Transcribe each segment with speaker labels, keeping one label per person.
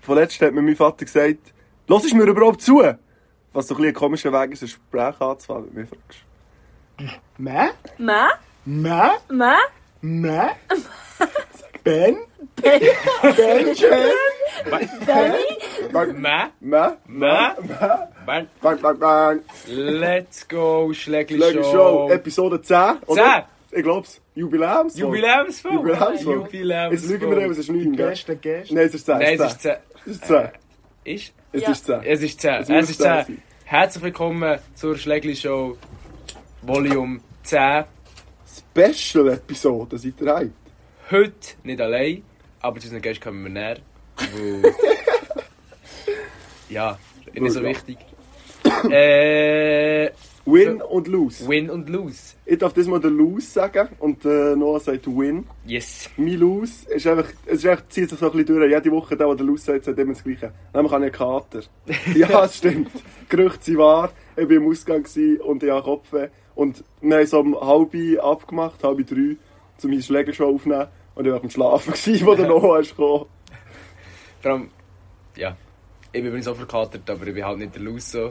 Speaker 1: Vorletzt hat mir mein Vater gesagt, lass es mir überhaupt zu. Was so ein bisschen ein komischer Weg ist, ein Gespräch anzufangen, wenn du mich fragst.
Speaker 2: Mä?
Speaker 3: Mä?
Speaker 2: Mä?
Speaker 3: Mä?
Speaker 2: Mä? Ben?
Speaker 3: Ben?
Speaker 2: Benjamin?
Speaker 4: Mä,
Speaker 1: Mä?
Speaker 4: mä, mä,
Speaker 1: Bang, bang, bang.
Speaker 4: let's go, Schlägli
Speaker 1: Schläge Show,
Speaker 4: Show.
Speaker 1: Episode 10. Oder? 10? Ich glaub's. Jubiläums.
Speaker 4: Jubiläumsfolge.
Speaker 1: Jubiläumsfolge.
Speaker 4: Jubiläumsfolge.
Speaker 1: Jetzt lügen wir eben, es ist 9, gell?
Speaker 2: Gäste, Gäste.
Speaker 1: Nein, es ist 10.
Speaker 4: Nein, es ist 10.
Speaker 1: Es ist 10.
Speaker 4: Ist?
Speaker 1: Es
Speaker 3: Ja.
Speaker 1: ist 10.
Speaker 4: Es ist 10.
Speaker 1: muss
Speaker 4: Es ist
Speaker 1: 10
Speaker 4: 10.
Speaker 1: sein.
Speaker 4: Herzlich willkommen zur Schlägli Show Volume 10.
Speaker 1: Special-Episode, seid ihr heim?
Speaker 4: Heute nicht allein, aber zu unseren Gästen kommen wir näher. weil- ja, nicht so wichtig. Äh,
Speaker 1: Win und Lose.
Speaker 4: win und lose.
Speaker 1: Ich darf diesmal den Lose sagen und äh, Noah sagt Win.
Speaker 4: Yes.
Speaker 1: Mein Lose ist einfach, es ist einfach, zieht sich so ein bisschen durch. Jede Woche, der, der den Lose sagt, sagt immer das Gleiche. Nämlich habe ich einen Kater. ja, es stimmt. Gerüchte sind wahr. Ich war im Ausgang gewesen und ich habe Kopfweh. Und wir haben so um halb abgemacht, halb drei, um meine Schlägershow aufzunehmen. Und ich war am Schlafen, gewesen, wo der Noah ist gekommen.
Speaker 4: Vor allem, ja, ich bin übrigens auch verkatert, aber ich bin halt nicht der Loser. So.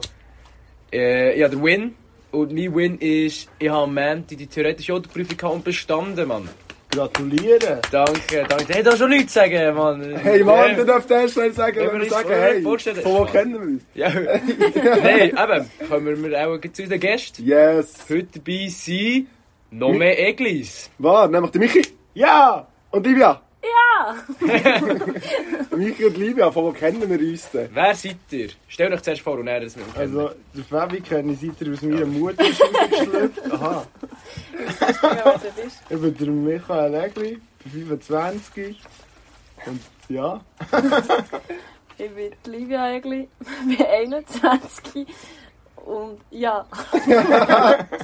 Speaker 4: Äh, ja, der Win. Und mein Win ist, ich habe am Montag die theoretische Autoprüfung gehabt und bestanden, Mann.
Speaker 2: Gratuliere.
Speaker 4: Danke, danke. Hey, da hast du nichts zu sagen, Mann.
Speaker 1: Hey Mann,
Speaker 4: Ja.
Speaker 1: du darfst erst schnell sagen,
Speaker 4: Wenn
Speaker 1: wenn
Speaker 4: wir
Speaker 1: wir
Speaker 4: uns
Speaker 1: sagen,
Speaker 4: vorher
Speaker 1: hey,
Speaker 4: vorstellen,
Speaker 1: von wo
Speaker 4: ist
Speaker 1: kennen wir uns?
Speaker 4: Ja. Nein, eben, kommen wir auch gleich zu unseren Gästen.
Speaker 1: Yes.
Speaker 4: Heute dabei sind noch mehr Eglis.
Speaker 1: Wahr, nämlich der Michi
Speaker 2: Ja!
Speaker 1: und Livia.
Speaker 3: Ja!
Speaker 1: Michi und Livia, von wo kennen wir uns denn?
Speaker 4: Wer seid ihr? Stell euch zuerst vor und dann, dass wir uns kennen.
Speaker 2: Also, der Fabi kenne ich seit er aus meiner Mutter ist rausgeschlüpft. Aha.
Speaker 3: Ja, was das ist.
Speaker 2: Ich bin der Michael Egli, bin 25. Und ja,
Speaker 3: Ich bin die Livia eigentlich, bin 21 und ja,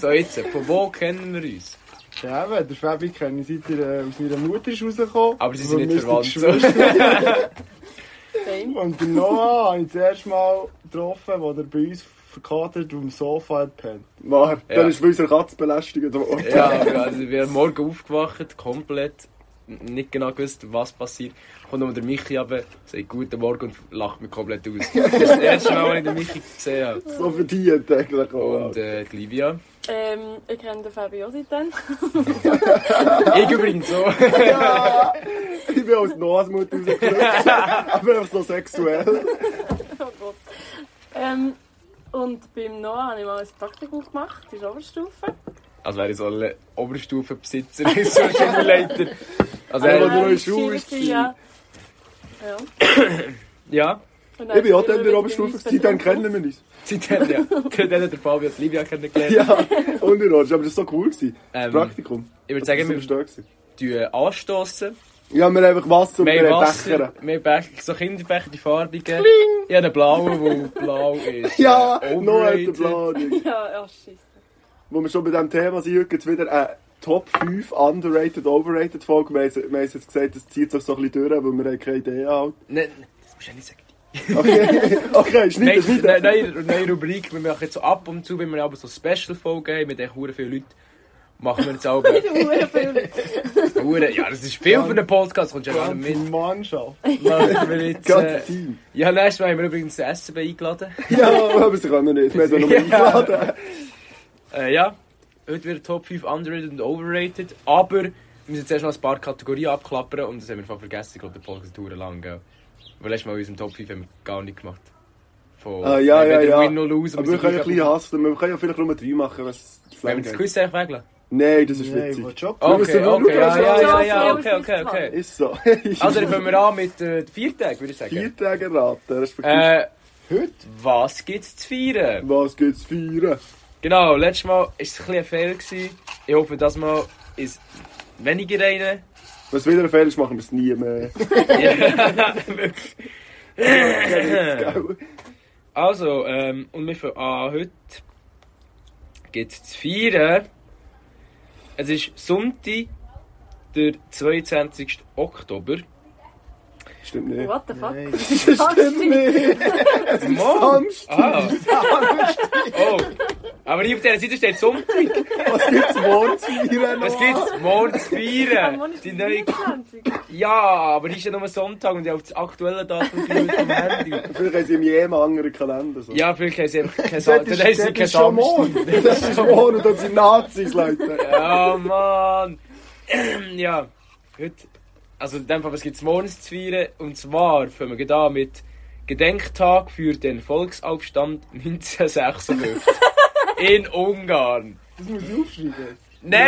Speaker 4: So, jetzt, von wo kennen wir uns?
Speaker 2: ja eben, der Fabi kenne ich seit er äh, aus meiner Mutter ist rausgekommen.
Speaker 4: Aber sie sind
Speaker 2: Und
Speaker 4: nicht
Speaker 2: Also, wir
Speaker 4: verwandt.
Speaker 2: sind
Speaker 4: so.
Speaker 3: same.
Speaker 2: Und den Noah habe ich das erste Mal getroffen, wo er bei uns verkatert auf dem Sofa hat gepennt.
Speaker 1: Wahr,
Speaker 4: Ja.
Speaker 1: dann ist für unsere Katze belästigt Oh, worden.
Speaker 4: Ja, also wir sind morgen aufgewacht, komplett n- nicht genau gewusst, was passiert. Kommt nochmal der Michi runter, sagt guten Morgen und lacht mich komplett aus. Das ist das erste Mal, als ich den Michi gesehen habe.
Speaker 1: So verdient eigentlich. auch.
Speaker 4: Und äh, die Livia.
Speaker 3: Ähm, ich kenne den Fabio seitdem.
Speaker 4: Ich übrigens so.
Speaker 1: Ich bin als Nasmutter rausgeflucht. Aber einfach so sexuell.
Speaker 3: Oh Gott. Ähm, und beim Noah habe ich mal ein Praktikum gemacht, in der Oberstufe.
Speaker 4: Als wäre ich so ein Oberstufenbesitzer, so ein Simulator. Also,
Speaker 1: Ja,
Speaker 3: Äh,
Speaker 1: wo du
Speaker 4: er,
Speaker 1: noch in der Schule
Speaker 3: Schule
Speaker 1: warst.
Speaker 3: gewesen, Ja. ja.
Speaker 4: ja,
Speaker 3: Und
Speaker 1: Ich bin auch dann in
Speaker 3: sind wir
Speaker 1: der
Speaker 3: wieder
Speaker 1: Oberstufe,
Speaker 3: bei uns
Speaker 1: seitdem
Speaker 3: betrunken.
Speaker 1: kennen wir uns.
Speaker 4: seitdem ja. Dann hat der Fabio die Livia kennengelernt.
Speaker 1: Ja, und in Ordnung. Aber das war so cool. Gewesen. Das
Speaker 4: Ähm,
Speaker 1: Praktikum.
Speaker 4: Ich würde
Speaker 1: Das war
Speaker 4: sagen,
Speaker 1: so
Speaker 4: wir
Speaker 1: stark. gewesen.
Speaker 4: tun anstoßen.
Speaker 1: Ja, wir haben einfach Wasser und
Speaker 4: Mehr
Speaker 1: wir haben
Speaker 4: Wasser,
Speaker 1: Becher.
Speaker 4: mehr Becher, so Kinderbecher, die farbigen. Kling. Ja, der blaue, wo blau ist. äh,
Speaker 1: Ja, noch hat der
Speaker 4: overrated.
Speaker 1: Plan.
Speaker 3: Ja, ja, scheisse.
Speaker 1: Wo wir schon bei diesem Thema sind, heute gibt's wieder eine Top 5 Underrated, Overrated Folge. Wir haben es- wir haben es jetzt gesagt, das zieht sich so ein bisschen durch, weil wir haben keine Idee haben.
Speaker 4: Nein, nein, musst du nicht sagen.
Speaker 1: Okay, okay, schneiden,
Speaker 4: Nein,
Speaker 1: schneiden.
Speaker 4: neue, neue, neue Rubrik, wir machen jetzt so ab und zu, wenn wir aber so Special-Folgen haben, mit echt hure viele Leute, machen wir jetzt auch
Speaker 3: Hure viel Leute.
Speaker 4: hure, ja, das ist viel für einen Podcast, kommst du ja gar
Speaker 2: Ganze
Speaker 4: nicht mit.
Speaker 2: Mannschaft.
Speaker 4: Machen wir jetzt,
Speaker 1: Ganze
Speaker 4: äh,
Speaker 1: Team.
Speaker 4: ja, nächstes Mal haben wir übrigens den SCB eingeladen.
Speaker 1: Ja, aber sie können nicht. Wir haben sie nur
Speaker 4: Ja.
Speaker 1: eingeladen.
Speaker 4: Äh, ja, heute wird Top 5 underrated und overrated, aber wir müssen zuerst noch ein paar Kategorien abklappern und das haben wir voll vergessen, ich glaube, der Podcast dauert lang, gell. Weil letztes Mal in unserem Top 5 haben wir gar nicht gemacht. Von,
Speaker 1: Ah, ja, ja,
Speaker 4: weder
Speaker 1: ja.
Speaker 4: Win noch Lose,
Speaker 1: Aber wir
Speaker 4: sind
Speaker 1: können ein
Speaker 4: gleich-
Speaker 1: bisschen hassen. Wir können ja vielleicht nur drei machen, was es
Speaker 4: Wenn wir das Quiz eigentlich weglassen.
Speaker 1: Nein, das ist
Speaker 2: Nein,
Speaker 1: witzig.
Speaker 2: was schon
Speaker 1: Wir
Speaker 4: Okay,
Speaker 1: müssen
Speaker 4: okay,
Speaker 1: nur schauen,
Speaker 4: ja,
Speaker 1: was wir
Speaker 4: ja, ja,
Speaker 1: machen.
Speaker 4: ja,
Speaker 3: Ja,
Speaker 4: okay, okay,
Speaker 3: ja,
Speaker 4: okay.
Speaker 1: Ist so.
Speaker 4: Also, dann fangen wir an mit äh, vier Tagen, würde ich sagen.
Speaker 1: Vier Tage raten, respektive.
Speaker 4: Äh,
Speaker 2: Heute?
Speaker 4: was gibt's zu feiern?
Speaker 1: Was geht's feiern?
Speaker 4: Genau, letztes Mal war es ein bisschen ein Fehler. gewesen. Ich hoffe, das Mal ist weniger einer.
Speaker 1: Wenn es wieder ein Fehler ist, machen wir es nie mehr. Gell?
Speaker 4: also, ähm, und wir fangen an heute. Gibt's zu feiern? Es ist Sonntag, der 22. Oktober.
Speaker 1: Stimmt nicht.
Speaker 3: What the fuck?
Speaker 2: Nein.
Speaker 1: Stimmt nicht.
Speaker 4: Morgen.
Speaker 1: Samstag.
Speaker 4: Ah. Oh, Aber hier auf dieser Seite steht Sonntag.
Speaker 1: Was gibt's morgen zu feiern?
Speaker 4: Was gibt's? Morgen zu feiern. Die neue...
Speaker 3: 24.
Speaker 4: Ja, aber hier ist ja nur Sonntag und ich habe das aktuelle Datum geschaut am Handy.
Speaker 1: Vielleicht haben sie im jedem anderen Kalender. So.
Speaker 4: Ja, vielleicht haben sie einfach keine
Speaker 1: das
Speaker 4: Samstag.
Speaker 1: ist,
Speaker 4: Ah, Dann haben sie
Speaker 1: das
Speaker 4: keine
Speaker 1: ist schon
Speaker 4: Samstag.
Speaker 1: morgen. Das ist morgen und dann sind Nazis, Leute.
Speaker 4: Ja, Mann. ja, heute. Also in dem Fall, was gibt es morgens zu feiern? Und zwar fangen wir gleich an mit Gedenktag für den Volksaufstand 1956 in Ungarn.
Speaker 1: Das muss ich aufschreiben.
Speaker 4: Nein!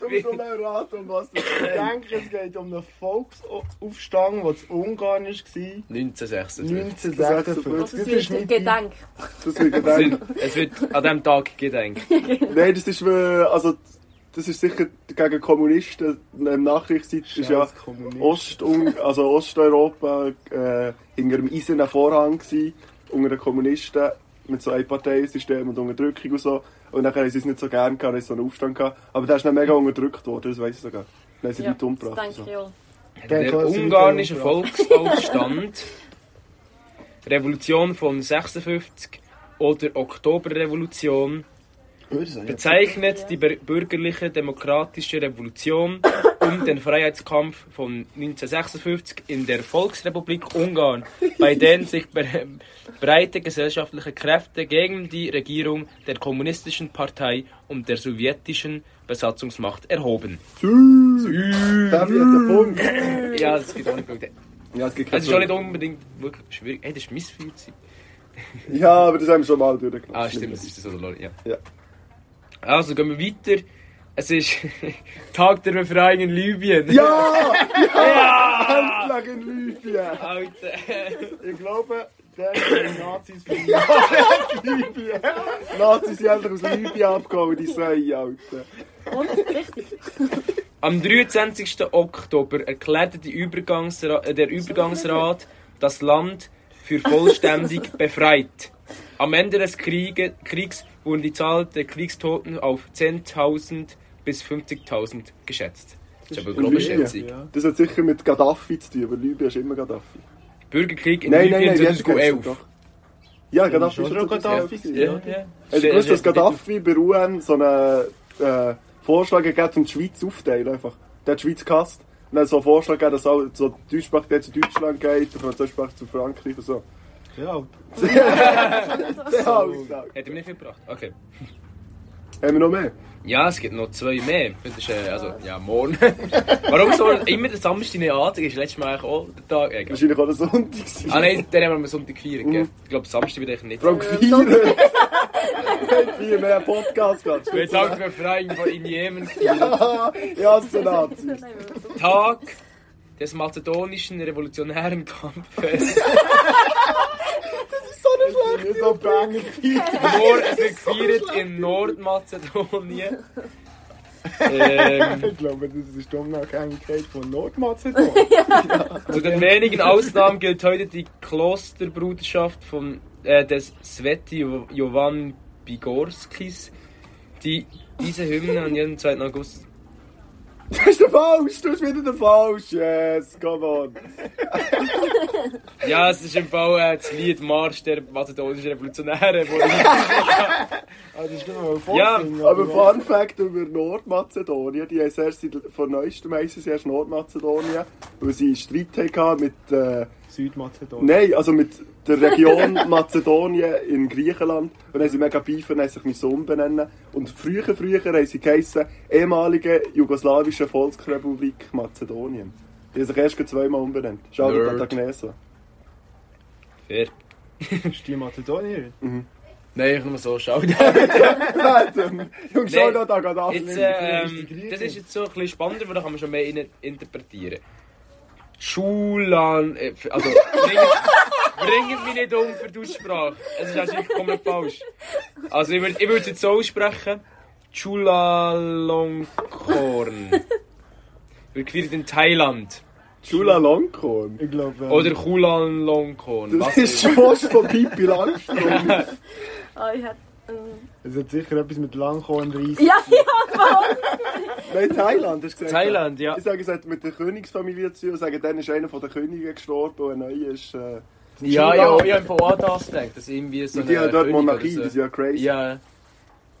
Speaker 1: Du musst noch mehr raten, um was das
Speaker 2: Ich denke, es geht um einen Volksaufstand, der in Ungarn war.
Speaker 4: 1956.
Speaker 2: 1956.
Speaker 3: Also,
Speaker 2: Das
Speaker 3: es
Speaker 2: ist
Speaker 3: wird
Speaker 2: nicht dein-
Speaker 3: gedenkt.
Speaker 1: Das wird
Speaker 4: Es
Speaker 1: gedacht.
Speaker 4: wird, es wird an diesem Tag gedenkt.
Speaker 1: Nein, das ist, äh, also, das ist sicher gegen Kommunisten. Im Nachkriegszeit ist ja
Speaker 2: Scheiß Kommunist.
Speaker 4: Oh,
Speaker 1: Ost also Osteuropa äh, hinter dem eisernen Vorhang gewesen, unter den Kommunisten mit so einem Parteiensystem und Unterdrückung und so. Und dann haben sie es nicht so gern gehabt, haben sie so einen Aufstand gehabt. Aber der ist dann mega unterdrückt worden, das weiss ich sogar. Dann haben sie
Speaker 3: Ja,
Speaker 1: Leute umgebracht.
Speaker 3: Das
Speaker 1: und so.
Speaker 3: denke ich auch.
Speaker 4: Der
Speaker 2: Klar, es wird
Speaker 4: ungarische
Speaker 2: ja
Speaker 4: Volksaufstand, Revolution von 56 oder Oktoberrevolution bezeichnet die bür- bürgerliche demokratische Revolution und den Freiheitskampf von 1956 in der Volksrepublik Ungarn, bei denen sich bre- breite gesellschaftliche Kräfte gegen die Regierung der kommunistischen Partei und der sowjetischen Besatzungsmacht erhoben.
Speaker 1: Der vierte Punkt.
Speaker 4: Ja, das gibt auch nicht wirklich.
Speaker 1: Ja, es gibt
Speaker 4: Es Also, ist auch nicht
Speaker 1: keine
Speaker 4: unbedingt wirklich schwierig. Hey, das ist Missfehlzeit.
Speaker 1: Ja, aber das haben wir schon mal durchgemacht.
Speaker 4: Ah, stimmt, das ist das Olor, ja.
Speaker 1: Ja.
Speaker 4: Also, gehen wir weiter. Es ist Tag der Befreiung in Libyen.
Speaker 1: Ja! Ja! Endlich in Libyen!
Speaker 4: Alter.
Speaker 2: Ich glaube, der ist die Nazis von
Speaker 1: Libyen! Nazis sind endlich aus Libyen abgehauen, die Sei, Alter.
Speaker 3: Und richtig.
Speaker 4: Am 23. Oktober erklärte die Übergangsra äh, der Übergangsrat das Land für vollständig befreit. Am Ende des Kriege, Kriegs wurde die Zahl der Kriegstoten auf 10.000 bis 50.000 geschätzt. Das ist aber eine grobe
Speaker 1: Libyen,
Speaker 4: Schätzung.
Speaker 1: Das hat sicher mit Gaddafi zu tun, aber Libyen ist immer Gaddafi.
Speaker 4: Bürgerkrieg in
Speaker 1: Nein, nein,
Speaker 4: Libyen
Speaker 1: nein, jetzt geht's
Speaker 4: 2011.
Speaker 1: doch. Ja, Gaddafi
Speaker 2: schon
Speaker 1: ist
Speaker 2: schon Gaddafi
Speaker 1: gewesen.
Speaker 2: gewesen.
Speaker 1: Ja. Hast du gewusst, dass Gaddafi bei UN so einen äh, Vorschlag gegeben hat, um die Schweiz aufzuteilen? Einfach. Der hat die Schweiz gehasst. Und dann so einen Vorschlag gegeben, dass auch so Deutschsprach der zu Deutschland geht, der Französischsprach zu Frankreich und so.
Speaker 2: Ja,
Speaker 1: Der Aussage.
Speaker 4: Hätte mir nicht viel gebracht. Okay.
Speaker 1: Haben wir noch mehr?
Speaker 4: Ja, es gibt noch zwei mehr. Das ist, äh, also, ja, morgen. Warum so immer der Samstag nicht anzeigen? Ist letztes Mal eigentlich auch der Tag. Egal.
Speaker 1: Wahrscheinlich auch der Sonntag.
Speaker 4: Ah nein, dann haben wir am Sonntag gefeiert, gell? Ich glaube, Samstag bin ich nicht.
Speaker 1: Mhm. Frau Gefeiert! Viel mehr Podcast gehabt.
Speaker 4: Wir sagen die Befreiung von in Jemen.
Speaker 1: Ja, so Nazis.
Speaker 3: Nein, wir müssen-
Speaker 4: Tag des mazedonischen revolutionären Kampfes.
Speaker 1: Nicht so banger gefeiert.
Speaker 4: Morgen es wird gefeiert in Nordmazedonien. Ähm,
Speaker 2: ich glaube, das ist die Unabhängigkeit von Nordmazedonien.
Speaker 4: zu den wenigen Ausnahmen gilt heute die Klosterbruderschaft von, äh, des Sveti Jo- Jovan Bigorskis, die diese Hymne an jedem 2. August
Speaker 1: Das ist der Falsch, du bist wieder der Falsch. Yes, come on.
Speaker 4: Ja, es ist im Fall äh, das Lied Marsch der mazedonischen Revolutionäre. Wo
Speaker 2: Ah, das ist genau ein
Speaker 4: Ja,
Speaker 2: Vorsingen,
Speaker 1: Aber Fun Fact über Nordmazedonien, die haben erst seit- vor neuestem heissen sie erst Nordmazedonien, weil sie Streit hatten mit, äh,
Speaker 2: Südmazedonien.
Speaker 1: nein, also mit der Region Mazedonien in Griechenland. Und dann haben sie mega Beefen, haben sich müssen umbenennen. Und früher, früher haben sie geheissen, ehemalige jugoslawische Volksrepublik Mazedonien. Die haben sich erst gerade zweimal umbenannt. Schau dir
Speaker 4: Nerd.
Speaker 1: Agnesa.
Speaker 4: Fair.
Speaker 2: Ist die Mazedonier?
Speaker 4: Nein, ich nur so schauen.
Speaker 1: Jungs, schau dir da gerade an.
Speaker 4: Jetzt, äh, ähm, das ist jetzt so ein bisschen spannender, weil da kann man schon mehr in interpretieren. Schulan. Äh, also, bringt mich nicht um für die Aussprache. Es ist anscheinend komplett falsch. Also, ich würde ich würd es jetzt so aussprechen: Chulalongkorn. Wird gefeiert in Thailand.
Speaker 1: Chula Longkorn.
Speaker 2: Ich ähm, glaube.
Speaker 4: Oder Chulalongkorn.
Speaker 1: Das
Speaker 4: Was
Speaker 1: ist die Post von Pippi Langstrumpf.
Speaker 3: Ah, ich hätte... ähm,
Speaker 2: Es hat sicher etwas mit Langkornreis.
Speaker 3: Ja, ja,
Speaker 1: Nein, Thailand hast du gesagt.
Speaker 4: Thailand, ja.
Speaker 1: Ich sage, es hat mit der Königsfamilie zu tun. Ich sage, dann ist einer von den Königen gestorben und ein neuer ist äh,
Speaker 4: Ja, ja, ich habe auch an das gedacht, dass irgendwie so
Speaker 1: Und die
Speaker 4: eine
Speaker 1: haben dort
Speaker 4: König oder
Speaker 1: Monarchie,
Speaker 4: so.
Speaker 1: die sind ja crazy.
Speaker 4: Ja.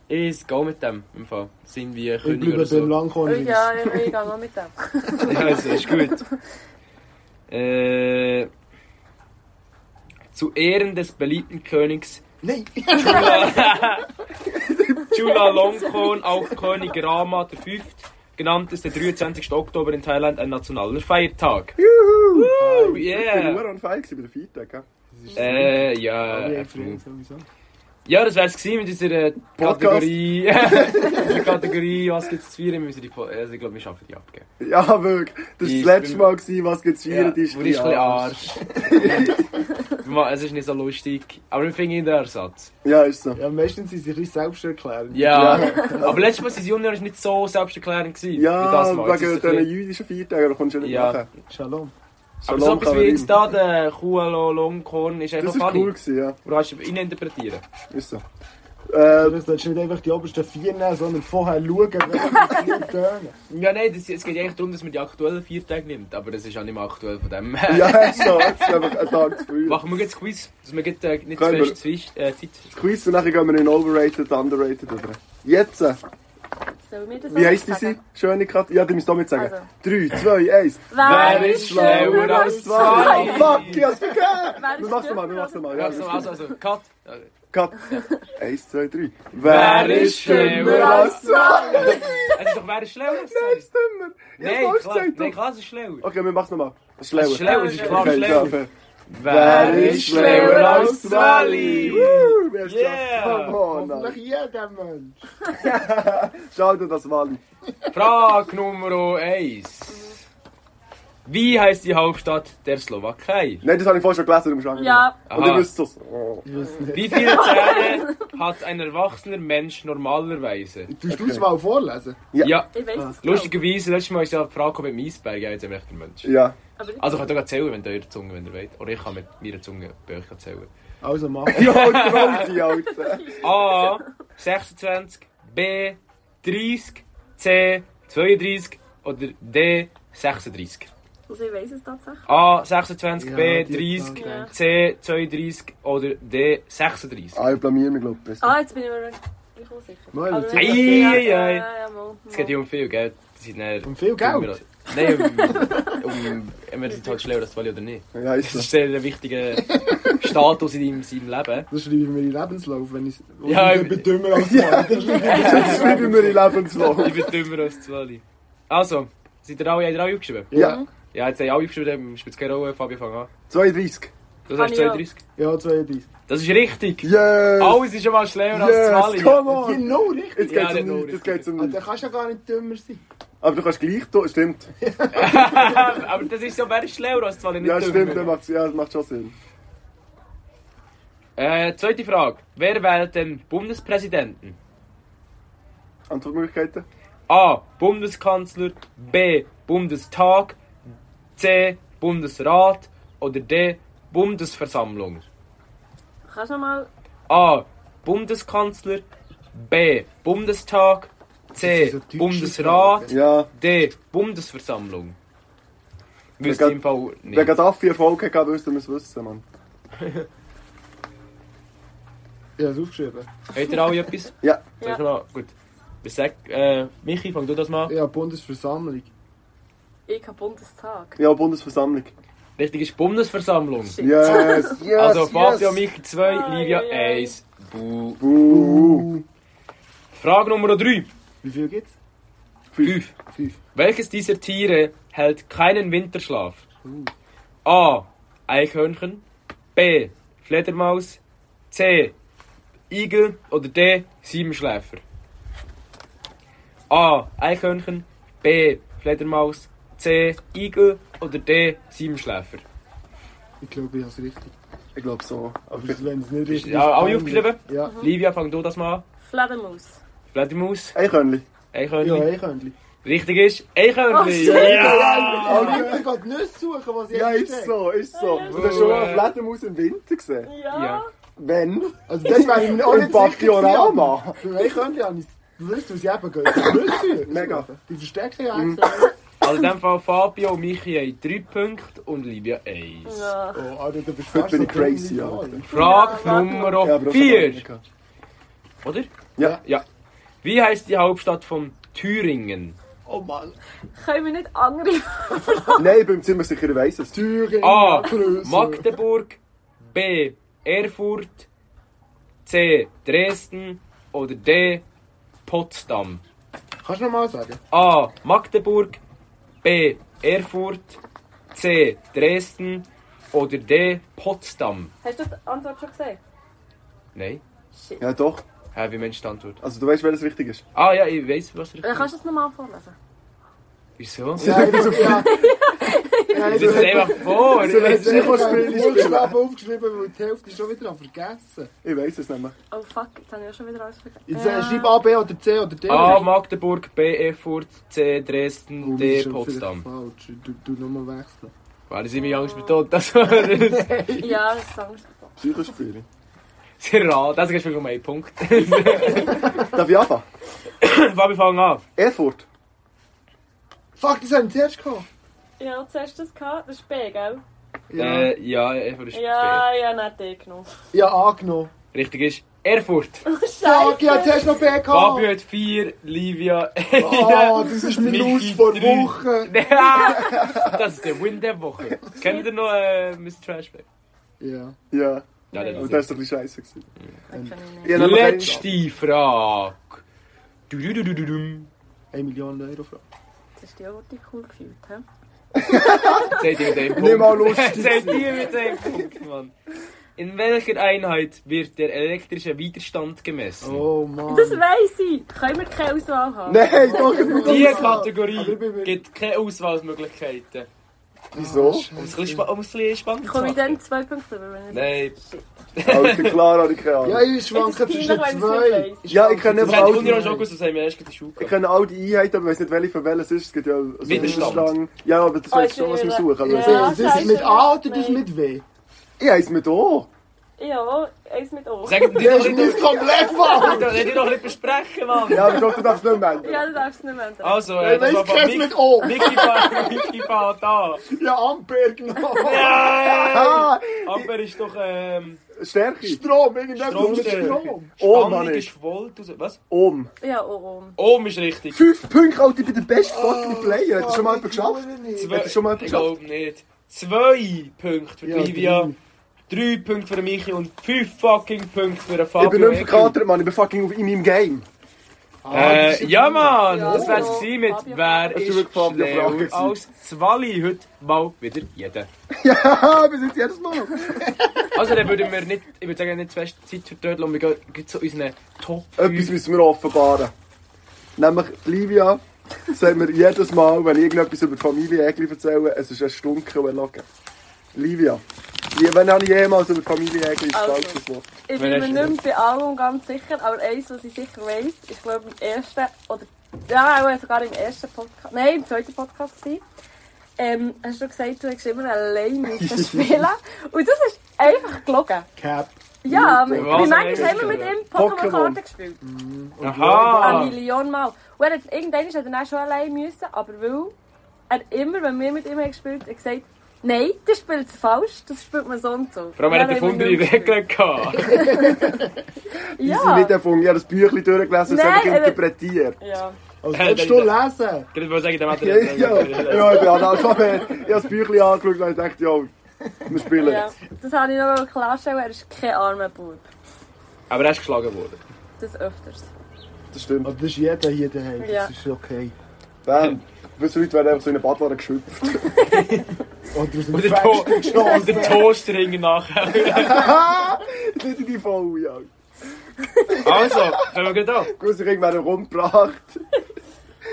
Speaker 4: Ich gehe mit dem im Fall. Sind wir
Speaker 2: Ich
Speaker 4: König
Speaker 2: bleibe
Speaker 4: oder
Speaker 2: beim
Speaker 4: so.
Speaker 2: Langkornigen.
Speaker 3: Ja, ich gehe auch mit dem.
Speaker 4: Ja, also, ist gut. äh, zu Ehren des beliebten Königs
Speaker 2: Nein!
Speaker 4: Chulalongkorn, auch König Rama V., genannt ist der 23. Oktober in Thailand ein nationaler Feiertag. Oh,
Speaker 1: Juhu! Ich bin
Speaker 4: Yeah!
Speaker 1: nur on fire gewesen bei der Feedback. gell?
Speaker 4: Äh,
Speaker 2: Ah,
Speaker 4: ja. absolut. Ja, das wär's gewesen mit unserer äh,
Speaker 1: Podcast.
Speaker 4: Kategorie. Mit der Kategorie, was gibt's zu feiern? Wir müssen die Po- also, ich glaube, wir schaffen die abgeben.
Speaker 1: Ja, wirklich. Das war
Speaker 4: Ich
Speaker 1: das letzte
Speaker 4: bin-
Speaker 1: Mal, gewesen, was geht's
Speaker 4: Ja,
Speaker 1: feiern, die
Speaker 4: wo die ist ein bisschen
Speaker 1: Arsch.
Speaker 4: Arsch. Ma- es ist nicht so lustig. Aber wir finden ihn den Ersatz.
Speaker 1: Ja, ist so.
Speaker 2: Ja, meistens sind sie ein bisschen selbsterklärend.
Speaker 4: Ja. Aber letztes Mal sind die Junior nicht so selbsterklärend gewesen. wie das
Speaker 1: Ja,
Speaker 4: Mal. Jetzt
Speaker 1: wegen
Speaker 4: ist es
Speaker 1: diesen
Speaker 4: ein bisschen-
Speaker 1: jüdischen Feiertagen, da kommst du nicht
Speaker 4: Ja.
Speaker 1: nachher.
Speaker 2: Shalom.
Speaker 4: Aber so
Speaker 1: Shalom,
Speaker 4: etwas wie
Speaker 1: Kaverim.
Speaker 4: jetzt da, der Kualolongkorn, ist einfach
Speaker 1: Das war
Speaker 4: funny.
Speaker 1: cool, gewesen, ja.
Speaker 4: Oder hast du ihn interpretieren?
Speaker 1: Ist so.
Speaker 4: Ähm,
Speaker 1: Äh,
Speaker 2: Vielleicht solltest du nicht einfach die obersten vier nehmen, sondern vorher schauen, welche vier tönen.
Speaker 4: Ja, nein, das, es geht eigentlich darum, dass man die aktuellen vier Tage nimmt. Aber das ist auch nicht mehr aktuell von dem.
Speaker 1: ja, ist so. Jetzt ist einfach ein Tag zu früh.
Speaker 4: Machen wir jetzt Quiz, dass wir jetzt, äh, nicht zu
Speaker 1: Können wir-
Speaker 4: fest zwischen, äh, Zeit.
Speaker 1: Das Quiz und nachher gehen wir in Overrated, Underrated oder. Jetzt! äh,
Speaker 3: Soll mir das
Speaker 1: Wie
Speaker 3: auch
Speaker 1: heisst die
Speaker 3: sagen?
Speaker 1: sie? Schöne Katze? Ja, die müssen damit sagen.
Speaker 3: Also.
Speaker 1: 3, 2, 1.
Speaker 3: Wer ist schlauer als
Speaker 1: zwei?
Speaker 3: zwei?
Speaker 1: Oh, fuck, ich hab's vergessen!
Speaker 3: Wer ist
Speaker 1: Wir machen's nochmal, wir
Speaker 3: dümmer
Speaker 1: machen's nochmal.
Speaker 4: Ja,
Speaker 1: Ja,
Speaker 4: also, also, also, Cut. Es
Speaker 1: Cut. 1, 2, 3.
Speaker 4: Wer ist
Speaker 1: schlimmer
Speaker 4: schlimmer
Speaker 1: als zwei?
Speaker 4: ist doch, wer ist schlauer? als
Speaker 1: Nein,
Speaker 4: zwei?
Speaker 1: stimmt.
Speaker 4: Nein,
Speaker 1: Nein,
Speaker 4: klar, nein,
Speaker 1: klar.
Speaker 4: klar, es ist schlauer.
Speaker 1: Okay, wir machen's nochmal.
Speaker 4: Es
Speaker 1: Oh, Schlauer.
Speaker 4: ist schlauer, es ist klar
Speaker 1: Okay,
Speaker 4: schlauer.
Speaker 1: fair.
Speaker 4: Wer
Speaker 1: ist schlauer
Speaker 2: als
Speaker 4: Wally?
Speaker 1: Woo, wer ist
Speaker 4: Yeah.
Speaker 1: das? Come on,
Speaker 2: Hoffentlich
Speaker 1: nein.
Speaker 2: jeder Mensch.
Speaker 1: Schau dir das mal an.
Speaker 4: Frage Nummer 1. Wie heißt die Hauptstadt der Slowakei?
Speaker 1: Nein, das habe ich vorher schon gelesen, du musst angeln.
Speaker 3: Ja.
Speaker 1: Und ihr
Speaker 4: Aha.
Speaker 1: wisst es.
Speaker 2: Ich weiß nicht.
Speaker 4: Wie viele Zähne hat ein erwachsener Mensch normalerweise?
Speaker 2: Du musst es mal vorlesen.
Speaker 1: Ja.
Speaker 4: Ja,
Speaker 3: Ich
Speaker 1: Ah.
Speaker 3: weiß es nicht.
Speaker 4: lustigerweise, letztes Mal ist ja die Frage gekommen mit dem Eisberg, ja, jetzt haben wir echt den Mensch.
Speaker 1: Ja.
Speaker 3: Aber ich-
Speaker 4: Also, ich kann sogar zählen, wenn ihr eure Zunge wenn ihr wollt. Oder ich kann mit meiner Zunge bei euch zählen.
Speaker 2: Also mach.
Speaker 1: Ja, und Grund, die Alte.
Speaker 4: A. 26, B. 30, C. 32 oder D. 36.
Speaker 3: also ich weiß es tatsächlich.
Speaker 4: A. 26, B.
Speaker 2: Ja, die
Speaker 4: 30,
Speaker 3: Frage.
Speaker 4: C. 32 oder D. 36.
Speaker 1: Ah, ich blamier mich, glaub ich.
Speaker 3: Ah, jetzt bin ich mir nicht so sicher.
Speaker 2: Mal,
Speaker 3: Aber-
Speaker 2: jetzt-
Speaker 3: Ja,
Speaker 4: Ei,
Speaker 3: ja,
Speaker 4: ei.
Speaker 3: ja, mal,
Speaker 4: Es geht
Speaker 3: mal.
Speaker 4: ja um viel Geld. Sie sind näher.
Speaker 2: Um viel Geld?
Speaker 4: Nein, um. um wir sind halt schlau, das Valley oder nicht.
Speaker 1: Ja, ist
Speaker 4: Das
Speaker 1: so.
Speaker 4: ist sehr ein wichtiger Status in deinem, seinem Leben.
Speaker 2: Das schreibe ich mir in den Lebenslauf, wenn ich es.
Speaker 4: Ja,
Speaker 2: ich
Speaker 4: ich-
Speaker 2: bin dümmer als ja.
Speaker 1: Das schreibe ich mir in Lebenslauf.
Speaker 4: Ich bin dümmer als Zwölli. Also, seid ihr alle, habt ihr alle aufgeschrieben?
Speaker 3: Mhm.
Speaker 1: Ja.
Speaker 4: Ja, jetzt haben alle aufgeschrieben, spielt es keine Rolle, Fabio, fang an.
Speaker 1: 32.
Speaker 4: Das heißt
Speaker 3: Habe ich auch.
Speaker 4: 32.
Speaker 2: Ja, 32.
Speaker 4: Das ist richtig.
Speaker 1: Yes!
Speaker 4: Alles ist schon mal schneller als
Speaker 1: Yes,
Speaker 4: Zwölli.
Speaker 1: come on!
Speaker 2: Genau richtig.
Speaker 1: Jetzt geht's
Speaker 4: Ja,
Speaker 1: um nichts, jetzt geht's um
Speaker 2: Ah, Da
Speaker 1: nichts.
Speaker 2: kannst du ja gar nicht dümmer sein.
Speaker 1: Aber du kannst gleich tun, stimmt.
Speaker 4: Aber das ist so, wer ist schneller als Zwölli, nicht
Speaker 1: Ja, stimmt,
Speaker 4: dümmer.
Speaker 1: dann macht's, ja, das macht schon Sinn.
Speaker 4: Äh, zweite Frage. Wer wählt den Bundespräsidenten?
Speaker 1: Antwortmöglichkeiten?
Speaker 4: A. Bundeskanzler. B. Bundestag. C. Bundesrat. Oder D. Bundesversammlung.
Speaker 3: Kannst du noch mal...
Speaker 4: A. Bundeskanzler. B. Bundestag.
Speaker 2: Das
Speaker 4: C.
Speaker 2: sind so deutsche
Speaker 4: Bundesrat.
Speaker 1: Ja.
Speaker 4: D. Bundesversammlung. Wüsste
Speaker 1: Wegen-
Speaker 4: ich im Fall nicht.
Speaker 1: Wenn Gaddafi Erfolg hatte, müssten wir es wissen, Mann.
Speaker 2: Ich habe es aufgeschrieben.
Speaker 4: Habt ihr alle etwas?
Speaker 1: Ja.
Speaker 4: Soll
Speaker 3: Ja.
Speaker 4: ich noch? Gut. Was sagt, äh, Michi, fang du das mal an.
Speaker 2: Ja, Bundesversammlung.
Speaker 3: Ich habe Bundestag.
Speaker 1: Ja, Bundesversammlung.
Speaker 4: Richtig ist Bundesversammlung.
Speaker 3: Shit.
Speaker 1: Yes, yes,
Speaker 4: also
Speaker 1: yes. Ah,
Speaker 4: Fabio, Michi 2,
Speaker 3: Ai,
Speaker 4: Livia
Speaker 3: ai, ai.
Speaker 4: 1. Buh.
Speaker 1: Uh,
Speaker 4: Frage Nummer 3.
Speaker 2: Wie viel gibt's?
Speaker 4: 5.
Speaker 2: Fünf.
Speaker 4: Welches dieser Tiere hält keinen Winterschlaf?
Speaker 2: Uh.
Speaker 4: A. Eichhörnchen. B. Fledermaus. C. Igel. Oder D. Siebenschläfer. A. Eichhörnchen. B. Fledermaus. C. Igel. Oder D. Siebenschläfer.
Speaker 2: Ich glaube, ich habe es richtig.
Speaker 1: ich glaube so.
Speaker 2: Aber wenn es nicht richtig
Speaker 4: Ja, alle
Speaker 2: dann-
Speaker 4: aufgeschrieben?
Speaker 2: Ja.
Speaker 4: Livia, fang du das mal an.
Speaker 3: Fledermaus.
Speaker 4: Fledermaus.
Speaker 1: Eichhörnchen.
Speaker 4: Eichhörnchen.
Speaker 2: Ja, eh, ich könnte.
Speaker 4: Richtig ist Eichhörnchen.
Speaker 3: Ach,
Speaker 2: Aber Ah. ich gehe Nüsse suchen, was ich
Speaker 1: Ja,
Speaker 2: jetzt
Speaker 1: ist
Speaker 2: sage.
Speaker 1: so, ist so.
Speaker 3: Ja, ja.
Speaker 1: Du hast schon mal eine Fledermaus im Winter gesehen.
Speaker 4: Ja.
Speaker 3: Ja.
Speaker 1: Wenn?
Speaker 2: Also das wäre ich auch
Speaker 1: Im
Speaker 2: nicht sicher gewesen, eh,
Speaker 1: Papillorama.
Speaker 2: aber Für mich könnte ich auch nicht... Du weißt, was ich eben gehe. Nüsse suchen.
Speaker 1: Mega.
Speaker 2: Mhm. Die verstecken ja eigentlich.
Speaker 4: Also in dem Fall Fabio und Michi haben 3 Punkte und Livia 1.
Speaker 3: Ja.
Speaker 2: Oh, Alter, du bist
Speaker 1: Heute bin
Speaker 2: so
Speaker 1: ich crazy,
Speaker 2: dumm wie
Speaker 1: Alter.
Speaker 2: ich.
Speaker 4: Frage
Speaker 3: Ja, warte
Speaker 1: Ich habe
Speaker 4: Nummer
Speaker 1: auch
Speaker 4: 4.
Speaker 1: schon mal
Speaker 4: Oder?
Speaker 1: Ja.
Speaker 4: Ja. Wie heißt die Hauptstadt von Thüringen?
Speaker 2: Oh Mann.
Speaker 3: Können wir nicht andere
Speaker 1: Nein, beim Zimmer sicher weiss es.
Speaker 2: Thüringen,
Speaker 4: A.
Speaker 2: Brüssel.
Speaker 4: Magdeburg. B. Erfurt. C. Dresden. Oder D. Potsdam.
Speaker 2: Kannst du nochmal sagen?
Speaker 4: A. Magdeburg. B. Erfurt. C. Dresden. Oder D. Potsdam.
Speaker 3: Hast du die Antwort schon gesagt?
Speaker 4: Nein.
Speaker 3: Shit.
Speaker 1: Ja, doch.
Speaker 4: Hä, wie meinst du die Antwort?
Speaker 1: Also, du weißt, welches richtig ist.
Speaker 4: Ah ja, ich weiß, was richtig
Speaker 3: Äh,
Speaker 4: ist.
Speaker 3: Kannst du das nochmal vorlesen?
Speaker 4: Wieso?
Speaker 2: Ja, ich bin ja. Ja, ich
Speaker 4: Das ist
Speaker 2: bin-
Speaker 4: einfach vor.
Speaker 1: So, wenn-
Speaker 4: Ich
Speaker 2: Ich
Speaker 1: Sehr
Speaker 2: habe
Speaker 1: gut
Speaker 2: den
Speaker 1: gespielt, ist
Speaker 2: Buchstaben aufgeschrieben, weil die Hälfte schon wieder vergessen.
Speaker 1: Ich weiss es nämlich.
Speaker 3: Oh fuck, jetzt habe ich ja schon wieder alles vergessen.
Speaker 2: Jetzt
Speaker 3: Ja.
Speaker 2: äh, schreib A, B oder C oder D.
Speaker 4: A. Ah, Magdeburg. B. Erfurt. C.
Speaker 2: Oh,
Speaker 4: Dresden.
Speaker 2: das
Speaker 4: D.
Speaker 2: ist schon
Speaker 4: Potsdam.
Speaker 2: vielleicht Falsch, du, du nochmal wechseln.
Speaker 4: Weil sie mich Angst betont, das war das.
Speaker 3: Ja, das ist Angst.
Speaker 1: Psychospiele.
Speaker 4: Sehr rar. Das ist wirklich um einen Punkt.
Speaker 1: Darf ich anfangen?
Speaker 4: Fabi, fang an.
Speaker 1: Erfurt.
Speaker 2: Fuck, das haben wir zuerst gehabt.
Speaker 3: Ja, und zuerst das gehabt, das ist B, gell?
Speaker 2: Ja,
Speaker 4: Äh, ja, Erfurt ist B.
Speaker 3: Ja, nou, ja, nicht D genommen.
Speaker 2: ja angenommen.
Speaker 4: Richtig ist Erfurt.
Speaker 2: Fuck, ich habe zuerst noch B gehabt.
Speaker 4: Fabio hat 4, Livia 1.
Speaker 2: Oh, das ist mein
Speaker 4: Michi
Speaker 2: Aus vor
Speaker 4: drei.
Speaker 2: Wochen.
Speaker 4: das ist der Win der Woche. Kennt ihr noch äh, Miss Trashback?
Speaker 2: Ja.
Speaker 1: Ja.
Speaker 4: Ja,
Speaker 2: Oh,
Speaker 1: Und
Speaker 4: das
Speaker 1: das ist
Speaker 4: ist
Speaker 1: doch ein bisschen scheisse. gewesen.
Speaker 3: Das kann ich nicht.
Speaker 1: Ich habe nämlich einen-
Speaker 4: Letzte Frage. Du, du, du, du, du, du.
Speaker 2: 1 Million Euro Frage.
Speaker 3: Das ist die auch die cool gefühlt, hä?
Speaker 4: Seid ihr mit dem Punkt?
Speaker 1: Nicht mal lustig
Speaker 4: Seid ihr mit dem Punkt, Mann? In welcher Einheit wird der elektrische Widerstand gemessen?
Speaker 2: Oh Mann.
Speaker 3: Das weiss ich! Können wir keine Auswahl haben?
Speaker 1: Nein, doch, ich bin Ah,
Speaker 4: Diese
Speaker 2: Aber ich bin-
Speaker 4: Kategorie gibt keine Auswahlmöglichkeiten.
Speaker 1: Wieso?
Speaker 4: Um es ein bisschen spa- um es ein bisschen spannend zu
Speaker 3: Komme ich dann
Speaker 4: machen.
Speaker 3: zwei Punkte über, wenn ich
Speaker 4: Nein.
Speaker 3: Shit.
Speaker 1: Alter, klar habe ich keine Ahnung.
Speaker 2: Ja, ich schwanke
Speaker 3: Jetzt ist es
Speaker 2: zwischen
Speaker 3: peinlich, wenn
Speaker 2: zwei.
Speaker 3: ich's
Speaker 1: Ja, ich kann
Speaker 4: Das
Speaker 1: einfach
Speaker 4: hat die dus
Speaker 1: alle,
Speaker 4: Uni auch schon gewusst, das haben wir erst in der Schule
Speaker 1: ich
Speaker 4: gehabt.
Speaker 1: kann all die Einheiten, aber ich weiß nicht, welche von welchen es ist. Es gibt ja so einen
Speaker 4: Widerstand.
Speaker 1: Widerstand. Ja, aber das
Speaker 3: Oh,
Speaker 1: weißt du schon, was wir
Speaker 3: Schüler.
Speaker 1: suchen. Also,
Speaker 3: Ja.
Speaker 2: Das ist mit dus A oder das mit W?
Speaker 1: Ich heiße mir da.
Speaker 3: Ja, eins mit O.
Speaker 4: Sag dir
Speaker 2: Das ist
Speaker 4: doch nicht,
Speaker 3: dus
Speaker 2: mein komplett falsch.
Speaker 4: red dich doch nicht besprechen, Mann.
Speaker 1: Ja, aber doch, du darfst nicht melden.
Speaker 3: Ja, du darfst es nicht mehr ändern.
Speaker 4: Also, äh,
Speaker 2: Ich
Speaker 4: das war
Speaker 2: weiß
Speaker 4: von
Speaker 2: keins
Speaker 4: Mick-
Speaker 2: mit O.
Speaker 4: Mickey Fa- Mickey Fa da.
Speaker 2: Ja, nou. Ampere, genau.
Speaker 4: Nein!
Speaker 1: Ah,
Speaker 4: Amper ist doch, ähm,
Speaker 1: Stärke.
Speaker 2: Strom, irgendetwas mit
Speaker 4: Stromstärke.
Speaker 2: Strom.
Speaker 1: Oh,
Speaker 4: Spannung
Speaker 1: Mann, ey.
Speaker 4: ist Volt und so. Was?
Speaker 1: Ohm.
Speaker 3: Ja, oh, O, O.
Speaker 4: Ohm ist richtig.
Speaker 1: Um. Fünf Punkte, Alter, ich bin der beste
Speaker 3: Oh,
Speaker 1: fucking Player. Hat er schon mal jemand geschafft?
Speaker 4: Zwei-
Speaker 1: Hat er schon mal
Speaker 4: Ich
Speaker 1: geschafft?
Speaker 4: glaube nicht. Zwei Punkte für
Speaker 2: Ja,
Speaker 4: Livia, drei Punkte für Michi und fünf fucking Punkte für den Fabio.
Speaker 1: Ich bin nicht
Speaker 4: Eckl.
Speaker 1: verkatert, Mann. Ich bin fucking auf- in meinem Game.
Speaker 2: Ah,
Speaker 3: Ah,
Speaker 4: Äh, ja, Mann,
Speaker 3: Ja,
Speaker 4: das wär's
Speaker 3: also,
Speaker 4: gewesen mit
Speaker 3: Fabio.
Speaker 4: Wer
Speaker 1: Hast du
Speaker 4: ist
Speaker 1: wirklich Fabio Frage
Speaker 4: schlauer
Speaker 1: gewesen?
Speaker 4: als Zwali? Heute mal wieder jeder.
Speaker 1: Haha, bis jetzt Ah, jedes Mal.
Speaker 4: Also, dann würden wir nicht, ich würde sagen, nicht zu fest Zeit vertrödeln und wir gehen gleich zu unseren Top
Speaker 1: Etwas
Speaker 4: 5.
Speaker 1: müssen wir offenbaren. Nämlich die Livia sagt mir jedes Mal, wenn ich irgendetwas über die Familie Egli erzähle, es ist eine Stunde erlogen. Livia, wie- wenn habe ich jemals über die Familie Egli ein
Speaker 3: Also.
Speaker 1: falsches Wort?
Speaker 3: Ich
Speaker 4: Wer
Speaker 3: bin
Speaker 4: hast
Speaker 3: mir
Speaker 4: du
Speaker 3: nicht mehr bei allem ganz sicher, aber eins, was ich sicher weiss, ich glaube im ersten oder oh, ja, auch sogar im ersten Podcast, nein, im zweiten Podcast war. Ähm, hast du gesagt, du hättest immer allein müssen spielen und das ist einfach gelogen.
Speaker 2: Cap.
Speaker 3: Ja, wir,
Speaker 1: Wir
Speaker 4: waren
Speaker 3: wir manchmal
Speaker 4: allein
Speaker 3: haben wir mit ihm
Speaker 1: Pokémon.
Speaker 3: Pokémon-Karten gespielt. Eine
Speaker 4: Aha!
Speaker 3: Million Mal. Und er hat, irgendwann hat er dann schon allein müssen, aber weil er immer, wenn wir mit ihm haben gespielt haben, gesagt nein, das spielt es falsch, das spielt man so und so.
Speaker 4: Vor allem,
Speaker 3: Und
Speaker 4: er hat
Speaker 3: dann haben wir
Speaker 4: erfundene
Speaker 3: nicht mehr gespielt.
Speaker 4: Regeln gehabt.
Speaker 1: Ich habe nicht erfunden, ich habe das Büchlein durchgelesen und es
Speaker 3: Ah. Nein,
Speaker 1: einfach
Speaker 3: aber-
Speaker 1: interpretiert.
Speaker 3: Ja.
Speaker 2: Also,
Speaker 4: Äh,
Speaker 2: kannst du lesen?
Speaker 4: Ich würde sagen, dem hat
Speaker 1: Ja,
Speaker 4: er
Speaker 1: ja, ja, ich bin Analphabet. Ich habe das Büchlein angeschaut und dachte, ja, wir spielen
Speaker 3: Ja,
Speaker 1: jetzt.
Speaker 3: das habe ich noch mal klarstellen, er ist kein armer Bub.
Speaker 4: Aber er ist geschlagen worden.
Speaker 3: Das öfters.
Speaker 1: Das stimmt.
Speaker 2: Aber das ist jeder hier daheim.
Speaker 3: Ja.
Speaker 2: Das ist okay.
Speaker 1: Bam. Bis heute werden einfach so in den Badwanne geschüpft.
Speaker 2: Oder aus dem
Speaker 4: Und der,
Speaker 2: Fenster
Speaker 4: to und
Speaker 2: geschossen.
Speaker 4: der Toaster hing nachher.
Speaker 1: Nicht in die Falle, ja.
Speaker 4: Also, fangen wir gleich an.
Speaker 1: Ich wusste, ich irgendwann rumgebracht.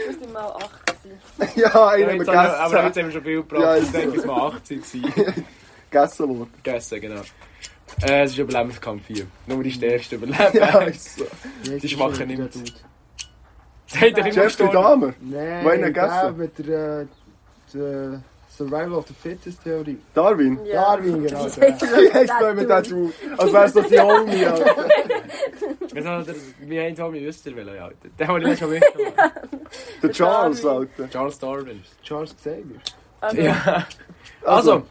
Speaker 3: Wir sind mal 8 gewesen.
Speaker 1: Ja,
Speaker 4: Ja,
Speaker 1: einen haben wir
Speaker 4: jetzt haben wir, aber jetzt
Speaker 1: gegessen.
Speaker 4: haben wir schon viel gebracht.
Speaker 1: Ja,
Speaker 4: ich
Speaker 1: ist
Speaker 4: denke, es war 18 gewesen.
Speaker 1: Gegessen worden.
Speaker 4: Gegessen, genau. Äh, es ist Überlebenskampf 4. Nur die Stärksten überleben.
Speaker 1: Ja, ist so.
Speaker 2: Jetzt
Speaker 4: Die
Speaker 2: ist
Speaker 4: Schwachen
Speaker 2: er wieder
Speaker 4: nimmt's.
Speaker 2: tot.
Speaker 4: Seid ihr immer
Speaker 1: Jeff die
Speaker 4: gestorben?
Speaker 1: Dame.
Speaker 2: Nein,
Speaker 1: Wo hat er
Speaker 2: der
Speaker 1: gegessen?
Speaker 2: mit der, äh, der Survival of the Fittest Theorie.
Speaker 1: Darwin.
Speaker 3: Ja.
Speaker 2: Darwin, genau.
Speaker 3: Ich
Speaker 2: der.
Speaker 3: weiß
Speaker 1: Wie heisst der mit dem Dude? Als wär's das die Homie, Alter.
Speaker 4: weiß noch, der, wie ein Tom in Österwelle, ja. Den habe ich letztes Mal mitgenommen.
Speaker 1: Der Charles, Alter.
Speaker 4: Charles Darwin.
Speaker 2: Charles Xavier.
Speaker 3: Also,
Speaker 4: Ja.
Speaker 1: Also.
Speaker 4: Also,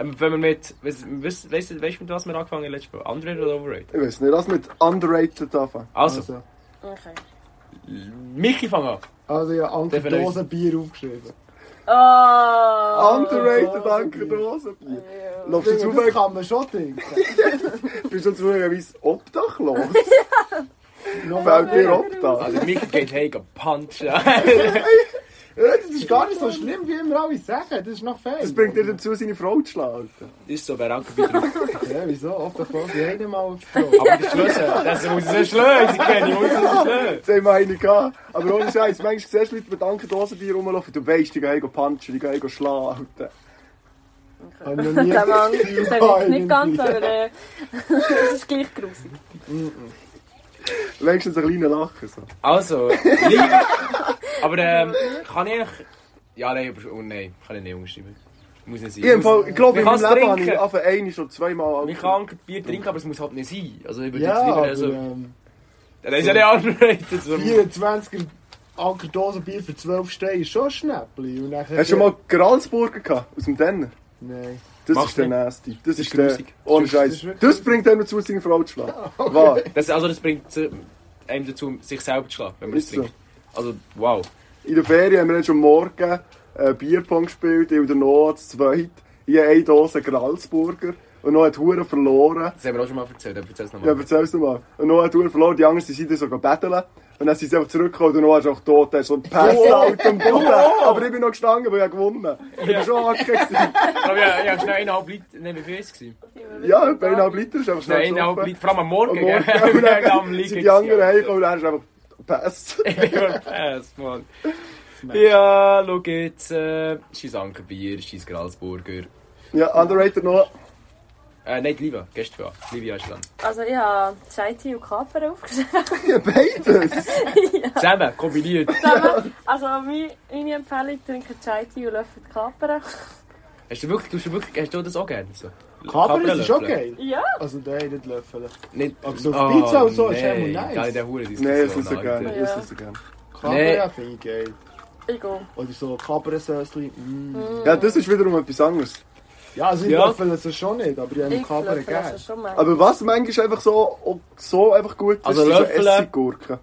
Speaker 4: ähm, wenn wir mit. Weißt du, weißt, weißt, weißt, mit was wir angefangen haben letztes Mal? Underrated oder Overrated?
Speaker 1: Ich weiß nicht, lass mit underrated anfangen.
Speaker 4: Also,
Speaker 2: Also,
Speaker 3: Okay.
Speaker 4: Michi fang an.
Speaker 2: also ja, Anker
Speaker 4: Definitiv.
Speaker 2: Dose Bier aufgeschrieben.
Speaker 3: Oh!
Speaker 1: underrated,
Speaker 2: Dosenbier.
Speaker 1: danke, Dosenbier. Laufst du
Speaker 2: Das
Speaker 1: zu weg?
Speaker 2: kann man schon denken.
Speaker 1: Bist du zufälligerweise obdachlos?
Speaker 2: Nur-
Speaker 1: Fällt dir
Speaker 4: Also,
Speaker 1: Obdach?
Speaker 4: Michi geht hey, geht punchen.
Speaker 2: Ja, Das ist gar nicht so schlimm, wie immer alle sagen. Das ist noch fair.
Speaker 1: Das bringt dir dazu, seine Frau zu schlagen. Alter.
Speaker 4: ist so, wer angeht, wieder
Speaker 2: Ja, wieso? Obdachlos, wir haben mal gefragt.
Speaker 4: Aber die Schlüssel, das muss ich so schlagen, sie kennen, ich muss so schlagen.
Speaker 1: Jetzt haben wir eine gehabt. Aber ohne Scheiß, manchmal siehst du Leute mit Ankerdosenbier rumlaufen. Du weißt, die gehen punchen, die gehen schlagen. Alter.
Speaker 2: Hab ich noch nie
Speaker 3: Der Mann, das
Speaker 2: gesehen.
Speaker 3: ist jetzt nicht ganz, aber äh, das ist gleich grusig.
Speaker 1: Wenigstens ein kleiner Lachen. So.
Speaker 4: Also, liebe. Aber ähm, kann ich. Ja, nein, aber, oh nein, kann ich nicht umschreiben. Muss nicht sein.
Speaker 1: Ich, im Fall, ich glaube, in meinem
Speaker 4: Man kann's
Speaker 1: Leben habe ich
Speaker 4: trinken.
Speaker 1: einfach einmal oder zweimal
Speaker 4: Man kann Bier trinken, aber es muss halt nicht sein. Also, ich würde
Speaker 2: Ja,
Speaker 4: jetzt lieber.
Speaker 2: aber
Speaker 1: äh,
Speaker 4: Also,
Speaker 2: ähm,
Speaker 4: dann ist ja nicht underrated. so-
Speaker 2: 24er Anker Dose Bier für 12 Steine ist schon ein Schnäppli. Und nachher-
Speaker 1: Hast du schon mal Gralsburger gehabt? Aus dem Denner?
Speaker 2: Nein.
Speaker 1: Das
Speaker 4: Mach's
Speaker 1: ist der
Speaker 4: nicht.
Speaker 1: Nasty. Das ist
Speaker 4: ist
Speaker 1: der.
Speaker 4: grusig.
Speaker 1: Ohne
Speaker 2: Das ist
Speaker 1: Scheiß.
Speaker 2: wirklich
Speaker 1: Das bringt einem dazu, seine Frau zu schlagen. Wahr.
Speaker 4: Das, also, das bringt äh, einem dazu, sich selber zu schlagen, wenn man es
Speaker 1: Ist so.
Speaker 4: trinkt. Also, wow.
Speaker 1: In der Ferien haben wir dann schon morgen äh, Bierpong gespielt, ich und der Noah zu zweit. Ich habe eine Dose Gralsburger und Noah hat Huren verloren.
Speaker 4: Das haben wir auch schon mal erzählt, aber erzähl es nochmal.
Speaker 1: Ja, erzähl's nochmal. Und Noah hat Huren verloren, die anderen sind dann sogar betteln. Und dann sind sie einfach zurückgekommen und Noah ist auch tot. Er ist so ein Pest alt am Boden. Aber ich bin noch gestanden, weil ich gewonnen habe. Ich bin schon angekommen.
Speaker 4: Ich glaube, ja, ja, schnell eineinhalb Liter. Nein, wie viel ist es? gewesen?
Speaker 1: Ja, bei eineinhalb Liter ist einfach
Speaker 4: Schnell
Speaker 1: schnell
Speaker 4: eineinhalb
Speaker 1: gesoffen.
Speaker 4: Liter, vor allem am Morgen.
Speaker 1: Am
Speaker 4: gell?
Speaker 1: Morgen
Speaker 4: Wir
Speaker 1: und
Speaker 4: lagen
Speaker 1: dann sind die anderen
Speaker 4: gewesen.
Speaker 1: heimgekommen und er ist einfach Pest.
Speaker 4: Pass, Mann. Ja, schau jetzt. Äh, scheiß Ankerbier, scheiß Gralsburger.
Speaker 1: Ja, underrated Noah.
Speaker 4: Äh, nein, die Livia, gestern war. Livia ist dran.
Speaker 3: Also ich habe Scheite und Kaper aufgeschrieben.
Speaker 1: Ja, beides.
Speaker 4: Zusammen, kombiniert.
Speaker 3: Also meine, meine Empfehlung, trinken Scheite und löffelt Kaper.
Speaker 4: Hast du wirklich, tust du wirklich, hast du das auch gerne? So?
Speaker 2: Kaper das ist
Speaker 4: Kaperlöffel?
Speaker 2: auch geil.
Speaker 3: Ja,
Speaker 2: Also, nein, nicht löffeln.
Speaker 4: Nicht,
Speaker 2: Aber so
Speaker 4: Oh,
Speaker 2: auf Pizza und so ist immer nice.
Speaker 4: Nein, der Hure ist
Speaker 1: Nein, das ist so
Speaker 4: Alter.
Speaker 1: geil.
Speaker 3: Ja.
Speaker 1: Das ist so geil.
Speaker 2: Kaper
Speaker 4: Nee.
Speaker 2: ja, finde ich geil.
Speaker 3: egal.
Speaker 2: Oder so Kaperensösli. Mm.
Speaker 1: Ja, das ist wiederum etwas anderes.
Speaker 2: Ja, also ich
Speaker 4: Ja.
Speaker 2: löffel es schon nicht, aber ich habe
Speaker 3: Ich
Speaker 2: Kaper
Speaker 3: löffel also
Speaker 2: gegeben.
Speaker 3: schon mal.
Speaker 1: Aber was manchmal ist einfach so, auch so einfach gut ist,
Speaker 4: Also
Speaker 1: sind so
Speaker 4: Löffel-
Speaker 1: Essiggurken.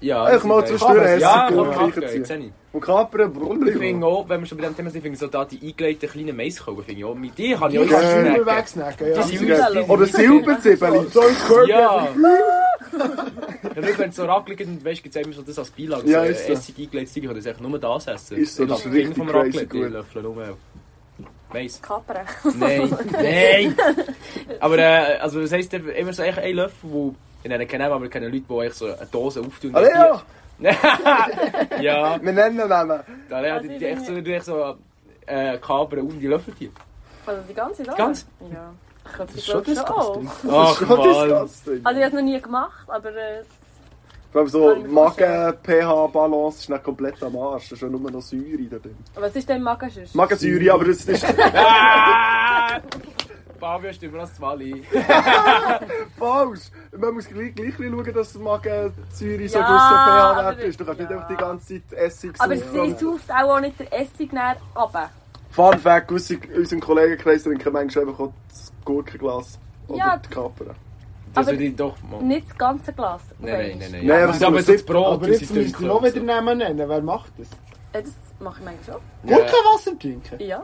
Speaker 4: Ja,
Speaker 1: Einfach mal
Speaker 4: zu
Speaker 1: zwischendurch
Speaker 2: Kaper-
Speaker 4: Ja,
Speaker 2: Essig-
Speaker 1: Essiggurken
Speaker 4: komm,
Speaker 1: reichen
Speaker 4: ich
Speaker 1: ziehen.
Speaker 4: sehe ich.
Speaker 1: Und Kapern,
Speaker 4: Ich finde
Speaker 1: Bruder.
Speaker 4: auch, wenn wir schon bei dem Thema sind, finde ich so da die eingelegten kleinen Maiskolben, finde ich auch, mit denen kann ich
Speaker 2: Ich
Speaker 4: auch
Speaker 2: kann
Speaker 1: Ja.
Speaker 2: es
Speaker 4: snacken.
Speaker 2: immer wegsnacken. Ja.
Speaker 4: Das ist süß.
Speaker 1: Oder Silberzwiebeln.
Speaker 2: So ein Körper.
Speaker 4: Ja! ja nicht, wenn es so rackelig ist und weißt, gibt es immer so das als Beilage.
Speaker 1: Ja,
Speaker 4: so,
Speaker 1: ist so.
Speaker 4: äh, Essig eingelegtes Zeug, ich kann das echt nur das essen.
Speaker 1: Ist so, das ist richtig crazy gut.
Speaker 4: Löffel rum. Weiss.
Speaker 3: Kaper.
Speaker 4: Nein, nein! Aber, äh, also, das heisst immer so echt ein Löffel, wo. Ich nenne keinen Namen, aber ich kenne Leute, die echt so eine Dose auftun.
Speaker 1: Alle ja,
Speaker 4: Ja,
Speaker 1: wir nennen Namen.
Speaker 4: Alea, die, die echt so, die echt so äh, Kabel auf die Löffel die.
Speaker 3: Also die ganze Dose?
Speaker 4: Ganz?
Speaker 3: Ja. Ich glaube, ich
Speaker 2: schon
Speaker 3: glaube schon auch.
Speaker 4: Ach,
Speaker 1: Schon disgusting.
Speaker 3: Also ich habe es noch nie gemacht, aber äh,
Speaker 1: Ich glaube, so
Speaker 3: Kann ich mir vorstellen.
Speaker 1: Magen-pH-Balance ist nicht komplett am Arsch. Da ist ja nur noch Säure da drin.
Speaker 3: was ist denn Magenschüss?
Speaker 1: Magensäure, aber das ist...
Speaker 4: Fabio stimmt mir das zwar ein.
Speaker 1: Falsch! Man muss gleich, gleich schauen, dass der Magensäure so
Speaker 3: Ja,
Speaker 1: ja, gewissen pH-Wert
Speaker 3: aber-
Speaker 1: ist. Du kannst nicht
Speaker 3: ja.
Speaker 1: einfach die ganze Zeit Essig
Speaker 3: aber
Speaker 1: saufen.
Speaker 3: sie sauft auch nicht den Essig näher runter.
Speaker 1: Fun Fact, aus unserem Kollegenkreis trinken manchmal einfach auch das Gurkenglas oder
Speaker 3: Ja,
Speaker 1: die Kapern.
Speaker 4: Das
Speaker 3: Aber-
Speaker 4: würde ich doch mal.
Speaker 3: Nicht das ganze Glas. auf
Speaker 4: Nein, nein,
Speaker 3: einmal.
Speaker 4: nein.
Speaker 1: Nein,
Speaker 4: Ja,
Speaker 1: aber
Speaker 4: aber
Speaker 1: es
Speaker 4: so das
Speaker 1: gibt-
Speaker 4: Brot,
Speaker 2: Aber
Speaker 4: das
Speaker 2: jetzt
Speaker 4: ist
Speaker 2: müsst ihr
Speaker 4: dunkel
Speaker 2: auch
Speaker 4: und halt so.
Speaker 2: wieder Namen nennen. Wer macht das?
Speaker 3: Ja, Äh, das mache ich manchmal schon.
Speaker 4: Ja.
Speaker 2: Gurkenwasser trinken?
Speaker 3: Ja.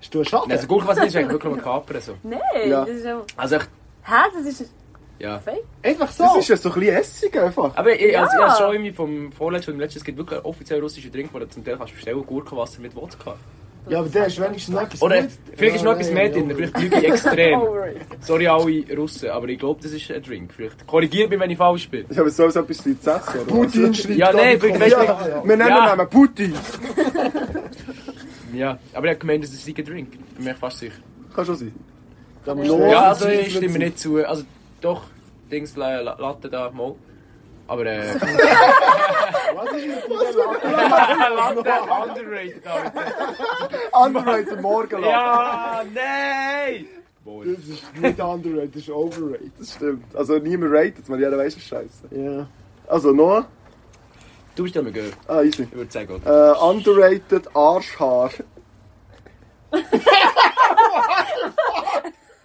Speaker 2: Ist du ein Schaden?
Speaker 4: Nein, Also, Gurke, was ist eigentlich wirklich mal Kapern so.
Speaker 3: Nein,
Speaker 1: Ja.
Speaker 3: das ist ja...
Speaker 4: Also, echt,
Speaker 3: Hä, das ist
Speaker 4: ja.
Speaker 3: fake.
Speaker 2: Einfach so.
Speaker 1: Das ist ja so ein bisschen Essig einfach.
Speaker 4: Aber ich, also, ich
Speaker 3: Ja.
Speaker 4: habe schon irgendwie vom vorletzten und dem letzten, es gibt wirklich einen offiziellen russischen Drink, den du zum Teil kannst bestellen Gurkenwasser mit Wodka.
Speaker 2: ja, aber der ist wenigstens noch etwas
Speaker 4: Oder
Speaker 2: gut.
Speaker 4: vielleicht ist noch etwas
Speaker 2: Ja,
Speaker 4: mehr
Speaker 2: nein,
Speaker 4: drin,
Speaker 2: ja.
Speaker 4: vielleicht lüge ich extrem.
Speaker 3: Overrated.
Speaker 4: Sorry alle Russen, aber ich glaube, das ist ein Drink. Vielleicht korrigiert mich, wenn ich falsch bin.
Speaker 1: Ich habe so etwas zu essen. oder?
Speaker 2: Putin schreibt
Speaker 4: Ja,
Speaker 2: da
Speaker 4: nein,
Speaker 2: die
Speaker 4: vielleicht-
Speaker 2: Kommentare.
Speaker 1: Ja, wir nennen
Speaker 4: Ja. also-
Speaker 1: ja. Namen Putin.
Speaker 4: Ja, aber ich habe gemeint, das ist ein Drink. Bin mir fast sicher.
Speaker 1: Kann schon sein.
Speaker 2: Da muss
Speaker 1: Ja,
Speaker 2: man-
Speaker 4: Ja, also ich
Speaker 2: Zweifel
Speaker 4: stimme
Speaker 2: zu.
Speaker 4: nicht zu. Also doch, Dings, La- La- Latte da, mal. Aber äh...
Speaker 2: Was ist mit dieser Latte?
Speaker 4: Latte, underrated, Alter.
Speaker 1: Andere heute Morgen
Speaker 4: Ja, nein! Wohl.
Speaker 2: Das ist nicht underrated, das ist overrated.
Speaker 1: Das stimmt. Also niemand ratet es, weil jeder weiß, es ist scheiße.
Speaker 2: Ja.
Speaker 1: Also Noah,
Speaker 4: Du bist immer gut.
Speaker 1: ah, easy.
Speaker 4: Ich würde sagen,
Speaker 1: Äh,
Speaker 4: oder?
Speaker 1: underrated Arschhaar.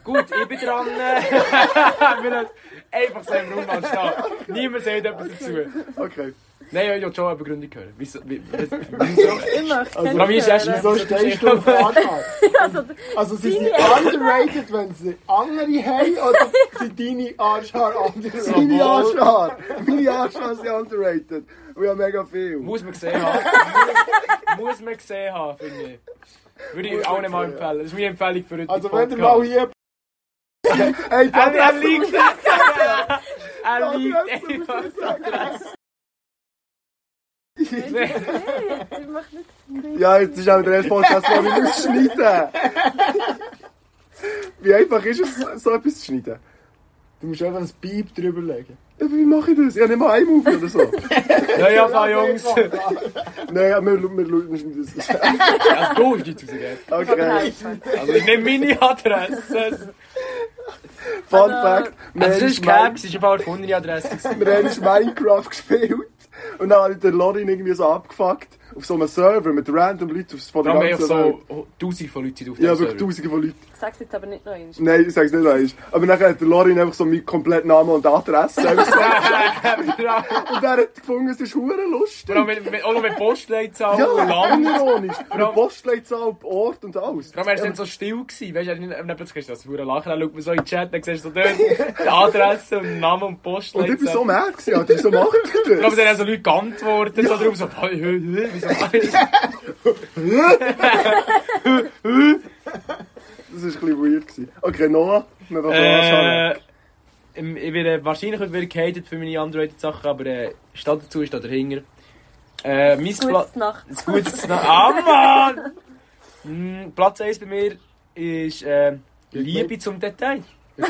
Speaker 4: Gut, ich bin dran. Wir lassen einfach so im Raum anstehen. Niemand sagt etwas dazu.
Speaker 1: Okay.
Speaker 4: Nein, ich will schon eine Begründung hören. Wieso? wie- wie-
Speaker 3: Ich möchte
Speaker 2: Also,
Speaker 3: nicht
Speaker 4: wie ist erst-
Speaker 3: hören.
Speaker 2: Wieso stehst du auf Arschhaar?
Speaker 3: Also,
Speaker 2: Also sind sie
Speaker 3: Deine-
Speaker 2: underrated, wenn sie andere haben, oder sind deine Arschhaare
Speaker 1: Meine
Speaker 2: underrated?
Speaker 1: Arschhaar! Meine Arschhaar sind underrated. Und ich habe mega viel.
Speaker 4: Muss man gesehen haben. Muss man gesehen haben, finde ich. Würde ich
Speaker 1: Muss
Speaker 4: auch
Speaker 1: man
Speaker 4: nicht mal
Speaker 1: gesehen
Speaker 4: empfehlen. Das ist meine Empfehlung für heute.
Speaker 2: Also wenn ihr mal hier...
Speaker 1: Hey,
Speaker 4: Er, er
Speaker 1: Adresse
Speaker 4: liegt
Speaker 1: musst
Speaker 4: einfach. Er liegt
Speaker 1: Adresse musst
Speaker 4: einfach.
Speaker 1: du sagen.
Speaker 3: ich möchte nicht.
Speaker 1: Ja, jetzt ist auch der erste Podcast, den ich muss schneiden Wie einfach ist es, so etwas zu schneiden?
Speaker 2: Du musst einfach ein Beep drüber legen.
Speaker 1: Ja, Wie mache ich das? Ich habe nicht mal einen Move oder so.
Speaker 4: Ja, ja, paar Jungs.
Speaker 1: Nein, wir, wir, wir schneiden das.
Speaker 4: Ja, du hast nicht rausgegeben.
Speaker 1: Okay.
Speaker 4: Also ich nehme meine Adresse.
Speaker 1: Fun
Speaker 3: Also-
Speaker 1: Fact. wir
Speaker 4: Also das
Speaker 1: haben
Speaker 4: ist
Speaker 1: Schmeid-
Speaker 4: Cam, das ist aber eine andere Adresse.
Speaker 1: Wir haben Minecraft gespielt und dann habe ich den Lorin irgendwie so abgefuckt auf so einem Server mit random Leuten aus- von
Speaker 4: Da
Speaker 1: der
Speaker 4: haben wir
Speaker 1: ganzen Welt.
Speaker 4: so tausend von Leuten auf
Speaker 1: Ja,
Speaker 4: dem
Speaker 1: wirklich
Speaker 4: Server.
Speaker 1: tausende von Leuten.
Speaker 3: Ich sag's jetzt aber nicht noch eins.
Speaker 1: Nein, ich sag's nicht eins. Aber nachher hat der Lorin einfach so meinen kompletten Namen und Adresse. einfach
Speaker 4: Vor
Speaker 1: so. und er hat gefunden, es ist hure lustig.
Speaker 4: allem mit- mit- Auch noch mit Postleitzahl
Speaker 1: Ja,
Speaker 4: und Land.
Speaker 1: unironisch.
Speaker 4: allem-
Speaker 1: Und Postleitzahl, Ort und alles.
Speaker 4: Vor allem, er ist dann so still gewesen. Weißt du, er hat nicht- plötzlich ist das Huren Lachen. Dann schaut man so in den Chat, dann siehst du so dort die Adresse und Namen und
Speaker 1: Und
Speaker 4: Postleitzahl.
Speaker 1: ich bin so mad gewesen, Alter. Wieso macht ihr
Speaker 4: Ich glaube,
Speaker 1: das?
Speaker 4: dann haben so Leute geantwortet, so drauf, so, hä, hä, hä, wieso mach ich das?
Speaker 1: Das ist ein bisschen weird gewesen. Okay, Noah, wir wollen äh,
Speaker 4: Äh, im- ich werde wahrscheinlich wieder gehatet für meine Android-Sachen, aber äh, statt dazu ist da dahinter. Äh, mein Pla
Speaker 3: Gute Nacht.
Speaker 4: das gutes Na- Ah, Mann! Hm, Platz 1 bei mir ist äh, Liebe zum Detail.
Speaker 1: Hey,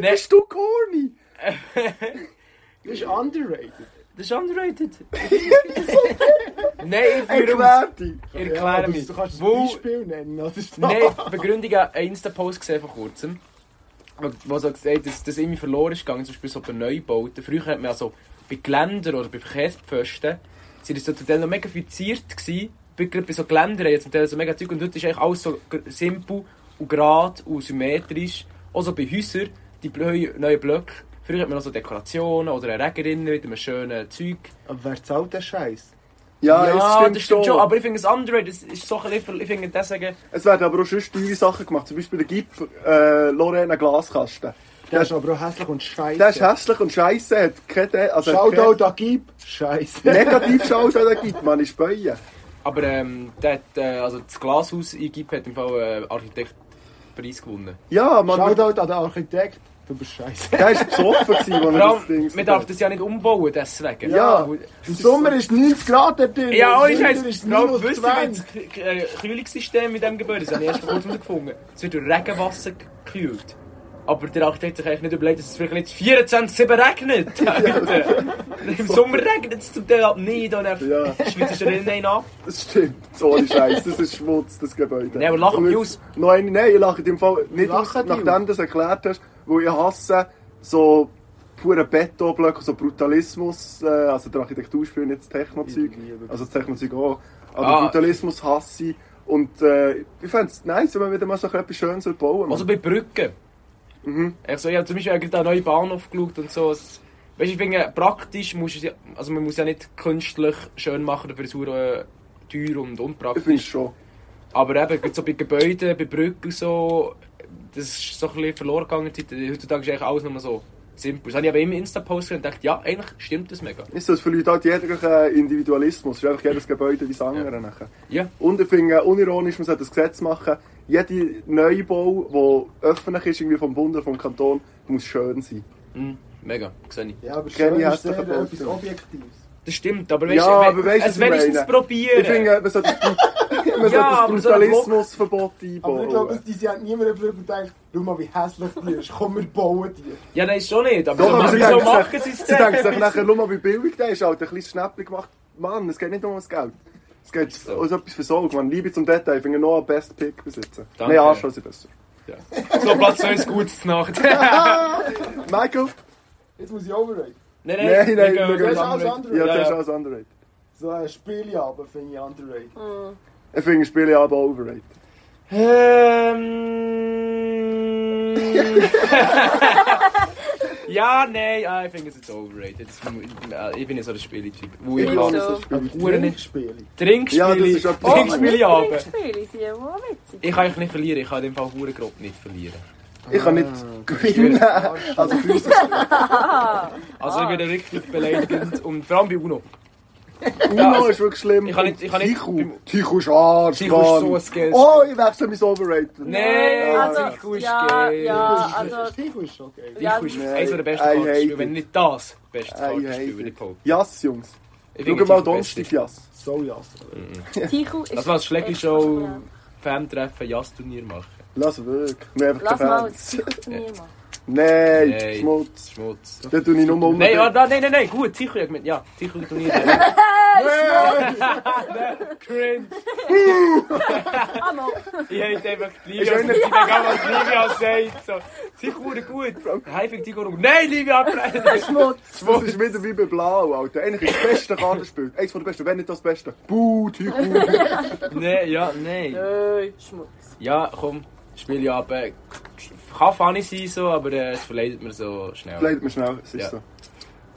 Speaker 4: Ne-
Speaker 1: bist du corny?
Speaker 2: Das ist underrated.
Speaker 4: Das ist underrated. Nein, ich führe
Speaker 1: Erklär dich.
Speaker 4: mich.
Speaker 2: Ja,
Speaker 4: Erkläre
Speaker 2: aber
Speaker 4: mich.
Speaker 2: Du kannst ein
Speaker 4: Wo-
Speaker 2: Beispiel nennen, oder?
Speaker 4: Nein, Begründung, ich habe einen Insta-Post gesehen vor kurzem, wo- wo so gesagt hat, dass das irgendwie verloren ist gegangen, zum Beispiel so bei Neubauten. Früher hat man ja so bei Geländern oder bei Verkehrspfosten, sind das so zum Teil noch mega fixiert gewesen, bei, gerade bei so Geländern jetzt zum Teil so mega Zeug und dort ist eigentlich alles so g- simpel und gerade und symmetrisch. Auch so bei Häusern, die blö- neuen Blöcke. Früher hat man noch so Dekorationen oder eine Regenrinne mit einem schönen Zeug.
Speaker 2: Aber wer zahlt den Scheiß?
Speaker 1: Ah, Ja, es stimmt,
Speaker 4: das stimmt schon,
Speaker 1: schon
Speaker 4: aber ich finde es underrated, das ist so ein bisschen, ich finde deswegen...
Speaker 1: Es werden aber auch sonst teure Sachen gemacht. Zum Beispiel der Gip äh, Lorena Glaskasten.
Speaker 2: Der ist aber auch hässlich und scheiße.
Speaker 1: Der ist hässlich und scheiße, hat keine. Also hat
Speaker 2: Shoutout
Speaker 1: keine-
Speaker 2: an Gib. Scheiße.
Speaker 1: Negativ schaut der Gip, man ist Beuhen.
Speaker 4: Aber ähm, der hat, äh, also das Glashaus in Gip hat im Fall äh, Architektpreis gewonnen.
Speaker 1: Ja, man,
Speaker 2: Shoutout an den Architekt. Du bist scheiße.
Speaker 1: der ist besoffen gewesen, als
Speaker 4: Vor
Speaker 1: er das Ding
Speaker 4: allem, man
Speaker 1: gesagt
Speaker 4: darf
Speaker 1: hat.
Speaker 4: das ja nicht umbauen, deswegen.
Speaker 1: Ja.
Speaker 2: Im Sommer ist 90 Grad da drin.
Speaker 4: Ja,
Speaker 2: Im
Speaker 4: ohne
Speaker 2: Winter
Speaker 4: Scheiß.
Speaker 2: ist es
Speaker 4: Frau,
Speaker 2: minus
Speaker 4: wisst ihr, wenn
Speaker 2: 20.
Speaker 4: das K- äh, Kühlungssystem in diesem Gebäude ist? Das habe ich erst vor kurzem gefunden. Es wird durch Regenwasser gekühlt. Aber der Architekt hat sich eigentlich nicht überlegt, dass es vielleicht nicht 24 7 regnet. Im Sommer regnet es zum Teil ab nie, dann
Speaker 1: Ja.
Speaker 4: schwitzt er in einen ab.
Speaker 1: Das stimmt, ohne Scheiß, das ist Schmutz, das Gebäude.
Speaker 4: Nein, aber lach
Speaker 1: Und
Speaker 4: mich
Speaker 1: jetzt- Noch eine, nein, ich lache im Fall nicht
Speaker 2: Lach
Speaker 1: aus,
Speaker 2: dich
Speaker 1: nachdem du das erklärt hast, weil ich hasse so pure Betonblöcke, so Brutalismus, äh, also der Architekturspiel, nicht das Techno-Zeug,
Speaker 2: Ich liebe-
Speaker 1: also das Techno-Zeug auch, aber
Speaker 4: Ah.
Speaker 1: Brutalismus hasse ich und äh, ich fände es nice, wenn man wieder mal so etwas Schönes bauen
Speaker 4: Also bei Brücken.
Speaker 1: Mhm.
Speaker 4: Also, ich habe zum Beispiel auch gerade einen neuen Bahnhof geschaut und so. Es- Weißt du, ich finde, praktisch muss es ja, also man muss ja nicht künstlich schön machen, dafür ist es verdammt teuer und
Speaker 1: ich finde
Speaker 4: unpraktisch.
Speaker 1: schon.
Speaker 4: Aber eben, gerade so bei Gebäuden, bei Brücken und so, das ist so ein bisschen verloren gegangen. in der Zeit. Heutzutage ist eigentlich alles nur so simpel. Das habe ich aber im Insta-Post gesehen und dachte, ja, eigentlich stimmt das mega.
Speaker 1: Ist das für Leute halt jeder Individualismus, ist einfach jedes Gebäude wie das andere nachher.
Speaker 4: Ja.
Speaker 1: Und ich finde, unironisch, man sollte ein Gesetz machen, jeder Neubau, der öffentlich ist, irgendwie vom Bund oder vom Kanton, muss schön sein.
Speaker 4: Mhm. Mega, sehe ich.
Speaker 2: Ja, aber
Speaker 1: Kenny
Speaker 2: schön
Speaker 1: hat
Speaker 2: ist
Speaker 1: doch
Speaker 2: eher
Speaker 1: einen Punkt, ja.
Speaker 2: etwas Objektives.
Speaker 4: Das stimmt, aber weißt
Speaker 1: Ja,
Speaker 4: we-
Speaker 1: aber weißt du,
Speaker 4: es
Speaker 1: was ich
Speaker 4: wenigstens
Speaker 1: meine?
Speaker 4: probieren.
Speaker 1: Ich finde, man sollte, man sollte
Speaker 4: Ja,
Speaker 1: das
Speaker 4: aber so ein
Speaker 1: Brutalismusverbot
Speaker 2: Aber ich glaube,
Speaker 1: einbauen.
Speaker 2: dass die sie hat niemand darüber denkt, schau mal, wie hässlich die ist. Komm, wir bauen die.
Speaker 4: ja, nein, schon nicht. Aber
Speaker 1: Doch, aber
Speaker 4: so,
Speaker 1: sie
Speaker 4: wieso
Speaker 1: denken sich-
Speaker 4: machen sie es
Speaker 1: Sie denken sich nachher nur mal, wie billig der ist, Alter. Ein kleines Schnäppchen gemacht. Mann, es geht nicht nur ums Geld. Es geht um so etwas Versorgung. Man, Liebe zum Detail, ich finde noch einen Best Pick besitzen.
Speaker 4: Danke.
Speaker 1: Nein, Arschloch ist besser.
Speaker 4: So, Platz 2 ist gut zur Nacht. nein,
Speaker 1: Michael?
Speaker 2: Jetzt muss ich overrated.
Speaker 4: nein,
Speaker 1: Nein, nein,
Speaker 4: wir gehen
Speaker 1: wir
Speaker 2: Das
Speaker 1: gehen
Speaker 4: mit
Speaker 2: ist alles
Speaker 4: anderen.
Speaker 2: andere.
Speaker 1: Ja,
Speaker 4: Ja,
Speaker 1: das ist
Speaker 4: ja.
Speaker 1: alles underrated.
Speaker 2: So ein Spieleabend finde ich underrated.
Speaker 1: Ich finde Spiele aber overrated. Ehm.
Speaker 4: Ähm. ja, nein, ah, ich finde es ist overrated. Das- äh, Ich bin nicht so der Spieletyp. Wo ich
Speaker 3: Ich
Speaker 4: kann.
Speaker 3: so.
Speaker 2: Aber
Speaker 4: Hure
Speaker 2: ich
Speaker 4: nicht.
Speaker 2: Spiele.
Speaker 4: Trinkspiele.
Speaker 1: dus- Ja, dus das ist etwas-
Speaker 3: Oh,
Speaker 4: Trinkspiele aber.
Speaker 3: Trinkspiele sind ja auch witzig.
Speaker 4: Ich kann eigentlich nicht verlieren. Ich kann in dem Fall hure grob nicht verlieren.
Speaker 1: Ich kann nicht gewinnen. Also physisch.
Speaker 3: Ah.
Speaker 4: Also
Speaker 1: Ah.
Speaker 4: ich bin richtig beleidigend und vor allem bei Uno.
Speaker 1: Uno
Speaker 4: Ja, also,
Speaker 1: ist wirklich schlimm.
Speaker 4: ich kann nicht- ich kann nicht-
Speaker 1: Tichu. Tichu ist Arsch,
Speaker 4: Tichu ist so
Speaker 1: Mann.
Speaker 4: ein Skills.
Speaker 1: Oh, ich wechsle mein Overrated.
Speaker 4: Nein,
Speaker 3: also,
Speaker 4: Tichu ist
Speaker 3: ja,
Speaker 4: geil.
Speaker 3: ja, also,
Speaker 2: Tico ist schon geil.
Speaker 3: ja,
Speaker 4: Tichu ist
Speaker 1: Nein,
Speaker 4: eines der besten
Speaker 1: I hate
Speaker 4: Kartenspiele,
Speaker 1: it.
Speaker 4: wenn nicht das beste
Speaker 1: I
Speaker 4: Kartenspiel, würde ich
Speaker 1: hate it.
Speaker 4: behaupten.
Speaker 1: Jas, Jungs.
Speaker 4: Ich finde
Speaker 1: Schau mal
Speaker 4: Tichu
Speaker 1: Donnerstag
Speaker 4: besser.
Speaker 1: Jas.
Speaker 2: So ja.
Speaker 3: Tichu ist...
Speaker 4: Das war das
Speaker 3: echt
Speaker 4: Schlägli-Show,
Speaker 3: populär.
Speaker 4: Fan-Treffen, Jazz-Turnier machen.
Speaker 1: Lass wirklich. Wir haben
Speaker 3: Lass
Speaker 1: keine
Speaker 3: mal ein
Speaker 1: Fans.
Speaker 3: Tichu-Turnier machen.
Speaker 1: Nein,
Speaker 4: Nein.
Speaker 1: Schmutz.
Speaker 4: Schmutz.
Speaker 1: Dann tue ich nur um.
Speaker 4: Nein, ah, da- nein, nein, nein, gut, Tichu, ja, gemeint, ja, Tichu-Turnier. Cringe.
Speaker 3: Ah, mal.
Speaker 4: Ich hätte einfach die Livia, ich denke auch, was Livia sagt. So, Tichu, hure gut. Nein, ich finde Tichu, hure- nein, Livia, abbrechen.
Speaker 3: Schmutz.
Speaker 1: Das ist wieder wie bei Blau, Alter. Eigentlich ist das beste Kartenspiel. Eines von den besten, wenn nicht das beste. Buh, Tichu.
Speaker 4: Nein, ja, nein.
Speaker 3: Nein, Schmutz.
Speaker 4: Ja, komm, spiele ab. Kann funny sein, so, aber äh, es verleidet mir so schnell.
Speaker 1: Bleibt mir schnell, es ist
Speaker 4: Ja.
Speaker 1: so.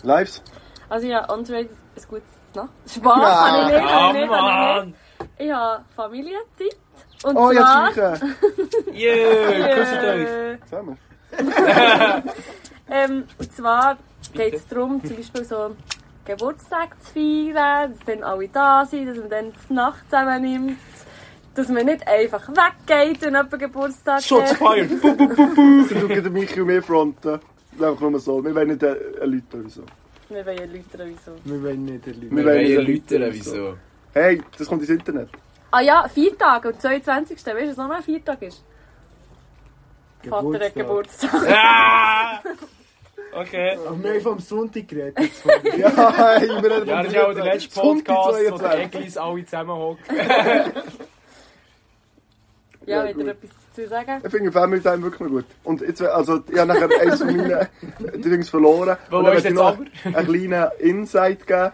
Speaker 1: Lives?
Speaker 3: Also, ja, underrated ist gut. Na? Spaß habe ich nicht,
Speaker 4: Ah,
Speaker 3: habe ich nicht, habe ich
Speaker 4: Mann!
Speaker 3: nicht. Ich habe Familienzeit. Und
Speaker 1: Oh, jetzt
Speaker 3: zwar...
Speaker 1: reichen.
Speaker 4: Yeah, küsst euch!
Speaker 3: Äh,
Speaker 1: Zusammen.
Speaker 3: Ähm, und zwar
Speaker 4: Bitte?
Speaker 3: geht es darum, zum Beispiel so Geburtstag zu feiern, dass dann alle da sind, dass man dann die Nacht zusammen nimmt, dass man nicht einfach weggeht, wenn jemand Geburtstag
Speaker 4: Shots
Speaker 3: hat.
Speaker 4: fired! Buh, buh, buh.
Speaker 1: Sie schauen mich und mehr Fronten. Einfach nur so. Wir wollen nicht äh, erläutern, wieso.
Speaker 3: Wir wollen Leute wieso.
Speaker 2: Wir wollen nicht erleben.
Speaker 1: Wir
Speaker 4: Wir
Speaker 1: wollen
Speaker 4: wollen
Speaker 1: nicht
Speaker 4: erläutern,
Speaker 1: erläutern,
Speaker 4: wieso.
Speaker 1: Hey, das kommt ins Internet.
Speaker 3: Ah ja, Feiertag am 22. Weißt du, was noch ein Feiertag ist? Vater hat
Speaker 2: eh,
Speaker 3: Geburtstag.
Speaker 4: Ah! Okay.
Speaker 2: Wir haben vom Sonntag geredet. jetzt.
Speaker 1: Ja, hey, wir reden
Speaker 4: Ja, das ist auch der letzte
Speaker 1: Sonntag,
Speaker 4: Podcast, wo die
Speaker 1: 22.
Speaker 4: Eglis alle zusammenhocken.
Speaker 1: Ja,
Speaker 3: Ja, ja
Speaker 1: gut.
Speaker 3: wieder etwas zu sagen.
Speaker 1: Ich finde Family Time wirklich noch gut. Und jetzt, also, ich habe nachher eins von meinen äh, Dings verloren.
Speaker 4: Wo
Speaker 1: Und dann
Speaker 4: ist
Speaker 1: möchte ich
Speaker 4: jetzt
Speaker 1: noch einen kleinen Insight geben.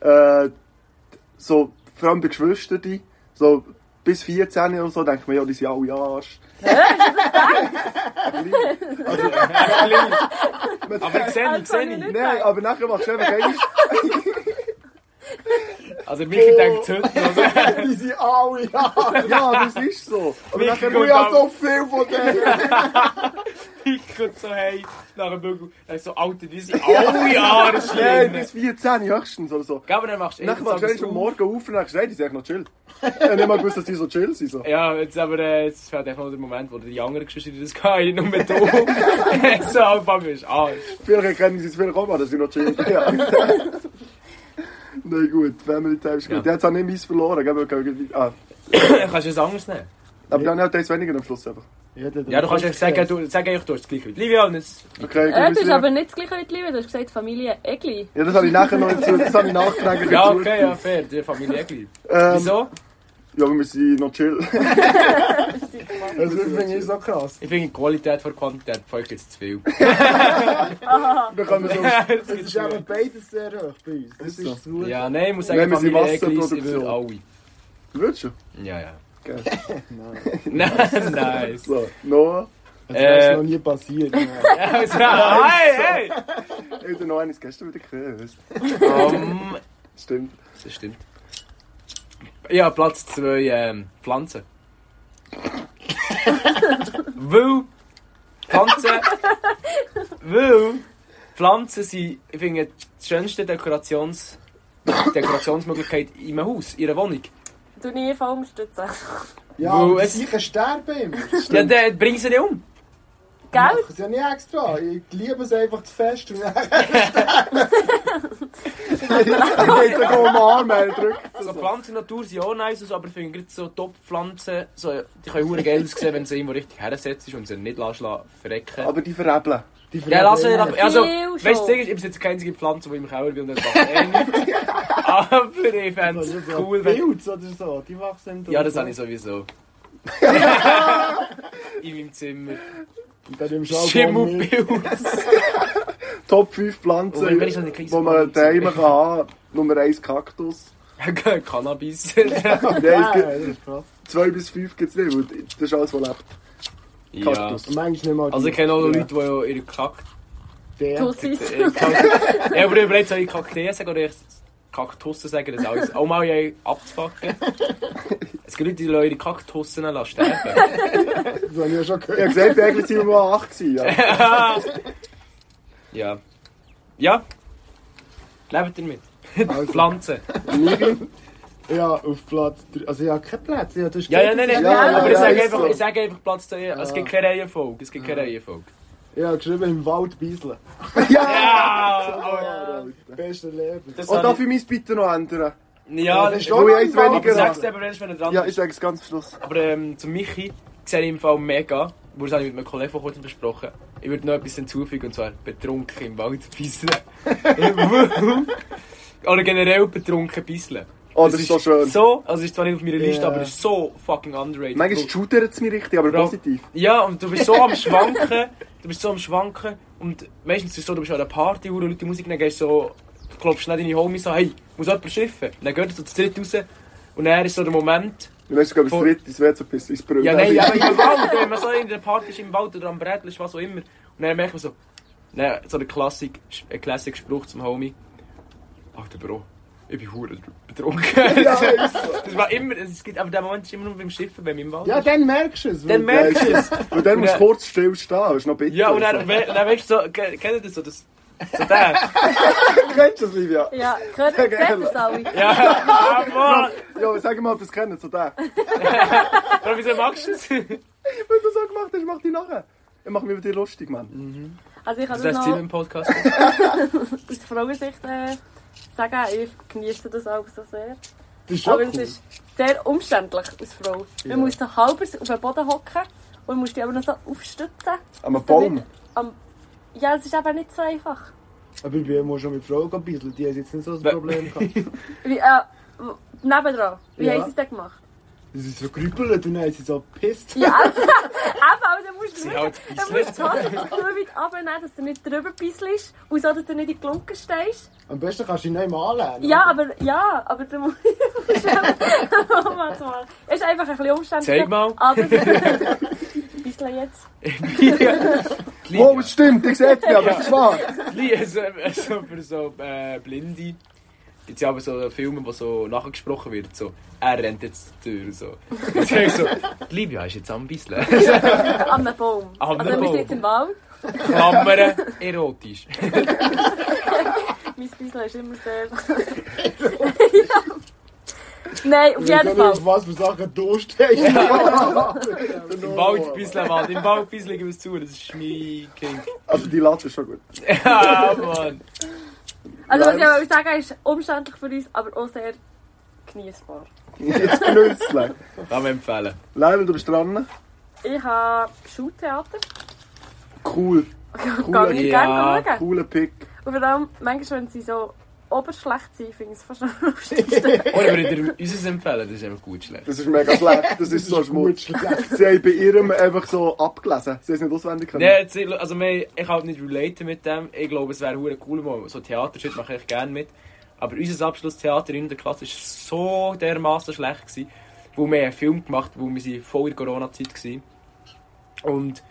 Speaker 1: Äh, so, vor allem bei Geschwistern, so bis 14 oder so, denkt man, ja, die sind alle Arsch. Ein klein- also, man-
Speaker 4: Aber ich sehe, ich sehe.
Speaker 3: Anfangen
Speaker 1: Nein, aber nachher machst du einfach eins.
Speaker 4: Also, Michi denkt es heute noch. so.
Speaker 2: Die sind alle ja.
Speaker 1: Ja, das ist so. Aber
Speaker 4: Mich
Speaker 1: nachher
Speaker 4: kommt
Speaker 1: muss ja
Speaker 4: auch-
Speaker 1: so viel von denen.
Speaker 4: Ich komme so hey, nach dem Bügel. Er ist so, Alter, die sind alle Jahre
Speaker 1: Nein, bis
Speaker 4: schlimm.
Speaker 1: 14 höchstens oder so.
Speaker 4: Gell, aber dann machst du
Speaker 1: Nachher
Speaker 4: jeden
Speaker 1: machst du
Speaker 4: Tag
Speaker 1: eigentlich am
Speaker 4: so-
Speaker 1: Morgen auf und denkst, nein, die sind echt noch chill. Ich hab nicht mal gewusst, dass die so chill sind. So.
Speaker 4: Ja, jetzt aber äh, jetzt fällt echt noch der Moment, wo die anderen Geschwister das gehen, nur mit du. so Alpha ist Arsch.
Speaker 1: Viele erkennen sie es vielleicht auch mal, dass sie noch chillen. Ja. Nein, gut, Family Time ist gut.
Speaker 4: Ja.
Speaker 1: Jetzt habe ich meins verloren. Gell? weil wir irgendwie- Ah,
Speaker 4: kannst du es anders nehmen?
Speaker 1: aber dann hat eins weniger am Schluss einfach.
Speaker 4: Ja, du kannst echt sagen, du, sag eigentlich, du hast das gleiche mit Livia und jetzt...
Speaker 1: Okay,
Speaker 3: Äh,
Speaker 1: gut,
Speaker 3: das ist
Speaker 1: wir-
Speaker 3: aber nicht das gleiche wie die Liebe, du hast gesagt Familie Egli.
Speaker 1: ja, das habe ich nachher noch hinzu. Das habe ich nachträglich
Speaker 4: Ja,
Speaker 1: hinzu.
Speaker 4: okay, ja, fair, die Familie gleich.
Speaker 1: Ähm,
Speaker 4: Wieso?
Speaker 1: Ja, weil wir sind noch chill.
Speaker 2: Das finde ich so krass.
Speaker 4: Ich finde die Qualität vor Quantität folgt jetzt zu viel.
Speaker 1: Dann können wir so...
Speaker 2: Es ist eben beides sehr hoch bei uns. Das
Speaker 1: so.
Speaker 2: ist das Gute.
Speaker 4: ja, nein, ich muss
Speaker 1: Nein,
Speaker 4: sagen,
Speaker 1: wir sind
Speaker 4: Familie Eglis, ich
Speaker 1: Wasserproduktion.
Speaker 4: würde alle.
Speaker 1: Würdest du?
Speaker 4: Ja, ja.
Speaker 1: Geil.
Speaker 4: Nein, nice.
Speaker 1: So, Noah.
Speaker 2: Das ist
Speaker 4: Äh.
Speaker 2: noch nie passiert.
Speaker 4: Also, hey, hey!
Speaker 1: Ich habe noch eines gestern wieder gekriegt.
Speaker 4: Um,
Speaker 1: Stimmt.
Speaker 4: das stimmt. Ja, Platz 2, ähm, Pflanzen. Weil Pflanzen. weil Pflanzen sind, ich finde, die schönste Dekorations Dekorationsmöglichkeit in einem Haus, in einer Wohnung.
Speaker 3: Du nie voll unterstützen.
Speaker 2: Ja,
Speaker 4: Wo
Speaker 2: aber
Speaker 4: es-
Speaker 2: sicher sterben immer.
Speaker 4: Ja, dann bring sie nicht um.
Speaker 3: Gell?
Speaker 2: Das ist ja nicht extra. Ich liebe es einfach zu fest und dann
Speaker 1: Ich geht sogar um den Arm, er drückt.
Speaker 4: So Pflanzen in der Natur sind auch nice, aus, aber ich finde gerade so Top-Pflanzen, so, die können hure geil aussehen, wenn du sie irgendwo richtig hersetzt und sie nicht lässt, verrecken.
Speaker 1: Aber die veräppeln.
Speaker 2: Die
Speaker 4: Ja, lass ihn nach.
Speaker 2: verlieren.
Speaker 4: Also,
Speaker 3: Viel
Speaker 4: weißt du, das
Speaker 3: schon.
Speaker 4: Ding ist, ich besitze keine einzige Pflanze, die ich im Keller bin und das macht eh nichts. Aber ich fände
Speaker 2: Also
Speaker 4: es
Speaker 2: so
Speaker 4: cool, wenn.
Speaker 2: Pilz oder so, die wachsen im
Speaker 4: Ja, das habe ich sowieso. In meinem Zimmer.
Speaker 2: Und dann nimmst du auch Baum mit.
Speaker 4: Schimmelpilz.
Speaker 1: Top 5 Pflanzen,
Speaker 4: Oh, wenn ich so eine kleine
Speaker 1: die man
Speaker 4: Pflanze-
Speaker 1: daheim kann haben Nummer 1 Kaktus.
Speaker 4: Cannabis.
Speaker 1: Nein,
Speaker 2: Ja,
Speaker 1: es gibt
Speaker 2: das ist krass.
Speaker 1: 2 bis 5 gibt es nicht, weil das ist alles, was lebt.
Speaker 4: ja.
Speaker 1: Kaktus.
Speaker 2: Und manchmal nicht mal
Speaker 4: Also, ich kenne auch Leute, die ja ihre Kakteen.
Speaker 2: die der.
Speaker 3: Tussis.
Speaker 4: Äh, Ja, aber überlegt, soll ich Kakteen sagen oder ich Kaktussen sagen, das alles. Auch mal ja abzufacken. Es gibt Leute, die lassen ihre Kaktussen lassen sterben.
Speaker 2: Das habe ich ja schon
Speaker 1: Ich habe
Speaker 2: gehört.
Speaker 1: gesagt, eigentlich sind wir mal 8 gewesen. Ja.
Speaker 4: Ja. Ja. Lebt damit.
Speaker 2: Also,
Speaker 4: Pflanzen.
Speaker 2: ja, auf Platz 3. Also, ich habe keinen Platz. Ja,
Speaker 4: Ja, ja, nein, nein.
Speaker 1: Ja, ja,
Speaker 4: aber
Speaker 1: ja,
Speaker 4: ich, sage
Speaker 1: ist
Speaker 4: einfach,
Speaker 1: so. Ah.
Speaker 4: ich sage einfach Platz 2. Es gibt keine Reihenfolge. Es gibt keine Reihenfolge.
Speaker 2: Ich habe geschrieben, im Wald beiseln.
Speaker 1: Oh,
Speaker 4: Ja!
Speaker 2: Beste Leben.
Speaker 4: Das
Speaker 1: Und
Speaker 4: hab
Speaker 1: darf
Speaker 4: ich-
Speaker 1: ich mein Bitte noch ändern?
Speaker 4: Ja,
Speaker 2: Das
Speaker 4: das
Speaker 2: ist
Speaker 4: ist
Speaker 1: Weil ich eins
Speaker 2: langweilig.
Speaker 4: Aber
Speaker 1: weniger
Speaker 4: sag's
Speaker 1: habe.
Speaker 4: dir aber, erst, wenn er dran
Speaker 1: Ja, ich
Speaker 4: ist.
Speaker 1: sage es ganz am Schluss.
Speaker 4: Aber ähm, zu Michi sehe ich im Fall mega, wo das habe ich mit meinem Kollegen vor kurzem besprochen. Ich würde noch etwas hinzufügen, und zwar betrunken im Wald pissen. Oder generell betrunken pissen.
Speaker 1: Oh, das ist so schön.
Speaker 4: So, also ist zwar nicht auf meiner Liste,
Speaker 2: Ja.
Speaker 4: aber es ist so fucking underrated.
Speaker 1: Manchmal
Speaker 4: Du-
Speaker 1: shootert es mich richtig, aber
Speaker 4: Bro.
Speaker 1: positiv.
Speaker 4: Ja, und du bist so am Schwanken. Du bist so am Schwanken. Und meistens ist es so, du bist an einer Party, wo Leute Musik dann gehst du so, klopfst schnell deine Homies an, hey, muss jemand schiffen? Und dann geht er so zu dritt raus. Und dann ist so der Moment,
Speaker 1: Ich weiß sogar, ob es
Speaker 4: Vor-
Speaker 1: dritt ist, wäre so ein bisschen ins Brüllen.
Speaker 4: ja, nein, aber im Wald, wenn man so in der Party ist, im Wald oder am Brettel ist, was auch immer. Und dann merkt man so, dann so der Klassik, ein Klassik-Spruch zum Homie. Alter Bro, ich bin hure betrunken. das war immer, es gibt, aber der Moment ist immer nur beim Schiffen, wenn man im Wald
Speaker 2: Ja,
Speaker 4: ist.
Speaker 2: dann merkst du es.
Speaker 4: Dann
Speaker 2: weil-
Speaker 4: merkst du es.
Speaker 1: Und dann musst du
Speaker 4: Ja.
Speaker 1: kurz still stehen, ist noch bitter.
Speaker 4: Ja, und dann, we- dann weißt du so, ke- kennt ihr das so, das, so der?
Speaker 1: Kennst du das, Livia?
Speaker 3: Ja, gehört ihr das alle?
Speaker 4: Ja, ah, Mann!
Speaker 1: Ja, sag mal, ob du es kennst, so der. Wenn
Speaker 4: Aber wieso magst du das?
Speaker 1: du so gemacht hast, mach dich nachher. Ich mach mich über dich lustig,
Speaker 4: Mhm.
Speaker 1: Mann.
Speaker 3: Also ich kann
Speaker 4: Das
Speaker 3: das
Speaker 4: heißt, Ziel
Speaker 3: noch
Speaker 4: im Podcast.
Speaker 3: aus der Frauensicht äh, sagen, ich genieße das auch so sehr.
Speaker 2: Das ist schon
Speaker 3: Aber es
Speaker 2: cool.
Speaker 3: ist sehr umständlich als Frau.
Speaker 2: Ja.
Speaker 3: Man muss so halb auf den Boden hocken und musst dich aber noch so aufstützen.
Speaker 1: Am Baum.
Speaker 3: Damit- am- Ja, es ist eben nicht so einfach.
Speaker 2: Aber ich bin immer schon mit Frauen gebieselt. Die haben jetzt nicht so ein
Speaker 4: Wer-
Speaker 2: Problem gehabt.
Speaker 3: Wie, äh, w- nebendran. Wie
Speaker 2: Ja.
Speaker 3: haben sie es denn gemacht?
Speaker 2: Sie sind so gerüppelt und dann haben sie so gepisst.
Speaker 3: Ja, eben, aber dann musst du
Speaker 4: Sie
Speaker 3: schauen,
Speaker 4: haut
Speaker 3: dann musst du die Hose so weit runternehmen, dass du nicht drüber pisselst und so, dass du nicht in die Glunken stehst.
Speaker 2: Am besten kannst du ihn nicht mehr anlernen.
Speaker 3: Ja, aber, ja, aber du musst Oh Mann, oh Mann. Ist einfach ein bisschen umständlich.
Speaker 4: Zeig mal.
Speaker 3: Aber... Bissle jetzt.
Speaker 1: Wow, Oh, es stimmt, ich sehe es nicht, aber es ist wahr.
Speaker 4: Nein, so, so für so äh, Blinde gibt es ja aber so Filme, wo so nachgesprochen wird, so «Er rennt jetzt zur Tür» und so. Jetzt sag ich so «Die Livia ist jetzt am Bisseln».
Speaker 3: Am Baum.
Speaker 4: Am
Speaker 3: also wir
Speaker 4: Baum.
Speaker 3: sind jetzt im Wald.
Speaker 4: Klammern, erotisch.
Speaker 3: Mein Bissle ist immer sehr... ja. Nein, auf
Speaker 2: Ich weiß
Speaker 3: jeden
Speaker 2: nicht,
Speaker 3: Fall.
Speaker 2: auf was für Sachen du stehst.
Speaker 4: Im Wald Bisseln, Mann. Im Wald Bisseln geben wir es zu, das ist mein King.
Speaker 1: Also die Latte ist schon gut.
Speaker 4: Ja, Mann.
Speaker 3: Also was ich
Speaker 1: Lives.
Speaker 3: aber sagen ist umständlich für uns, aber auch sehr genießbar.
Speaker 1: Jetzt knüsseln.
Speaker 4: Kann man empfehlen.
Speaker 1: Leider, du bist dran.
Speaker 3: Ich habe Schultheater.
Speaker 1: Cool.
Speaker 3: Gehe ich
Speaker 4: Oh Ja,
Speaker 3: gerne schauen.
Speaker 1: Cooler Pick.
Speaker 3: Und vor allem, manchmal, wenn sie so oberschlecht sind, finde ich es fast noch am lustigsten.
Speaker 4: Oder würde ihr uns empfehlen, das ist einfach gut schlecht.
Speaker 1: Das ist mega schlecht. Das ist so
Speaker 2: Gut,
Speaker 1: schmutzig.
Speaker 2: schlecht.
Speaker 1: Sie haben bei ihrem einfach so abgelesen. Sie haben es nicht auswendig können.
Speaker 4: Nein, jetzt, also wir- ich kann halt nicht relaten mit dem. Ich glaube, es wäre hure cool, mal so Theatershit mache ich gerne mit. Aber unser Abschlusstheater in der Klasse war so dermaßen schlecht, gewesen, wo wir einen Film gemacht haben, wo wir sie vor der Corona-Zeit waren. Und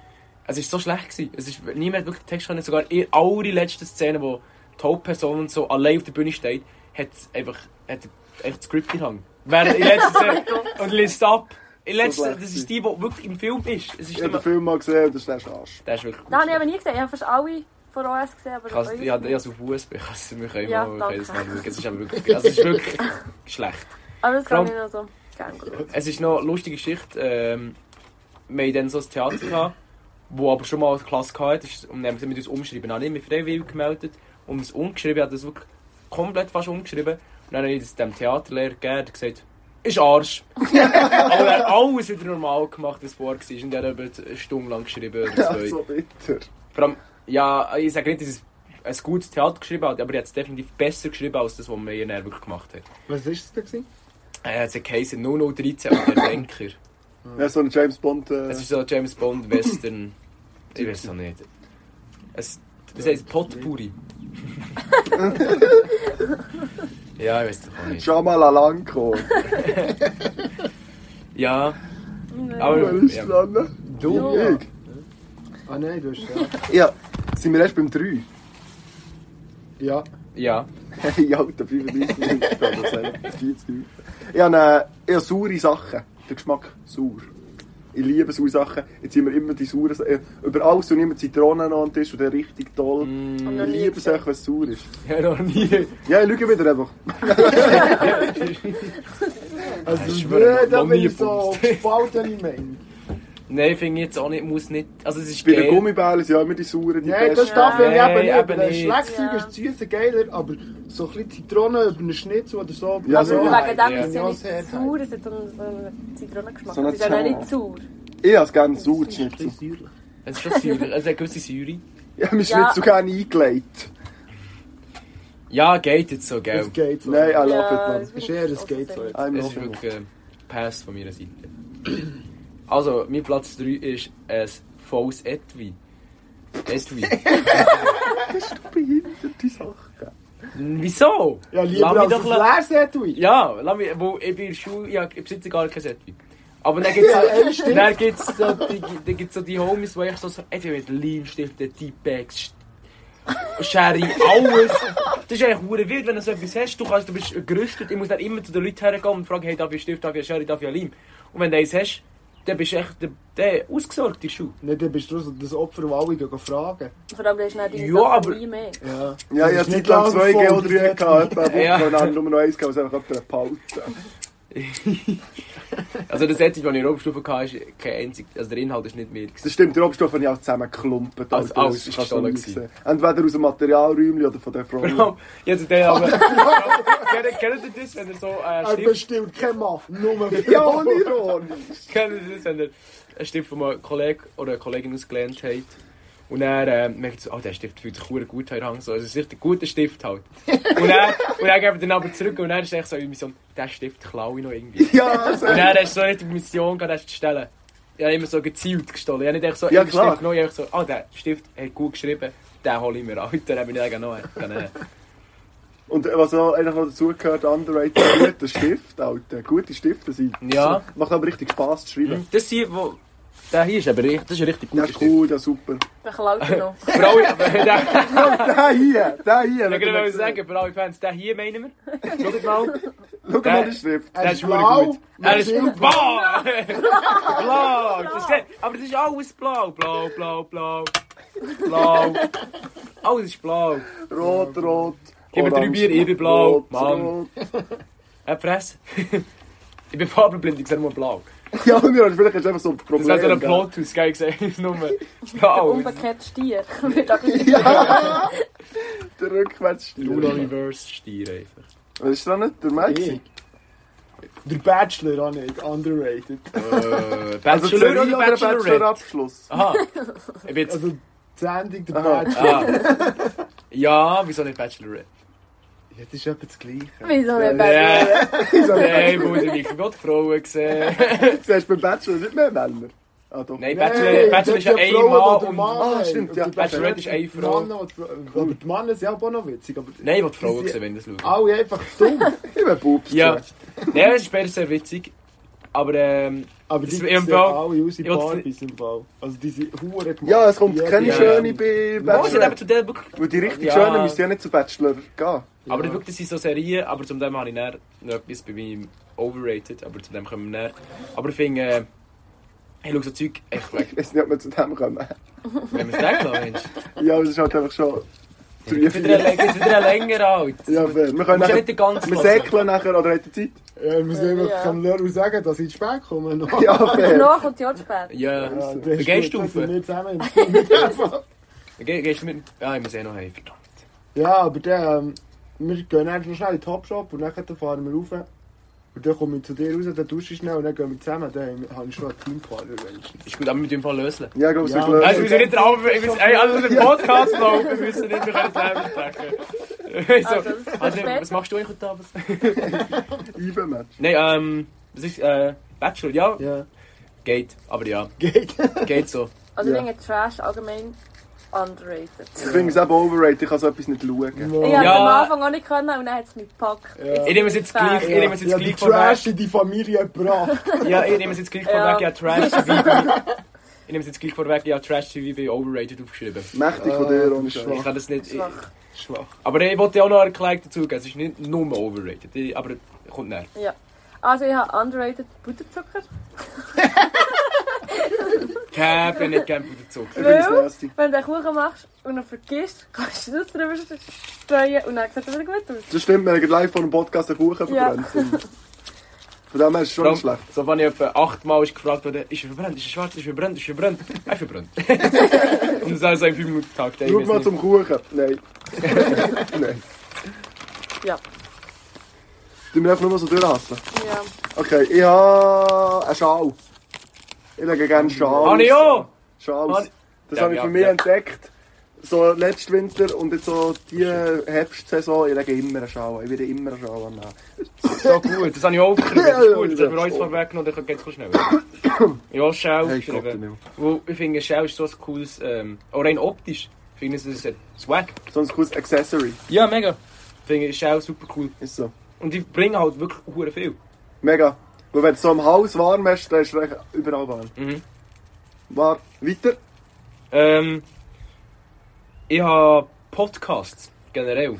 Speaker 4: es war so schlecht. Gewesen. Es ist, niemand hat wirklich den Text können. Sogar in alle letzten Szenen, wo die Hauptperson so allein auf der Bühne steht, hat es einfach hat echt das Skript gehangen. Während in letzter Szene und liest ab. In letzter,
Speaker 1: schlecht
Speaker 4: das ist die, die wirklich im Film ist. Es
Speaker 1: Ich
Speaker 4: ist
Speaker 1: habe den
Speaker 4: immer,
Speaker 1: Film mal gesehen, das ist der Arsch.
Speaker 4: der ist wirklich gut
Speaker 3: Das habe ich
Speaker 4: schlecht.
Speaker 3: aber nie gesehen. Ich habe fast alle von OS gesehen, aber
Speaker 4: Kannst,
Speaker 3: bei uns
Speaker 4: ja,
Speaker 3: nicht.
Speaker 4: ja, so USB. Kannst du mich immer
Speaker 3: Ja,
Speaker 4: ja,
Speaker 3: danke.
Speaker 4: das nicht schauen. Es ist aber wirklich, also es ist wirklich schlecht.
Speaker 3: Aber das
Speaker 4: Vor
Speaker 3: kann
Speaker 4: allem-
Speaker 3: ich noch so gerne schauen.
Speaker 4: Es ist noch eine lustige Geschichte. Ähm, wir hatten dann so ein Theater, gehabt, wo aber schon mal eine Klasse hatte. Das ist- Und dann haben wir mit uns umgeschrieben. Dann habe ich mich freiwillig gemeldet und es umgeschrieben. Ich habe das wirklich komplett fast umgeschrieben. Und dann habe ich das dem Theaterlehrer gegeben und gesagt, ist Arsch. aber er hat alles wieder normal gemacht, was vorher war. Und er hat über eine Stunde lang geschrieben. Oder
Speaker 1: Ja,
Speaker 4: zwei.
Speaker 1: so bitter.
Speaker 4: Vor allem, Ja, ich sage nicht, dass es ein gutes Theater geschrieben hat, aber er hat es definitiv besser geschrieben als das, was Millionär wirklich gemacht hat.
Speaker 2: Was ist es denn? gewesen?
Speaker 4: Er hat geheißen 0013 und der Denker.
Speaker 1: Ja, so ein James Bond. Äh,
Speaker 4: Es ist so ein James Bond Western. ich weiß auch nicht. Es, das heißt Potpourri. ja, ich weiß doch auch nicht.
Speaker 1: Shamalalanko.
Speaker 4: Ja,
Speaker 3: Nein.
Speaker 4: aber.
Speaker 1: Wer ist
Speaker 4: Ja.
Speaker 1: dran?
Speaker 4: Du?
Speaker 1: Ich.
Speaker 2: Ah nein, du hast ja.
Speaker 1: Ja. Sind wir erst beim 3?
Speaker 2: Ja.
Speaker 4: Ja.
Speaker 1: Hey, ich halte 35 Minuten, also 40 Minuten. Ich habe, äh, ich habe saure Sachen. Der Geschmack sauer. Ich liebe saure Sachen. Jetzt sind wir immer die sauren äh, Sachen. Über alles und immer Zitronen an den Tisch und dann richtig toll.
Speaker 4: Mm,
Speaker 1: Ich liebe es echt, wenn es sauer ist.
Speaker 4: ja, noch nie.
Speaker 1: Ja, ich lüge wieder einfach.
Speaker 2: Also,
Speaker 4: ich
Speaker 2: ich
Speaker 4: schwöre,
Speaker 2: würde,
Speaker 4: noch
Speaker 2: da bin
Speaker 4: nie
Speaker 2: ich so
Speaker 4: gepumpt.
Speaker 2: gespalten im Meinung.
Speaker 4: Nein, finde ich jetzt auch nicht. Muss nicht. Also, es ist
Speaker 1: Bei den
Speaker 4: geil.
Speaker 1: Gummibällen sind ja immer die sauren, die
Speaker 2: Nein, das
Speaker 1: besten.
Speaker 2: darf ich
Speaker 4: Nein,
Speaker 2: eben nicht.
Speaker 4: eben
Speaker 2: Ein
Speaker 4: nicht.
Speaker 2: Schleckzeug
Speaker 3: Ja.
Speaker 2: ist süßer, geiler, aber so ein bisschen Zitrone über einen Schnitzel oder so.
Speaker 1: Ja, so.
Speaker 3: Aber
Speaker 1: Ja,
Speaker 3: wegen dem
Speaker 4: ja.
Speaker 3: ist es ja
Speaker 2: Ja,
Speaker 3: nicht
Speaker 2: sehr
Speaker 3: sauer, es hat so einen- so einen Zitronengeschmack.
Speaker 1: So eine
Speaker 3: es ist ja noch
Speaker 1: Zone.
Speaker 3: nicht sauer.
Speaker 1: Ich habe es gerne sauer geschnitten.
Speaker 2: säuerlich.
Speaker 4: Es ist schon säuerlich. Es hat gewisse Säure.
Speaker 1: Ich habe mich
Speaker 3: Ja.
Speaker 1: nicht so gerne eingelegt.
Speaker 4: Ja, geht jetzt so, gell?
Speaker 2: Das geht so.
Speaker 1: Nein, I love
Speaker 3: Ja,
Speaker 1: it,
Speaker 3: das
Speaker 2: ist eher ein Gateway.
Speaker 1: man. I'm
Speaker 4: Es ist
Speaker 1: loving it.
Speaker 4: wirklich ein Pass von meiner Seite. Also, mein Platz 3 ist ein volles Etui. Etui.
Speaker 1: Behinderte Sachen.
Speaker 4: Wieso?
Speaker 2: Ja, lieber
Speaker 4: Lass
Speaker 2: als
Speaker 4: mich
Speaker 2: ein
Speaker 4: doch la-
Speaker 2: Flair-Setui.
Speaker 4: Ja, lass mich, wo ich bin in der Schule, ja, ich besitze gar kein Etui. Aber dann gibt's
Speaker 2: ey,
Speaker 4: so,
Speaker 2: stimmt.
Speaker 4: dann gibt's so, die, dann gibt's so die Homies, die echt so, so Etui mit Leimstiften, T-Bags, Sherry, alles. Das ist eigentlich hure wild, wenn du so etwas hast. Du, kannst, du bist gerüstet. Ich muss dann immer zu den Leuten hergehen und fragen, hey, darf ich einen Stift, darf ich einen Sherry, darf ich einen Leim? Und wenn du eins hast, dann bist du echt der, der ausgesorgt in der Schule.
Speaker 2: Nein, dann bist du so das Opfer, das alle gehen fragen.
Speaker 3: Vor allem, du hast dann deine
Speaker 4: Ja,
Speaker 3: Sachen
Speaker 4: aber-
Speaker 3: nie mehr.
Speaker 2: Ja.
Speaker 1: Ja, ich
Speaker 2: Das
Speaker 1: hatte
Speaker 2: ist
Speaker 1: Zeit
Speaker 2: nicht
Speaker 1: lang
Speaker 2: lang
Speaker 1: 2
Speaker 2: voll,
Speaker 1: G oder 3
Speaker 2: das
Speaker 1: gehabt, etwa eine
Speaker 4: Ja.
Speaker 1: Woche, und dann nur noch 1 gehabt, also einfach jemand behalten.
Speaker 4: Also das Etui, das ich in der Oberstufe hatte, ist kein einzig, also der Inhalt ist nicht mehr. gewesen.
Speaker 1: Das stimmt, der Obststoff habe ich auch zusammengeklumpt.
Speaker 4: Also
Speaker 1: Alter,
Speaker 4: alles
Speaker 1: das
Speaker 4: ist
Speaker 1: kannst du noch nie
Speaker 4: gestohlen
Speaker 1: sehen. Entweder aus dem Materialräumchen oder von der Frau.
Speaker 4: Vor allem, jetzt der aber. Kennt- Kennt ihr das, wenn er so
Speaker 2: Er
Speaker 4: äh, Stift,
Speaker 2: bestimmt keinen Mann, nur
Speaker 1: Ja,
Speaker 2: Frauen.
Speaker 1: unironisch.
Speaker 4: kennt ihr das, wenn er einen Stift von einem Kollegen oder einer Kollegin ausgelernt hat? Und dann äh, merkt ihr so, oh, der Stift fühlt sich verdammt gut an der Hand. So. Also, es ist echt ein guter Stift halt. Und dann, und dann geben wir den aber zurück und dann ist echt so die Mission, der Stift klaue ich noch irgendwie.
Speaker 1: Ja, also. so.
Speaker 4: Und dann hast du so nicht die Mission gehabt, hast du zu stellen. Ich habe immer so gezielt gestohlen. Ich habe nicht echt so
Speaker 1: Ja,
Speaker 4: einen
Speaker 1: klar.
Speaker 4: Stift genommen, ich habe so, ah, der Stift hat gut geschrieben, den hole ich mir an. Heute habe ich ihn dann noch.
Speaker 1: Und was auch einfach noch dazugehört, underrated, guter Stift, Alter. Gute Stifte sind.
Speaker 4: Ja.
Speaker 1: So, macht aber richtig Spass zu schreiben.
Speaker 4: Das hier, wo... Der hier ist aber richtig, das ist ein richtig
Speaker 1: Ja,
Speaker 4: guter Stift.
Speaker 1: cool, ja, super.
Speaker 3: Dann klaut er noch.
Speaker 4: Für alle, ja,
Speaker 1: Der hier, der hier.
Speaker 4: ich wollte genau, sagen, für alle Fans, der hier meinen wir. Schaut mal.
Speaker 1: Schau
Speaker 4: Äh.
Speaker 1: mal die Schrift.
Speaker 4: Der
Speaker 2: Er
Speaker 4: ist verdammt gut. Er ist
Speaker 2: mit Silber.
Speaker 4: blau. Blau. Das geht. Aber das ist alles blau. Blau, blau, blau. Blau. Alles ist blau.
Speaker 1: Rot, rot.
Speaker 4: Gib mir drei
Speaker 1: orange,
Speaker 4: Bier, ich bin blau.
Speaker 1: rot,
Speaker 4: Mann.
Speaker 1: rot.
Speaker 4: Äh, Fresse. Ich bin farbenblind, ich sehe nur blau.
Speaker 1: Ja, und ja, vielleicht hast du einfach so ein
Speaker 4: Das
Speaker 1: Problem.
Speaker 4: ist so ein
Speaker 1: gell?
Speaker 4: Plot-Twist, gell? Ich sehe es nur blau.
Speaker 3: Umgekehrt Stier. Wird aggressiv.
Speaker 1: Der rückwärts.
Speaker 4: Luna Reverse Stier einfach.
Speaker 1: Was ist das nicht? Der Maxi?
Speaker 2: Ich. Der Bachelor auch nicht, underrated.
Speaker 4: Äh,
Speaker 1: Also
Speaker 4: Bachelor oder Bachelorette?
Speaker 1: Bachelor-Abschluss.
Speaker 4: Aha. Ich bin jetzt...
Speaker 2: Also die Sendung, der
Speaker 1: Aha.
Speaker 2: Bachelor.
Speaker 4: Ah. Ja, wieso nicht Bachelorette?
Speaker 2: Ja, das ist etwa das Gleiche.
Speaker 3: Wieso nicht
Speaker 4: Ja.
Speaker 3: besser?
Speaker 4: Nein, Bruder, ich habe Frauen gesehen.
Speaker 1: Jetzt hast du beim Bachelor nicht mehr Männer. Ah, doch.
Speaker 4: Nein, Bachelor, Bachelor ist ja ein Mann und...
Speaker 1: Ah, stimmt, ja.
Speaker 4: Bachelorette ist eine Frau.
Speaker 2: Aber die Männer sind auch noch witzig. Aber
Speaker 4: Nein, ich will Frauen sehen, wenn ich das schaue.
Speaker 2: alle einfach dumm.
Speaker 1: Ich bin Bubs.
Speaker 4: Ja. Nein, das ist später sehr witzig. Aber ähm...
Speaker 2: Aber
Speaker 4: Das
Speaker 2: die
Speaker 4: ist im
Speaker 2: sehen
Speaker 4: Fall-
Speaker 2: alle aus in
Speaker 4: Ich will-
Speaker 2: Barbies im Fall. Also die sind hure gemacht.
Speaker 1: Ja, es kommt keine
Speaker 4: Ja.
Speaker 1: schöne bei
Speaker 4: Oh, sie hat eben
Speaker 1: Bachelor.
Speaker 4: zu der wirklich...
Speaker 1: Weil die richtig
Speaker 4: Ja.
Speaker 1: schönen müssen ja nicht zu Bachelor gehen.
Speaker 4: Aber das wirklich, das sind so Serien, aber zum dem habe ich näher noch etwas bei meinem Overrated, aber zu dem kommen wir näher. Aber ich finde, äh, ich schaue so Zeug echt weg.
Speaker 1: Ich weiß nicht, ob wir zu dem kommen.
Speaker 4: Wenn wir es nicht noch Mensch.
Speaker 1: Ja, aber es ist halt einfach schon... Drei,
Speaker 4: Jetzt wieder
Speaker 1: vier.
Speaker 4: ein- jetzt wieder ein länger alt.
Speaker 1: Ja, fair. Wir können
Speaker 4: Du musst ja
Speaker 1: nachher...
Speaker 4: nicht den ganzen
Speaker 1: Wir
Speaker 4: lassen.
Speaker 1: säckeln nachher, oder hat er Zeit?
Speaker 2: Ja, ich muss einfach
Speaker 3: Ja.
Speaker 2: dem Lörl sagen, dass ich zu spät komme. noch.
Speaker 1: Ja, fair.
Speaker 3: Noch kommt die Jahre später.
Speaker 4: Ja.
Speaker 2: Ja, das
Speaker 4: Wie
Speaker 2: ist
Speaker 4: gehst
Speaker 2: gut, das
Speaker 4: du rauf?
Speaker 2: sind wir zusammen im- im Treffer.
Speaker 4: Ge gehst du mit... Ah, ich muss eh noch heim, verdammt.
Speaker 2: Ja, aber dann, ähm, wir gehen einfach noch schnell in den Topshop und dann fahren wir rauf. Und dann komme ich zu dir raus, dann dusche ich schnell und dann gehen wir zusammen. Dann haben wir- habe ich schon einen Teampartner. wenigstens.
Speaker 4: Ist gut, aber mit dem Fall lösen.
Speaker 1: Ja, ich glaube, es
Speaker 2: Ja.
Speaker 1: ist lösen.
Speaker 4: Also, wir müssen nicht drauf, wir müssen, ey, also, den Podcast laufen, wir müssen nicht mehr sprechen.
Speaker 3: Also,
Speaker 4: Also,
Speaker 3: das ist
Speaker 4: also,
Speaker 3: spät.
Speaker 4: was machst du eigentlich heute Abend?
Speaker 1: Eibenmatch.
Speaker 4: Nein, ähm, was ist, äh, Bachelor, ja,
Speaker 2: Ja.
Speaker 4: geht, aber ja,
Speaker 2: Geht.
Speaker 4: geht so.
Speaker 3: Also
Speaker 1: Ja.
Speaker 3: ich finde Trash allgemein underrated.
Speaker 1: Ich finde es eben overrated, ich kann so etwas nicht schauen.
Speaker 3: Ich
Speaker 4: Ja.
Speaker 3: ja. am Anfang auch nicht können und dann hat es mich gepackt.
Speaker 2: Ja.
Speaker 4: Ich nehme es jetzt gleich, ich
Speaker 2: Ja,
Speaker 4: nehme es jetzt
Speaker 2: ja, die
Speaker 4: gleich von weg.
Speaker 2: Trash in die Familie gebracht.
Speaker 4: Ja, ich nehme es jetzt gleich von
Speaker 3: Ja.
Speaker 4: weg, ja, Trash TV. Ich nehme es jetzt gleich von weg, ja, Trash TV bei Overrated aufgeschrieben.
Speaker 1: Mächtig von
Speaker 2: Ah,
Speaker 1: dir
Speaker 2: du
Speaker 1: und
Speaker 2: bist
Speaker 4: Ich
Speaker 1: schwach.
Speaker 4: kann das nicht. Ich,
Speaker 3: Schwach.
Speaker 2: Schwach.
Speaker 4: aber ich wollte ja auch noch eine Erklärung dazu geben, es ist nicht nur Overrated, ich, aber kommt näher.
Speaker 3: Ja. Also ich habe underrated Butterzucker.
Speaker 4: Cap, ich nicht gerne Puderzucker.
Speaker 1: Ich finde es
Speaker 3: Weil-
Speaker 1: nasty.
Speaker 3: Wenn du einen Kuchen machst und ihn vergisst, kannst du das drüber streuen und dann sieht er wieder gut aus.
Speaker 1: Das stimmt, wir haben live von einem Podcast einen Kuchen
Speaker 3: Ja.
Speaker 1: verbrannt. Und Von dem her ist es schon nicht
Speaker 4: Darum,
Speaker 1: schlecht.
Speaker 4: so wenn ich etwa achtmal ist gefragt wurde, ist er verbrannt, ist er schwarz, ist er verbrannt, ist er verbrannt, er ist verbrannt. Und das ist so in 5 Minuten Tag.
Speaker 1: Schau mal zum Kuchen. Nein. Nein.
Speaker 3: Ja.
Speaker 1: Du mir einfach nur so durchhassen.
Speaker 3: Ja.
Speaker 1: Okay, ich habe einen Schal. Ich lege gerne Schals.
Speaker 4: Ah, ne, ja!
Speaker 1: Schals. Das
Speaker 4: Ja,
Speaker 1: habe ich
Speaker 4: ja,
Speaker 1: für mich
Speaker 4: ja.
Speaker 1: entdeckt. So letzten Winter und jetzt so die Herbstsaison, ich lege immer einen Schal. an. Ich werde immer einen Schal annehmen.
Speaker 4: So gut, das habe ich auch aufgeschrieben. Das ist gut, das haben wir uns vorweggenommen, dann geht es schneller. Ja, Schau.
Speaker 1: Hey, Gott,
Speaker 4: geschrieben.
Speaker 1: Emil.
Speaker 4: Wo- Ich finde, Schau ist so ein cooles, ähm, auch rein optisch. Ich finde, es ist ein Swag.
Speaker 1: So ein cooles Accessory.
Speaker 4: Ja, mega. Ich finde Schau super cool.
Speaker 1: Ist so.
Speaker 4: Und die bringen halt wirklich hure viel.
Speaker 1: Mega. Weil wenn du so am Hals warm hast, dann ist es recht überall warm.
Speaker 4: Mhm.
Speaker 1: War. Weiter.
Speaker 4: Ähm, ich habe Podcasts generell.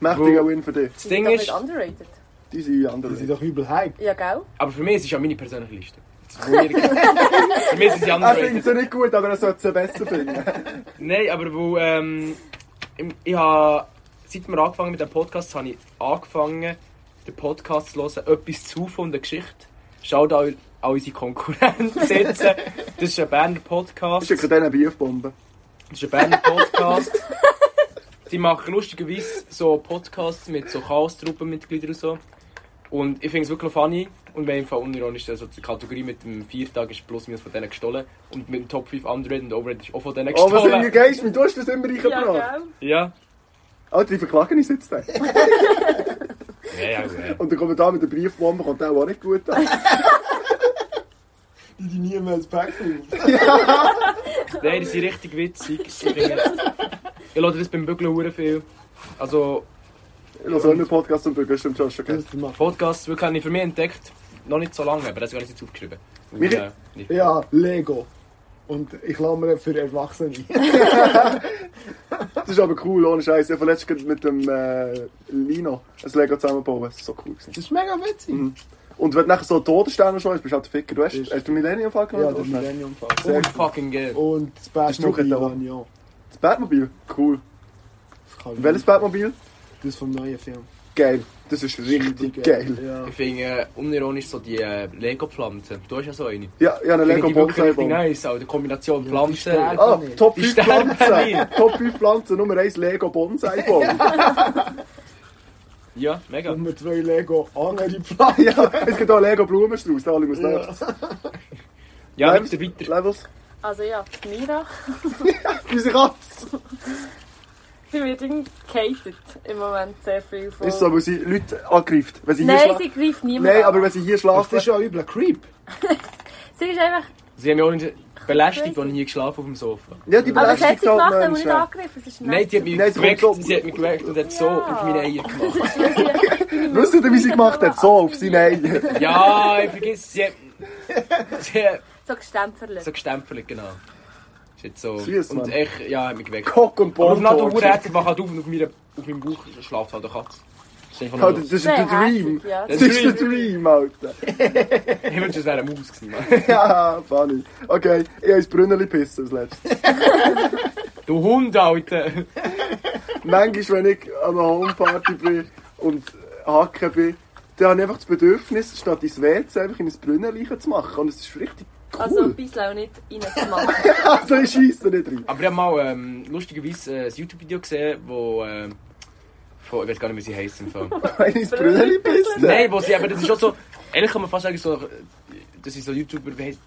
Speaker 1: Mächtiger
Speaker 4: Wo-
Speaker 1: Win für dich.
Speaker 4: Das
Speaker 3: Die
Speaker 4: Ding
Speaker 3: sind doch
Speaker 4: ist,
Speaker 3: nicht underrated.
Speaker 1: Die sind
Speaker 2: Die sind
Speaker 1: andere.
Speaker 2: doch übel hype.
Speaker 3: Ja, gell?
Speaker 4: aber für mich ist es ja meine persönliche Liste. Das ist mir- für mich sind sie
Speaker 1: Er findet
Speaker 4: underrated.
Speaker 1: sie nicht gut, aber er sollte sie besser finden.
Speaker 4: Nein, aber wo, ähm, ich, ich habe, seit wir angefangen mit dem Podcast, habe ich angefangen, den Podcast zu hören, etwas zu von der Geschichte. Schaut an, eu- an unsere Konkurrenten sitzen. Das ist ein Berner Podcast.
Speaker 1: Ich schicke denen eine Beefbombe.
Speaker 4: Das ist ein Berner Podcast. Die machen lustigerweise so Podcasts mit so Chaos-Truppenmitgliedern und so. Und ich finde es wirklich funny. Und wir haben im Fall unironisch also die Kategorie mit dem Viertag ist plus minus von denen gestohlen. Und mit dem Top 5 Android und Overrated ist auch von denen
Speaker 1: Oh, was sind die
Speaker 4: gestohlen.
Speaker 1: Geist? Wie du hast das immer reingebracht?
Speaker 3: Ja, gell?
Speaker 4: ja.
Speaker 1: Ah, die verklagen uns jetzt. dann.
Speaker 4: Ja, ja, ja.
Speaker 1: Und der Kommentar mit der Briefbombe kommt auch nicht gut an.
Speaker 2: Die die nie mehr ins Pack nehmen.
Speaker 4: Nein, die sind richtig witzig. Ich, finde- ich höre das beim Bügeln hure viel. Also
Speaker 1: Ich höre so einen Podcast und Bügel, stimmt schon. schon okay.
Speaker 2: Das macht-
Speaker 4: Podcasts wirklich habe ich für mich entdeckt. Noch nicht so lange, aber das habe ich jetzt aufgeschrieben. Und,
Speaker 1: Michi?
Speaker 4: äh, nicht-
Speaker 2: Ja, Lego. Und ich klammere für Erwachsene.
Speaker 1: Das ist aber cool, ohne Scheiß. Ich habe letztens gerade mit dem äh, Lino ein Lego zusammenbauen. Das ist so cool. Gewesen.
Speaker 2: Das ist mega witzig.
Speaker 1: Mhm. Und wenn du nachher so Todessterne schon hast, bist du halt der Ficker. Du hast,
Speaker 2: Ist-
Speaker 1: hast du Millennium-Fall
Speaker 2: Ja,
Speaker 1: genommen?
Speaker 2: der
Speaker 1: Oder?
Speaker 2: Millennium Falcon.
Speaker 4: Und fucking geil.
Speaker 2: Und das
Speaker 1: Ist doch
Speaker 2: Batmobil
Speaker 1: jetzt auch-
Speaker 2: habe ich auch.
Speaker 1: Das Batmobil? Cool.
Speaker 2: Das kann ich
Speaker 1: Welches
Speaker 2: nicht.
Speaker 1: Batmobil?
Speaker 2: Das vom neuen Film.
Speaker 1: Geil. Das ist richtig geil.
Speaker 2: Ja.
Speaker 4: Ich finde äh, unironisch so die äh, Lego-Pflanzen. Du hast ja so eine.
Speaker 1: Ja, ja, eine
Speaker 4: Finde
Speaker 1: Lego
Speaker 4: die wirklich richtig
Speaker 1: Bonsai-Bombe.
Speaker 4: nice, auch die Kombination
Speaker 2: Ja, die
Speaker 4: Pflanzen.
Speaker 2: Stärke.
Speaker 1: Ah, Top
Speaker 4: Die
Speaker 1: 5
Speaker 4: sterben
Speaker 1: Pflanzen.
Speaker 4: nicht.
Speaker 1: Top 5 Pflanzen, Nummer 1 Lego Bonsai-Bombe.
Speaker 4: Ja, mega.
Speaker 2: Und mit zwei Lego andere Pflanzen.
Speaker 1: ja, es gibt auch Lego Blumenstrauß, da hole ich mir das nächste.
Speaker 4: Ja,
Speaker 1: Levels-
Speaker 4: bitte weiter.
Speaker 1: Levels.
Speaker 3: Also ja, Mira,
Speaker 1: Unsere Katze.
Speaker 3: sie wird irgendwie gehatet im Moment eh, sehr viel von...
Speaker 1: Ist so, weil sie Leute angreift. Wenn sie hier
Speaker 3: Nein,
Speaker 1: schla-
Speaker 3: sie greift niemanden
Speaker 1: Nein,
Speaker 3: an.
Speaker 1: aber wenn sie hier
Speaker 2: Das
Speaker 1: schlafen,
Speaker 2: ist ja übel ein Creep.
Speaker 3: Sie ist einfach...
Speaker 4: Sie haben ja auch nicht belästigt, als ich hier geschlafen auf dem Sofa.
Speaker 1: Ja, die
Speaker 3: Aber was hat
Speaker 1: belästigt
Speaker 3: sie
Speaker 1: halt
Speaker 3: gemacht, wenn wir nicht
Speaker 1: Menschen.
Speaker 3: angegriffen? Es ist
Speaker 4: Nein, die hat mich
Speaker 1: Nein, sie
Speaker 4: geweckt,
Speaker 1: kommt so-
Speaker 4: sie hat mich geweckt und hat so
Speaker 3: Ja.
Speaker 4: auf meine Eier
Speaker 3: Dus
Speaker 4: gemacht.
Speaker 1: Wisst ihr, wie sie gemacht hat? So, auf seine Eier.
Speaker 4: ja, ich vergiss, sie hat, sie hat
Speaker 3: So gestempelt.
Speaker 4: so gestempelt, genau. Ist jetzt so.
Speaker 1: Süß,
Speaker 4: und
Speaker 1: Mann.
Speaker 4: echt, ja, hat mich geweckt.
Speaker 1: Kock und
Speaker 4: Aber auf
Speaker 1: Bombe.
Speaker 4: einer Uhr hat sie halt auf und auf, meiner, auf meinem Bauch schlaft halt eine Katze. Das ist einfach nur...
Speaker 1: Das ist der Dream.
Speaker 3: Ja.
Speaker 1: Das ist der Dream, Alter.
Speaker 4: Ich wünschte, das wäre eine Maus gewesen, Mann.
Speaker 1: Ja, funny. Okay, ich habe ins Brünneli pissen als letztes.
Speaker 4: Du Hund, Alter!
Speaker 1: Manchmal, wenn ich an einer Homeparty bin und hacken bin, dann habe ich einfach das Bedürfnis, statt ins WC einfach in ein Brünneli zu machen. Und es ist richtig
Speaker 3: Also ein
Speaker 1: cool.
Speaker 3: bisschen auch nicht reinzumachen.
Speaker 1: Also, ich scheisse da nicht rein.
Speaker 4: Aber ich habe mal ähm, lustigerweise äh, ein YouTube-Video gesehen, wo äh, Von, ich weiß gar nicht, wie sie heisst im Fall.
Speaker 1: Meine Brüderli bist
Speaker 4: Nein, wo sie, aber das ist schon so. Eigentlich kann man fast sagen, so, das ist so YouTuber, wie heißt.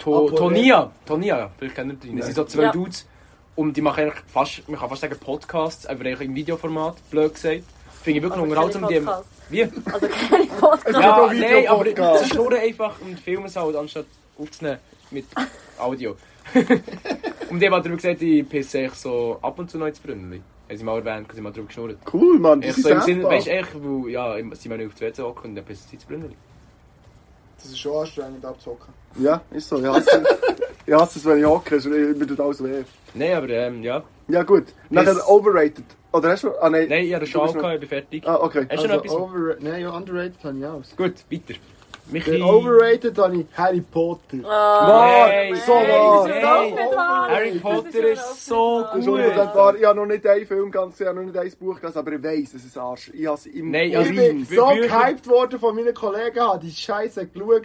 Speaker 4: To,
Speaker 2: Apollo.
Speaker 4: Tonia. Tonia, vielleicht kennt ihr die. Das sind so zwei
Speaker 3: Ja.
Speaker 4: Dudes. Und die machen eigentlich fast, man kann fast sagen Podcasts, aber eigentlich im Videoformat, blöd gesagt. Finde ich wirklich
Speaker 3: Aber
Speaker 4: unterhaltsam.
Speaker 3: keine
Speaker 4: Die haben,
Speaker 3: Podcasts.
Speaker 4: wie?
Speaker 3: Also keine Podcasts.
Speaker 1: gibt
Speaker 4: Ja,
Speaker 1: auch
Speaker 4: nein, aber
Speaker 1: Videopodcasts.
Speaker 4: sie schnurren einfach und filmen es halt, anstatt aufzunehmen mit Audio. und die haben auch darüber gesagt, ich pisse eigentlich so ab und zu noch ins Brünnli. Haben sie mal erwähnt, haben sie mal darüber geschnurrt.
Speaker 1: Cool, Mann,
Speaker 4: Ich
Speaker 1: das
Speaker 4: so
Speaker 1: ist
Speaker 4: im Sinne,
Speaker 1: einfach.
Speaker 4: weißt du, ich, weil, ja, ich- sie müssen auf die WC hocken und dann pissen sie ins Brünnli.
Speaker 2: Das ist schon anstrengend abzocken.
Speaker 1: Ja, ist so. Ich hasse, ich hasse es, wenn ich hocke. es- Mir tut alles weh.
Speaker 4: Nein, aber ähm, ja.
Speaker 1: Ja, gut. Nachher overrated. Oder hast du... Ah, nein.
Speaker 4: Nein, ich hatte
Speaker 1: Du
Speaker 4: schon
Speaker 1: bist noch-
Speaker 4: gehabt, ich bin fertig.
Speaker 1: Ah, okay.
Speaker 4: Hast du noch etwas?
Speaker 2: over Also Nein, ja, underrated habe ich aus.
Speaker 4: Gut, weiter. Michi.
Speaker 2: Den overrated habe ich Harry Potter.
Speaker 1: Mann,
Speaker 4: Nein,
Speaker 1: so
Speaker 4: nein,
Speaker 1: wahr.
Speaker 4: nein.
Speaker 1: So wahr.
Speaker 3: Dus
Speaker 4: Harry Potter ist so
Speaker 1: Das
Speaker 4: gut.
Speaker 1: ist unbedingt wahr. Ich habe noch nicht einen Film ganz, ich habe noch nicht ein Buch gelesen, aber ich weiss, es ist Arsch. Ich hasse im
Speaker 4: Nein,
Speaker 2: Ich bin
Speaker 4: Urin.
Speaker 2: so
Speaker 4: Bücher.
Speaker 2: gehypt worden von meinen Kollegen, habe die Scheiße geschaut.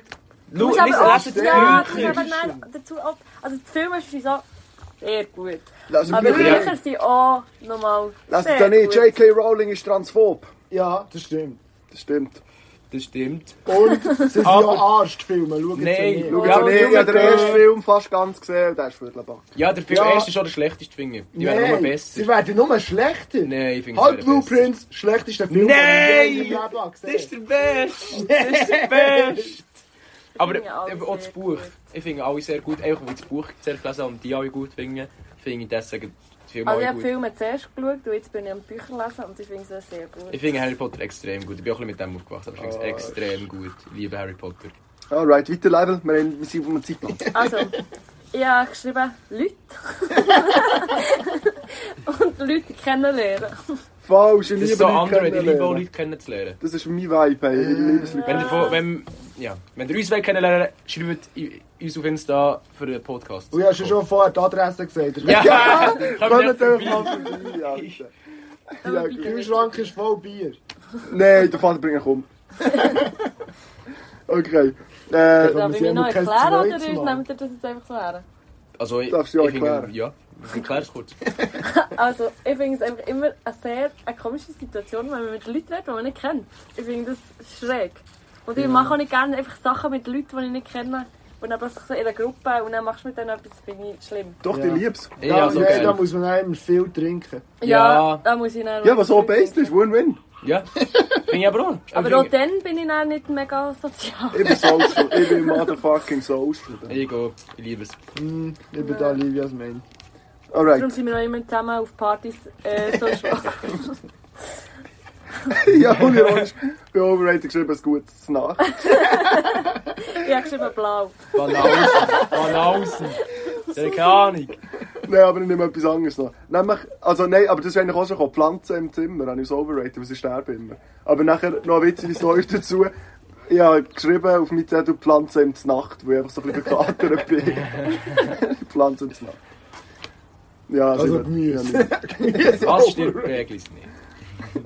Speaker 4: Lu,
Speaker 3: Muss
Speaker 4: Lisa,
Speaker 3: aber auch-
Speaker 4: lass jetzt
Speaker 3: Ja,
Speaker 4: die
Speaker 3: das
Speaker 4: Bücher.
Speaker 3: ist aber nein, dazu ab. Also, die Filme sind so sehr gut.
Speaker 1: Lass
Speaker 3: Aber die oh,
Speaker 4: Ja.
Speaker 3: Bücher sind auch nochmal.
Speaker 1: Lass es
Speaker 3: sehr
Speaker 1: doch nicht.
Speaker 3: gut.
Speaker 1: J.K. Rowling ist transphob.
Speaker 2: Ja, das stimmt.
Speaker 1: Das stimmt.
Speaker 4: Das stimmt.
Speaker 2: Und sie sind ja
Speaker 4: Aber-
Speaker 2: Arsch, die Filme. Schaut
Speaker 4: Nein,
Speaker 2: sie
Speaker 1: Schau jetzt
Speaker 2: nicht.
Speaker 4: Ja,
Speaker 1: an, ich
Speaker 4: Junge,
Speaker 1: habe den
Speaker 4: äh,
Speaker 1: ersten Film fast ganz gesehen und der ist Viertelbank.
Speaker 4: Ja, der Film
Speaker 2: Ja.
Speaker 4: erste ist auch der schlechteste, finde ich. Die werden
Speaker 2: Nein,
Speaker 4: immer
Speaker 2: Sie
Speaker 4: besser.
Speaker 2: werden nur schlechter.
Speaker 4: Nein, ich finde
Speaker 2: Halt
Speaker 4: sie werden
Speaker 2: Blue
Speaker 4: besser.
Speaker 2: Prince, schlechtester Film.
Speaker 4: Nein!
Speaker 2: den ich je in meinem Leben gesehen habe.
Speaker 4: Das ist der Beste! Das ist der Beste! Aber
Speaker 3: Finde ich alles
Speaker 4: auch das
Speaker 3: sehr
Speaker 4: Buch.
Speaker 3: gut.
Speaker 4: Ich finde alle sehr gut. Einfach, weil ich das Buch zuerst gelesen habe und die alle gut finden, finde ich deswegen die Filme
Speaker 3: Also, ich
Speaker 4: alle
Speaker 3: habe
Speaker 4: gut.
Speaker 3: Filme zuerst geschaut und jetzt bin ich am Bücher lesen und ich finde es sehr gut.
Speaker 4: Ich finde Harry Potter extrem gut. Ich bin auch ein bisschen mit dem aufgewachsen, aber ich finde es extrem gut. Ich liebe Harry Potter.
Speaker 1: Alright, weiter Level. Wir haben- wir sind auf dem Zeitplan.
Speaker 3: Also, ich habe geschrieben, Leute. und Leute kennenlernen.
Speaker 1: Falsch, ich
Speaker 4: Das
Speaker 1: liebe
Speaker 4: ist so
Speaker 1: Leute
Speaker 4: andere, die liebe auch
Speaker 1: kennenlernen.
Speaker 4: Leute kennenzulernen.
Speaker 1: Das ist mein Vibe, ey. Ich liebe es, Leute
Speaker 4: Wenn ihr, von, wenn, ja, wenn ihr uns wollt kennenlernen schreibt i- uns auf Insta für den Podcast.
Speaker 2: Du hast Oh ja schon vorher die Adresse gesagt.
Speaker 4: Ja! ja.
Speaker 1: Kommt
Speaker 4: vorbei.
Speaker 1: doch mal vorbei, Alter.
Speaker 3: Aber
Speaker 2: Der
Speaker 3: bitte nicht.
Speaker 2: Kühlschrank ist voll Bier.
Speaker 1: Nein, der Vater bringt ihn um. Okay. Äh,
Speaker 2: Ja,
Speaker 3: Darf ich mich noch
Speaker 2: wir haben
Speaker 3: erklären
Speaker 2: kein
Speaker 3: oder
Speaker 2: zweites
Speaker 3: ist-
Speaker 2: Mal.
Speaker 3: nehmt ihr das jetzt einfach so her?
Speaker 4: Also, ich,
Speaker 1: Darfst du ja
Speaker 4: ich finde-
Speaker 1: erklären.
Speaker 4: Ja, ich erkläre es kurz.
Speaker 3: Also, ich finde es einfach immer eine sehr eine komische Situation, wenn man mit Leuten redet, die man nicht kennt. Ich finde das schräg. Und ich mache auch nicht gerne einfach Sachen mit Leuten, die ich nicht kenne. Und dann plötzlich so in einer Gruppe und dann machst du mit denen etwas, finde ich schlimm.
Speaker 1: doch, die
Speaker 2: Ja.
Speaker 1: liebst
Speaker 4: Ich
Speaker 2: Ja,
Speaker 4: ja, so
Speaker 2: nein, da
Speaker 4: geil.
Speaker 2: muss man einem viel trinken.
Speaker 4: Ja.
Speaker 3: da muss ich dann...
Speaker 1: Ja, was so based ist, Win-Win.
Speaker 4: Ja, finde ich aber auch.
Speaker 3: Aber
Speaker 4: Ich
Speaker 3: auch
Speaker 4: finde-
Speaker 3: dann bin ich dann nicht mega sozial.
Speaker 1: Ich bin social. Ich bin motherfucking social.
Speaker 4: Ich gehe, ich liebe es.
Speaker 2: Hm, ich bin da Livias Mann.
Speaker 3: Darum
Speaker 1: Alright.
Speaker 3: sind wir noch immer zusammen auf Partys äh, so schwach.
Speaker 1: Ja, und ironisch. Bei Overrated geschrieben, ein gutes Nacht.
Speaker 3: Ich habe geschrieben blau.
Speaker 4: Banausen, Banausen. Das habe keine Ahnung.
Speaker 1: Nein, aber ich nehme etwas anderes noch. Nämlich, also nein, aber das ist eigentlich auch schon gekommen. Pflanzen im Zimmer, habe ich so overrated, weil sie sterben immer. Aber nachher noch ein witziges Neues dazu. Ich habe geschrieben auf meinem Zettel Pflanzen im Znacht, weil ich einfach so ein bisschen verkatert bin. Pflanzen im Znacht. Ja,
Speaker 2: Also
Speaker 1: ich-
Speaker 2: Gemüse.
Speaker 1: Ja, nicht.
Speaker 4: Was stimmt Reglis nicht?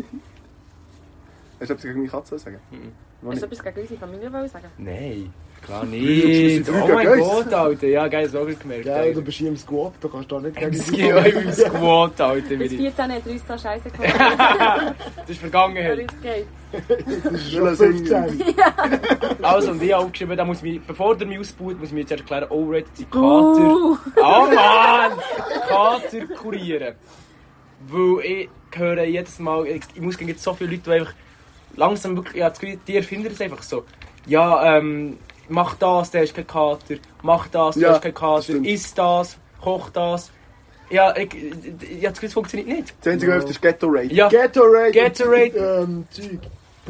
Speaker 1: Hast du etwas gegen meine Katze zu sagen?
Speaker 3: Hast du etwas gegen unsere Familie wollen sagen?
Speaker 4: Nein, klar
Speaker 1: sind
Speaker 4: nicht.
Speaker 1: drei
Speaker 4: Oh mein
Speaker 1: Geis.
Speaker 4: Gott, Alter. Ja, geil, das habe ich gemerkt.
Speaker 2: Geil, du
Speaker 4: Alter.
Speaker 2: bist hier im Squad, du kannst da nicht gegen
Speaker 4: Es gibt euch im Squad, Alter.
Speaker 3: Bis
Speaker 4: wie ich-
Speaker 3: 14 hat er uns da scheiße gemacht.
Speaker 4: Das ist
Speaker 3: Aber
Speaker 4: Vergangenheit.
Speaker 3: jetzt geht's.
Speaker 1: Schöner Singen.
Speaker 2: 15.
Speaker 4: Also, und ich habe aufgeschrieben, da muss ich mich, bevor der mich ausbaut, muss ich mir jetzt erklären, overrated sind Kater.
Speaker 3: Uh,
Speaker 4: Oh Mann! Kater kurieren. Weil ich höre jedes Mal, ich, ich muss gegen so viele Leute, die einfach langsam wirklich, ja, das Gefühl, die erfinden es einfach so. Ja, ähm, mach das, der ist kein Kater. Mach das, der
Speaker 1: Ja,
Speaker 4: ist kein
Speaker 1: das
Speaker 4: Kater.
Speaker 1: stimmt.
Speaker 4: Iss das, koch das. Ja, ich, ich, ich, das Gefühl, es funktioniert nicht.
Speaker 1: Das einzige Hälfte ist Ghetto Raid.
Speaker 4: Ja,
Speaker 2: Gatorade.
Speaker 4: Gatorade.
Speaker 2: Ähm, Zeug.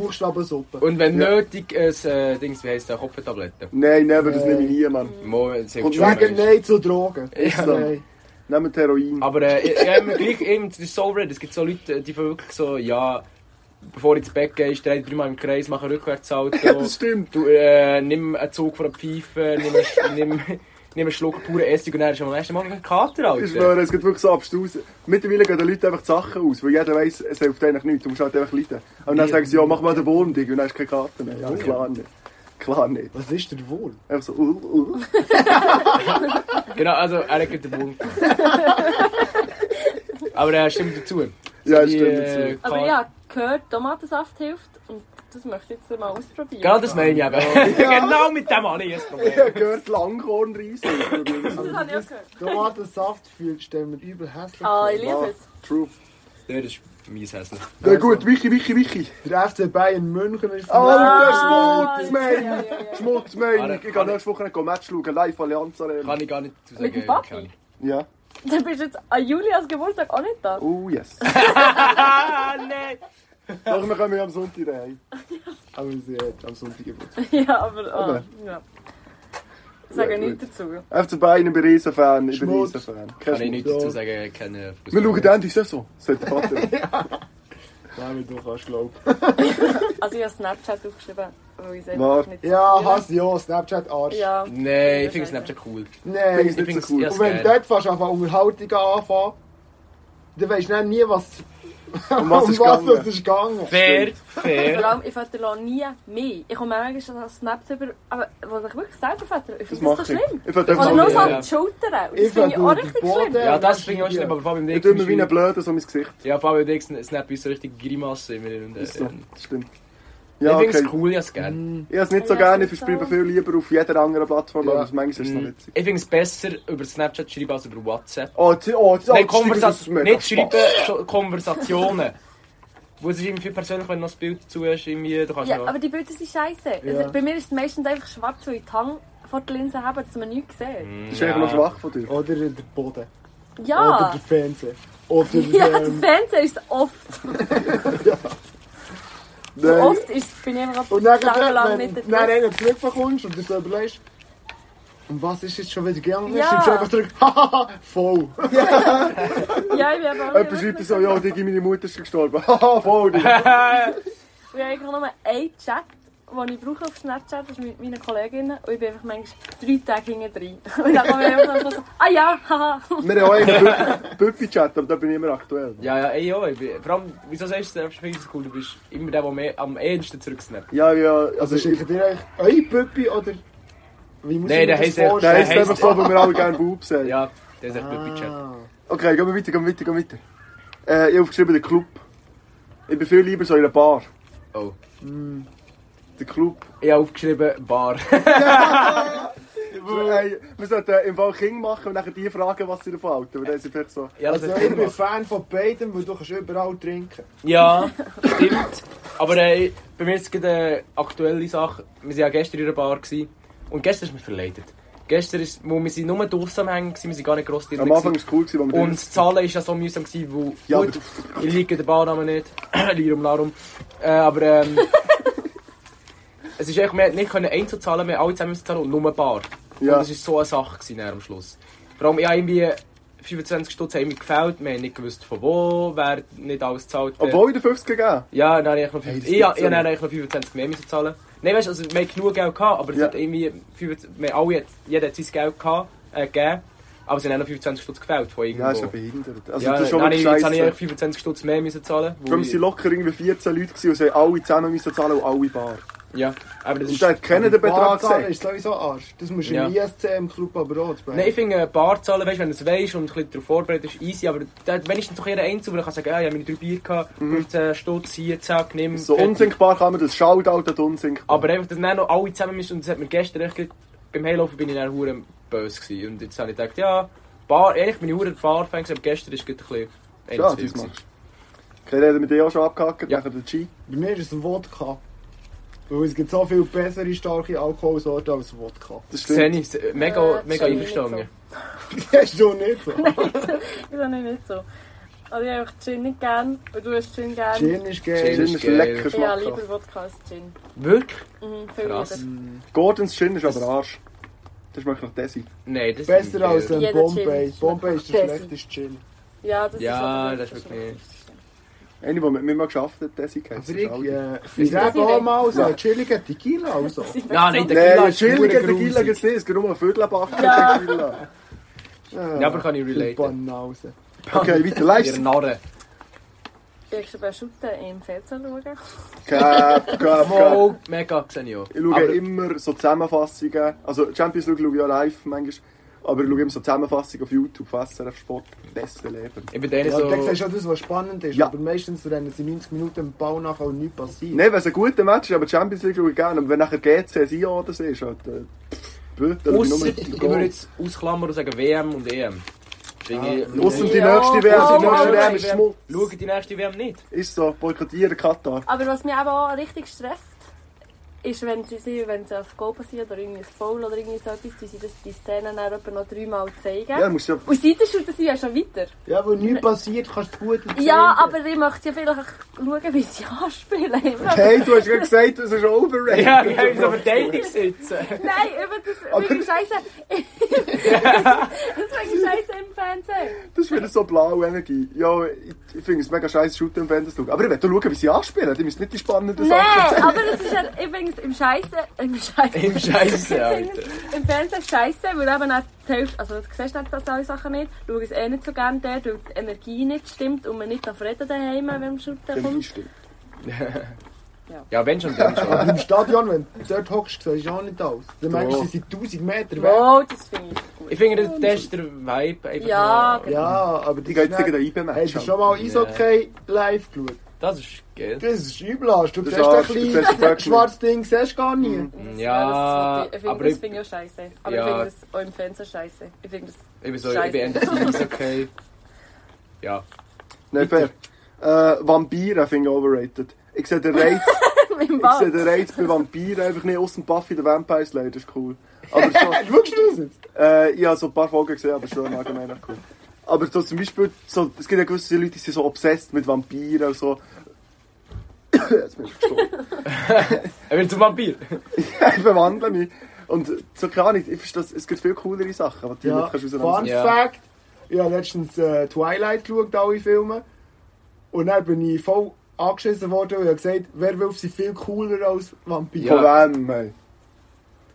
Speaker 2: Buchstabensuppe.
Speaker 4: und wenn
Speaker 1: Ja.
Speaker 4: nötig, ein äh, Dings, wie heisst der, Kopftablette.
Speaker 1: Nein, never, das nehme ich nie, Mann.
Speaker 4: Mo, das hilft
Speaker 1: Und
Speaker 4: schon,
Speaker 2: Sagen
Speaker 4: Mensch.
Speaker 2: Nein zu Drogen.
Speaker 4: Ja.
Speaker 2: Nein.
Speaker 1: Nehmt Heroin.
Speaker 4: Aber äh, ich- ja, immer gleich, eben, das ist so red. Es gibt so Leute, äh, die wirklich so, ja, bevor du ins Bett gehst, drei, dreimal im Kreis, mach ein Rückwärtssalto.
Speaker 1: Ja, das stimmt.
Speaker 4: Du, äh, nimm einen Zug von der Pfeife, nimm einen, Sch- nimm, nimm einen Schluck pure Essig und dann ist am nächsten Morgen ein Kater,
Speaker 1: Ich
Speaker 4: Alter.
Speaker 1: schwöre, es geht wirklich so abstrus. Mittlerweile gehen den Leuten einfach die Sachen aus, weil jeder weiss, es hilft eigentlich nichts, du musst halt einfach leiden. Und dann
Speaker 4: Ja. Oh.
Speaker 1: sagen sie, ja, mach mal den Wurm, Digga, und dann hast du keine Karte mehr. Ja,
Speaker 4: Ja.
Speaker 1: klar nicht. Klar nicht.
Speaker 2: Was ist der Wurm?
Speaker 1: Einfach so, uh, uh.
Speaker 4: Genau, also er gibt den Punkt. Aber äh, stimmt dazu.
Speaker 1: Ja,
Speaker 4: Die,
Speaker 1: stimmt.
Speaker 4: äh,
Speaker 1: dazu.
Speaker 3: Aber
Speaker 4: Kar-
Speaker 3: ich habe gehört, Tomatensaft hilft und das möchte ich jetzt mal ausprobieren.
Speaker 4: Genau das meine ich eben. genau mit dem habe ich ein
Speaker 1: Ich
Speaker 4: Problem.
Speaker 1: habe gehört, Langkornreis.
Speaker 3: Das habe ich auch gehört.
Speaker 2: Tomatensaft fühlt, stellen wir übel hässlich
Speaker 3: Ah, ich
Speaker 2: vor.
Speaker 3: liebe es.
Speaker 1: True.
Speaker 4: Der ist mies hässlich.
Speaker 1: Na gut, Wichi, Wichi, Wichi.
Speaker 2: Der FC Bayern München ist
Speaker 3: Ah.
Speaker 1: Alter, Schmutz,
Speaker 3: ja, ja,
Speaker 1: Mann!
Speaker 3: ja, ja.
Speaker 1: Schmutz,
Speaker 4: Ah,
Speaker 1: Mann! Ich
Speaker 4: kann
Speaker 1: gehe
Speaker 4: ich-
Speaker 1: nächste Woche ein Match schauen, live Allianz Arena.
Speaker 4: Kann ich gar nicht zu sagen.
Speaker 3: Mit dem Papi?
Speaker 4: kann ich.
Speaker 1: Ja.
Speaker 3: Du bist jetzt an Julias Geburtstag auch nicht da.
Speaker 1: Oh, yes.
Speaker 4: Ah, nein!
Speaker 1: Doch, wir kommen ja am Sonntag rein.
Speaker 2: Aber sie hat am Sonntag Geburtstag.
Speaker 3: ja, aber. Ah,
Speaker 1: Aber-
Speaker 3: ja. Ich sage
Speaker 1: Ja,
Speaker 3: nichts dazu.
Speaker 1: FC Bayern, ich bin Riesenfan. Ich bin
Speaker 2: Schmutz.
Speaker 1: Riesenfan. Kein
Speaker 4: Kann ich
Speaker 1: Schmutz.
Speaker 4: nichts dazu sagen, ich kenne
Speaker 1: Wir schauen
Speaker 4: Fußball.
Speaker 1: dann die Saison, sagt der Vater.
Speaker 2: Nein, du kannst glauben.
Speaker 3: Also, ich habe Snapchat aufgeschrieben, weil ich es
Speaker 1: Wahr.
Speaker 3: einfach nicht.
Speaker 2: Ja, hast ja, Snapchat Arsch.
Speaker 3: Ja.
Speaker 4: Nein, ich finde Snapchat cool.
Speaker 2: Nein.
Speaker 1: Find's nicht so cool.
Speaker 4: ja,
Speaker 2: Und wenn
Speaker 4: geil.
Speaker 2: du dort fast an Unterhaltungen anfangen, dann weisst du dann nie, was,
Speaker 1: Um was ist
Speaker 2: das
Speaker 1: gegangen?
Speaker 2: ist gegangen.
Speaker 4: Fair,
Speaker 3: Vor
Speaker 4: fair.
Speaker 3: allem, ich fötterle nie mehr. Ich komme manchmal schon an Snaps über, aber wo ich wirklich selber fötterle, ich
Speaker 1: Das
Speaker 3: finde das,
Speaker 1: mache
Speaker 3: so
Speaker 1: ich.
Speaker 3: schlimm. Also,
Speaker 1: Ich würde
Speaker 3: Oder
Speaker 4: mache
Speaker 3: nur
Speaker 4: ich,
Speaker 3: so
Speaker 4: ja.
Speaker 3: an die Schulter auch. Das
Speaker 2: Ich
Speaker 3: finde ich auch
Speaker 2: verdau-
Speaker 3: richtig
Speaker 2: den Boden.
Speaker 3: schlimm.
Speaker 4: Ja, das finde ich auch schlimm, aber Fabian
Speaker 1: Ich tue mir wie
Speaker 4: Dixon.
Speaker 1: ein Blöden so mein Gesicht.
Speaker 4: Ja, Fabian Dixon snap uns so richtig Grimasse immer. in-
Speaker 1: Ist so.
Speaker 4: in-
Speaker 1: Stimmt.
Speaker 4: Ich
Speaker 1: Ja,
Speaker 4: finde
Speaker 1: okay. Mm.
Speaker 4: es cool, ich habe es gerne.
Speaker 1: Ich habe es nicht so
Speaker 3: Ja,
Speaker 1: gerne, ich
Speaker 3: stimmt
Speaker 1: verspiele
Speaker 3: auch.
Speaker 1: viel lieber auf jeder anderen Plattform,
Speaker 2: Ja.
Speaker 1: aber manchmal ist es noch
Speaker 4: Mhm.
Speaker 1: witzig.
Speaker 4: Ich finde es besser, über Snapchat zu schreiben als über WhatsApp.
Speaker 1: Oh, die- oh, die- oh,
Speaker 4: Nein,
Speaker 1: die Stimme,
Speaker 4: Konversa
Speaker 1: das ist mega
Speaker 4: nicht
Speaker 1: Spaß.
Speaker 4: schreiben, so Konversationen. Wo es ist irgendwie viel persönlich, wenn du noch das Bild dazu hast, irgendwie, da kannst du
Speaker 3: Ja, aber
Speaker 4: noch...
Speaker 3: die Bilder sind scheiße.
Speaker 2: Ja.
Speaker 3: Also, bei mir ist es meistens einfach schwarz, weil ich die Hand vor der Linse habe, dass man nichts sieht.
Speaker 1: Das ist einfach noch schwach von dir.
Speaker 2: Oder der Boden. Oder
Speaker 3: Ja!
Speaker 2: Oh, der Fernseher. Oder
Speaker 3: Ja, das
Speaker 2: ähm,
Speaker 3: Fernsehen ist oft.
Speaker 1: Nein.
Speaker 3: Oft ist, bin ich einfach
Speaker 2: Und dann,
Speaker 3: tagelang
Speaker 2: wenn
Speaker 3: nicht
Speaker 2: du
Speaker 3: da
Speaker 2: dann
Speaker 3: drin.
Speaker 2: einen zurückbekommst und dir so überlegst, und was ist jetzt schon wieder gegangen?
Speaker 3: Ja.
Speaker 2: Schreibst du einfach zurück, haha, voll.
Speaker 3: Ja, ich bin aber
Speaker 1: Jemand
Speaker 3: auch nicht
Speaker 1: schreibt
Speaker 3: wirklich-
Speaker 1: so, ja, Digi, meine Mutter ist gestorben. Haha, voll dich.
Speaker 3: Ich habe eigentlich nur einen Chat, den ich brauche auf Snapchat, das ist mit meinen Kolleginnen. Und ich bin einfach manchmal drei Tage hinten drin. Und dann komme ich einfach so, ah ja, haha.
Speaker 1: Wir haben auch einen Püppi-Chat, aber da bin ich immer aktuell.
Speaker 4: Ja, ja, ey, ja. ich bin- Vor allem, wieso sagst du, Snapchat finde ich es cool? Du bist immer der, der mehr- am ehesten zurücksnappt.
Speaker 1: Ja, ja, also
Speaker 2: Also
Speaker 1: ich...
Speaker 2: schickt ihr euch eure Püppi oder... oh, Wie muss
Speaker 4: Nein,
Speaker 2: ich mir
Speaker 4: der
Speaker 2: das
Speaker 4: heisst ja-
Speaker 1: Nein,
Speaker 2: vorstellen?
Speaker 1: es ist einfach so, weil wir alle gerne Bub sagen.
Speaker 4: Ja, der ist echt ah. Chat.
Speaker 2: Ah.
Speaker 1: Okay, gehen wir weiter, gehen wir weiter, gehen wir weiter. Äh, ich habe aufgeschrieben, den Club. Ich bin viel lieber so in einer Bar.
Speaker 4: Oh.
Speaker 1: Der Club.
Speaker 4: Ich habe aufgeschrieben, Bar.
Speaker 1: Hey, wir sollten im Fall King machen und nachher die fragen, was sie davon halten. Weil dann sind vielleicht so...
Speaker 4: Ja, das
Speaker 2: Also
Speaker 4: hat
Speaker 2: ich
Speaker 4: Sinn
Speaker 2: bin
Speaker 4: gemacht.
Speaker 2: Fan von beidem, weil du kannst überall trinken.
Speaker 4: Ja, stimmt. Aber äh, bei mir ist es eine aktuelle Sache. Wir waren ja gestern in einer Bar gewesen. und gestern ist mir verleidet. Gestern ist, wo wir sind nur draussen am Hängen waren, wir waren gar nicht gross drin.
Speaker 1: Am Anfang war es cool, als wir
Speaker 4: gewesen. Und das Zahlen war ja so mühsam, gewesen, wo
Speaker 1: Ja, aber
Speaker 4: gut, ich liege den Barnamen nicht, Lirum Larum. Äh, aber ähm, es ist echt, wir konnten nicht können einzuzahlen, wir haben alle zusammen müssen zahlen und nur eine Bar.
Speaker 1: Ja.
Speaker 4: Und das war so eine Sache gewesen, dann am Schluss. Vor allem, ich habe irgendwie 25 Stutz haben mir gefällt, wir haben nicht gewusst von wo, wer nicht alles zahlt. wer-
Speaker 1: Obwohl ich den 50 gegeben
Speaker 4: ja, dann habe ich noch,
Speaker 1: Hey, das
Speaker 4: 50, ich, ja,
Speaker 1: gibt's
Speaker 4: ja,
Speaker 1: ja
Speaker 4: dann habe ich noch 25 mehr müssen zahlen. Nein, weißt du, also, wir hatten genug Geld, gehabt, aber es
Speaker 1: Ja.
Speaker 4: hat irgendwie 25, wir alle, hat- jeder hat sein Geld gehabt, äh, gegeben, aber es haben auch noch 25 Stutz gefällt von irgendwo.
Speaker 1: Ja, ist ja behindert. Also
Speaker 4: Ja,
Speaker 1: das ist
Speaker 4: dann
Speaker 1: schon
Speaker 4: habe ich,
Speaker 1: wirklich
Speaker 4: jetzt habe ich
Speaker 1: scheisse.
Speaker 4: eigentlich 25 Stutz mehr müssen zahlen. wo
Speaker 1: Vor allem
Speaker 4: ich-
Speaker 1: es waren locker irgendwie 14 Leute gewesen und sie haben alle zusammen müssen zahlen und alle bar.
Speaker 4: Ja, aber das
Speaker 1: Und
Speaker 4: ist...
Speaker 1: dann kennen den Betrag
Speaker 2: Barzahlen
Speaker 1: gesagt.
Speaker 2: ist sowieso Arsch. Das musst du
Speaker 4: Ja.
Speaker 2: im ISC im Club aber auch
Speaker 4: Nein, ich finde, äh, Bar zahlen, weißt, wenn du es weißt und ein bisschen darauf vorbereitet ist, easy, aber da, wenigstens doch jeder einzeln, weil ich kann sagen, "Ah, ja, ich habe meine drei Bier eh, gehabt, 15 Stutz, hier, zack, nimm,
Speaker 1: So
Speaker 4: fertig.
Speaker 1: unsinkbar kann man das. Shoutout an die unsinkbar.
Speaker 4: Aber einfach, dass dann noch alle zusammen müssen und das hat mir gestern echt gerade- beim Heilaufen bin ich dann hure böse gewesen. und jetzt habe ich gedacht, ja, Bar, ehrlich bin ich hure Barfan gewesen, aber gestern ist gerade ein bisschen
Speaker 1: Schade,
Speaker 4: ein zu viel
Speaker 1: das
Speaker 4: gewesen.
Speaker 1: machst Okay, dann haben wir den auch schon abgehackt,
Speaker 4: Ja.
Speaker 1: nachher den G.
Speaker 2: Bei mir ist es Wodka. Weil es gibt so viel bessere, starke Alkoholsorten als Wodka.
Speaker 1: Das
Speaker 4: Das habe
Speaker 1: stimmt.
Speaker 4: ich äh, mega,
Speaker 3: Äh,
Speaker 4: mega
Speaker 3: sorry,
Speaker 4: einverstanden.
Speaker 3: nicht
Speaker 2: Das ist doch nicht so.
Speaker 3: Ich bin ich nicht so. Also ich habe einfach Gin nicht gern, und du hast Gin gern.
Speaker 2: Gin ist
Speaker 1: Gin
Speaker 2: geil.
Speaker 4: Gin
Speaker 1: ist
Speaker 4: ist geil.
Speaker 1: lecker
Speaker 3: Ja,
Speaker 1: schmackhaft.
Speaker 3: lieber Wodka als Gin.
Speaker 4: Wirklich?
Speaker 3: Mhm, viel
Speaker 4: Krass.
Speaker 3: lieber.
Speaker 1: Gordons Gin ist aber Arsch. Das schmeckt nach Desi.
Speaker 4: Nein, das ist
Speaker 2: Besser als
Speaker 4: nicht.
Speaker 2: ein
Speaker 3: Jeder
Speaker 2: Bombay.
Speaker 3: Gin.
Speaker 2: Bombay ist der
Speaker 3: Desi.
Speaker 2: schlechteste Gin.
Speaker 3: Ja, das
Speaker 4: Ja,
Speaker 3: ist
Speaker 4: das
Speaker 3: aber-
Speaker 4: ist wirklich-
Speaker 1: Eine, die mit mir mal geschafft hat, Desi geheißen.
Speaker 2: Aber ich äh,
Speaker 4: Ist das
Speaker 2: rebe auch
Speaker 3: nicht-
Speaker 2: mal so
Speaker 1: Ja.
Speaker 2: einen chilligen Tequila und so.
Speaker 4: Nein, nein, der Tequila
Speaker 1: Nein,
Speaker 4: ist hure
Speaker 1: chilliger Tequila
Speaker 4: grusig.
Speaker 1: gibt es nicht. Es geht nur um einen Vödelbacken
Speaker 3: Ja.
Speaker 1: Tequila.
Speaker 4: Ja, aber kann ich
Speaker 2: Die
Speaker 4: relaten.
Speaker 2: Banause.
Speaker 1: Okay, weiter.
Speaker 4: Ihr
Speaker 1: Live.
Speaker 4: Narren.
Speaker 3: Ich habe schon bei Schutten im Fernsehen schauen.
Speaker 1: Cap, cap, cap.
Speaker 4: Wow, mega, sehe ich auch.
Speaker 1: Ich schaue
Speaker 4: Aber-
Speaker 1: immer so Zusammenfassungen. Also Champions League schaue ich ja live manchmal. Aber ich schaue immer so Zusammenfassungen auf YouTube, FSRF Sport, beste Leben.
Speaker 4: Ich bin der
Speaker 2: Ja,
Speaker 4: so...
Speaker 2: dann siehst du auch das, was spannend ist.
Speaker 1: Ja.
Speaker 2: Aber meistens rennen sie 90 Minuten im Bau nachher und nichts passiert.
Speaker 1: Nein, wenn es ein guter Match ist, aber die Champions League schaue ich gerne. Aber wenn nachher GC Sion oder so ist, halt, äh, pff, dann schaue ich nur
Speaker 4: Ausser,
Speaker 1: mit
Speaker 4: ich
Speaker 1: die
Speaker 4: würde
Speaker 1: Goals.
Speaker 4: jetzt ausklammern und sagen WM und EM. Finde ich-
Speaker 1: Ausser die
Speaker 3: Ja,
Speaker 1: nächste WM,
Speaker 3: komm,
Speaker 1: die nächste
Speaker 3: Alter.
Speaker 1: WM ist Schmutz.
Speaker 4: Schaut die nächste WM nicht.
Speaker 1: Ist so, boykottieren Katar.
Speaker 3: Aber was mich eben auch richtig stresst, ist, wenn sie, sie, wenn sie auf Goal passieren oder irgendwie ein Foul oder irgendwie so etwas, die sie das, die Szenen dann etwa noch dreimal zeigen.
Speaker 1: Ja, musst ja...
Speaker 3: Und Seitenschuten sind ja schon weiter.
Speaker 2: Ja, weil nichts passiert, kannst du gut erzählen.
Speaker 3: Ja, aber ich möchte ja vielleicht schauen, wie sie anspielen. Ich möchte-
Speaker 1: Hey, du hast ja gesagt, das ist overrated.
Speaker 4: Ja, wir haben so Verteidigung sitzen.
Speaker 3: Nein, über das...
Speaker 1: Aber-
Speaker 3: Wegen Scheiße... das wegen Scheiße im Fernsehen.
Speaker 1: Das ist wieder so blaue Energie. Ja, ich, ich finde es mega scheiße, Shooter im Fernsehen zu schauen. Aber ich will doch schauen, wie sie anspielen. Die müssen nicht die spannenden Sachen
Speaker 3: Nein,
Speaker 1: erzählen.
Speaker 3: aber das ist ja... Übrigens, im Scheiße... Im Scheiße...
Speaker 4: Im Scheiße, Alter.
Speaker 3: Im Fernsehen scheiße, weil eben auch die Hälfte, also du siehst nicht das alle Sachen nicht, schau es eh nicht so gerne dort, weil die Energie nicht stimmt und man nicht darf reden daheim, wenn man Shooter
Speaker 1: Energie
Speaker 3: kommt.
Speaker 1: stimmt.
Speaker 4: Ja, wenn schon, dann schon.
Speaker 2: Im Stadion, wenn du dort hockst, siehst du auch nicht aus. Dann merkst du, sie sind 1000 Meter weg.
Speaker 3: Wow, Oh, das finde ich gut.
Speaker 4: Ich finde, das- das ist der Vibe. Einfach
Speaker 3: Ja,
Speaker 4: mal-
Speaker 3: genau.
Speaker 2: Ja, aber
Speaker 1: Ich gehe jetzt gegen
Speaker 2: nicht-
Speaker 1: den
Speaker 2: Hast
Speaker 1: IB-Match.
Speaker 2: du schon mal Eishockey live geschaut?
Speaker 4: Das ist geil.
Speaker 2: Das ist übel, hast du
Speaker 1: Das
Speaker 2: siehst
Speaker 1: ist
Speaker 2: ein
Speaker 1: Arsch, du siehst ein
Speaker 2: kleines
Speaker 1: Böckchen.
Speaker 2: schwarzes Ding, siehst gar nie.
Speaker 4: Ja,
Speaker 3: das,
Speaker 4: aber
Speaker 3: aber das
Speaker 4: ich-
Speaker 3: finde ich auch scheiße. Aber
Speaker 4: Ja.
Speaker 3: ich finde das auch im Fernsehen scheiße. Ich finde das...
Speaker 4: Ich bin so, ich bin
Speaker 3: Scheiße.
Speaker 4: Entertainment, okay. Ja.
Speaker 1: Nein, fair. Äh, Vampire finde ich overrated. Ich sehe den Reiz,
Speaker 3: Mit dem
Speaker 1: ich sehe
Speaker 3: Ball.
Speaker 1: den Reiz bei Vampiren einfach nicht aus dem Buffy der Vampire Slayer, das ist cool. Aber so,
Speaker 2: Schaust du das jetzt?
Speaker 1: äh, ich habe so ein paar Folgen gesehen, aber schon im Allgemeinen cool. Aber so zum Beispiel, so, es gibt ja gewisse Leute, die sind so obsessed mit Vampiren und so. Jetzt bin ich gestorben.
Speaker 4: Er wird zum Vampir.
Speaker 1: ich verwandle mich. Und so keine Ahnung, ich verstehe, es gibt viel coolere Sachen, die du
Speaker 2: Ja,
Speaker 1: nicht kannst
Speaker 2: Fun
Speaker 1: auseinandersetzen
Speaker 4: Ja.
Speaker 2: Fact: Ich habe letztens äh, Twilight geschaut, alle Filme. Und dann bin ich voll angeschissen worden und habe gesagt, Werwölfe sind viel cooler als Vampire.
Speaker 4: Ja.
Speaker 1: Von wem, hey?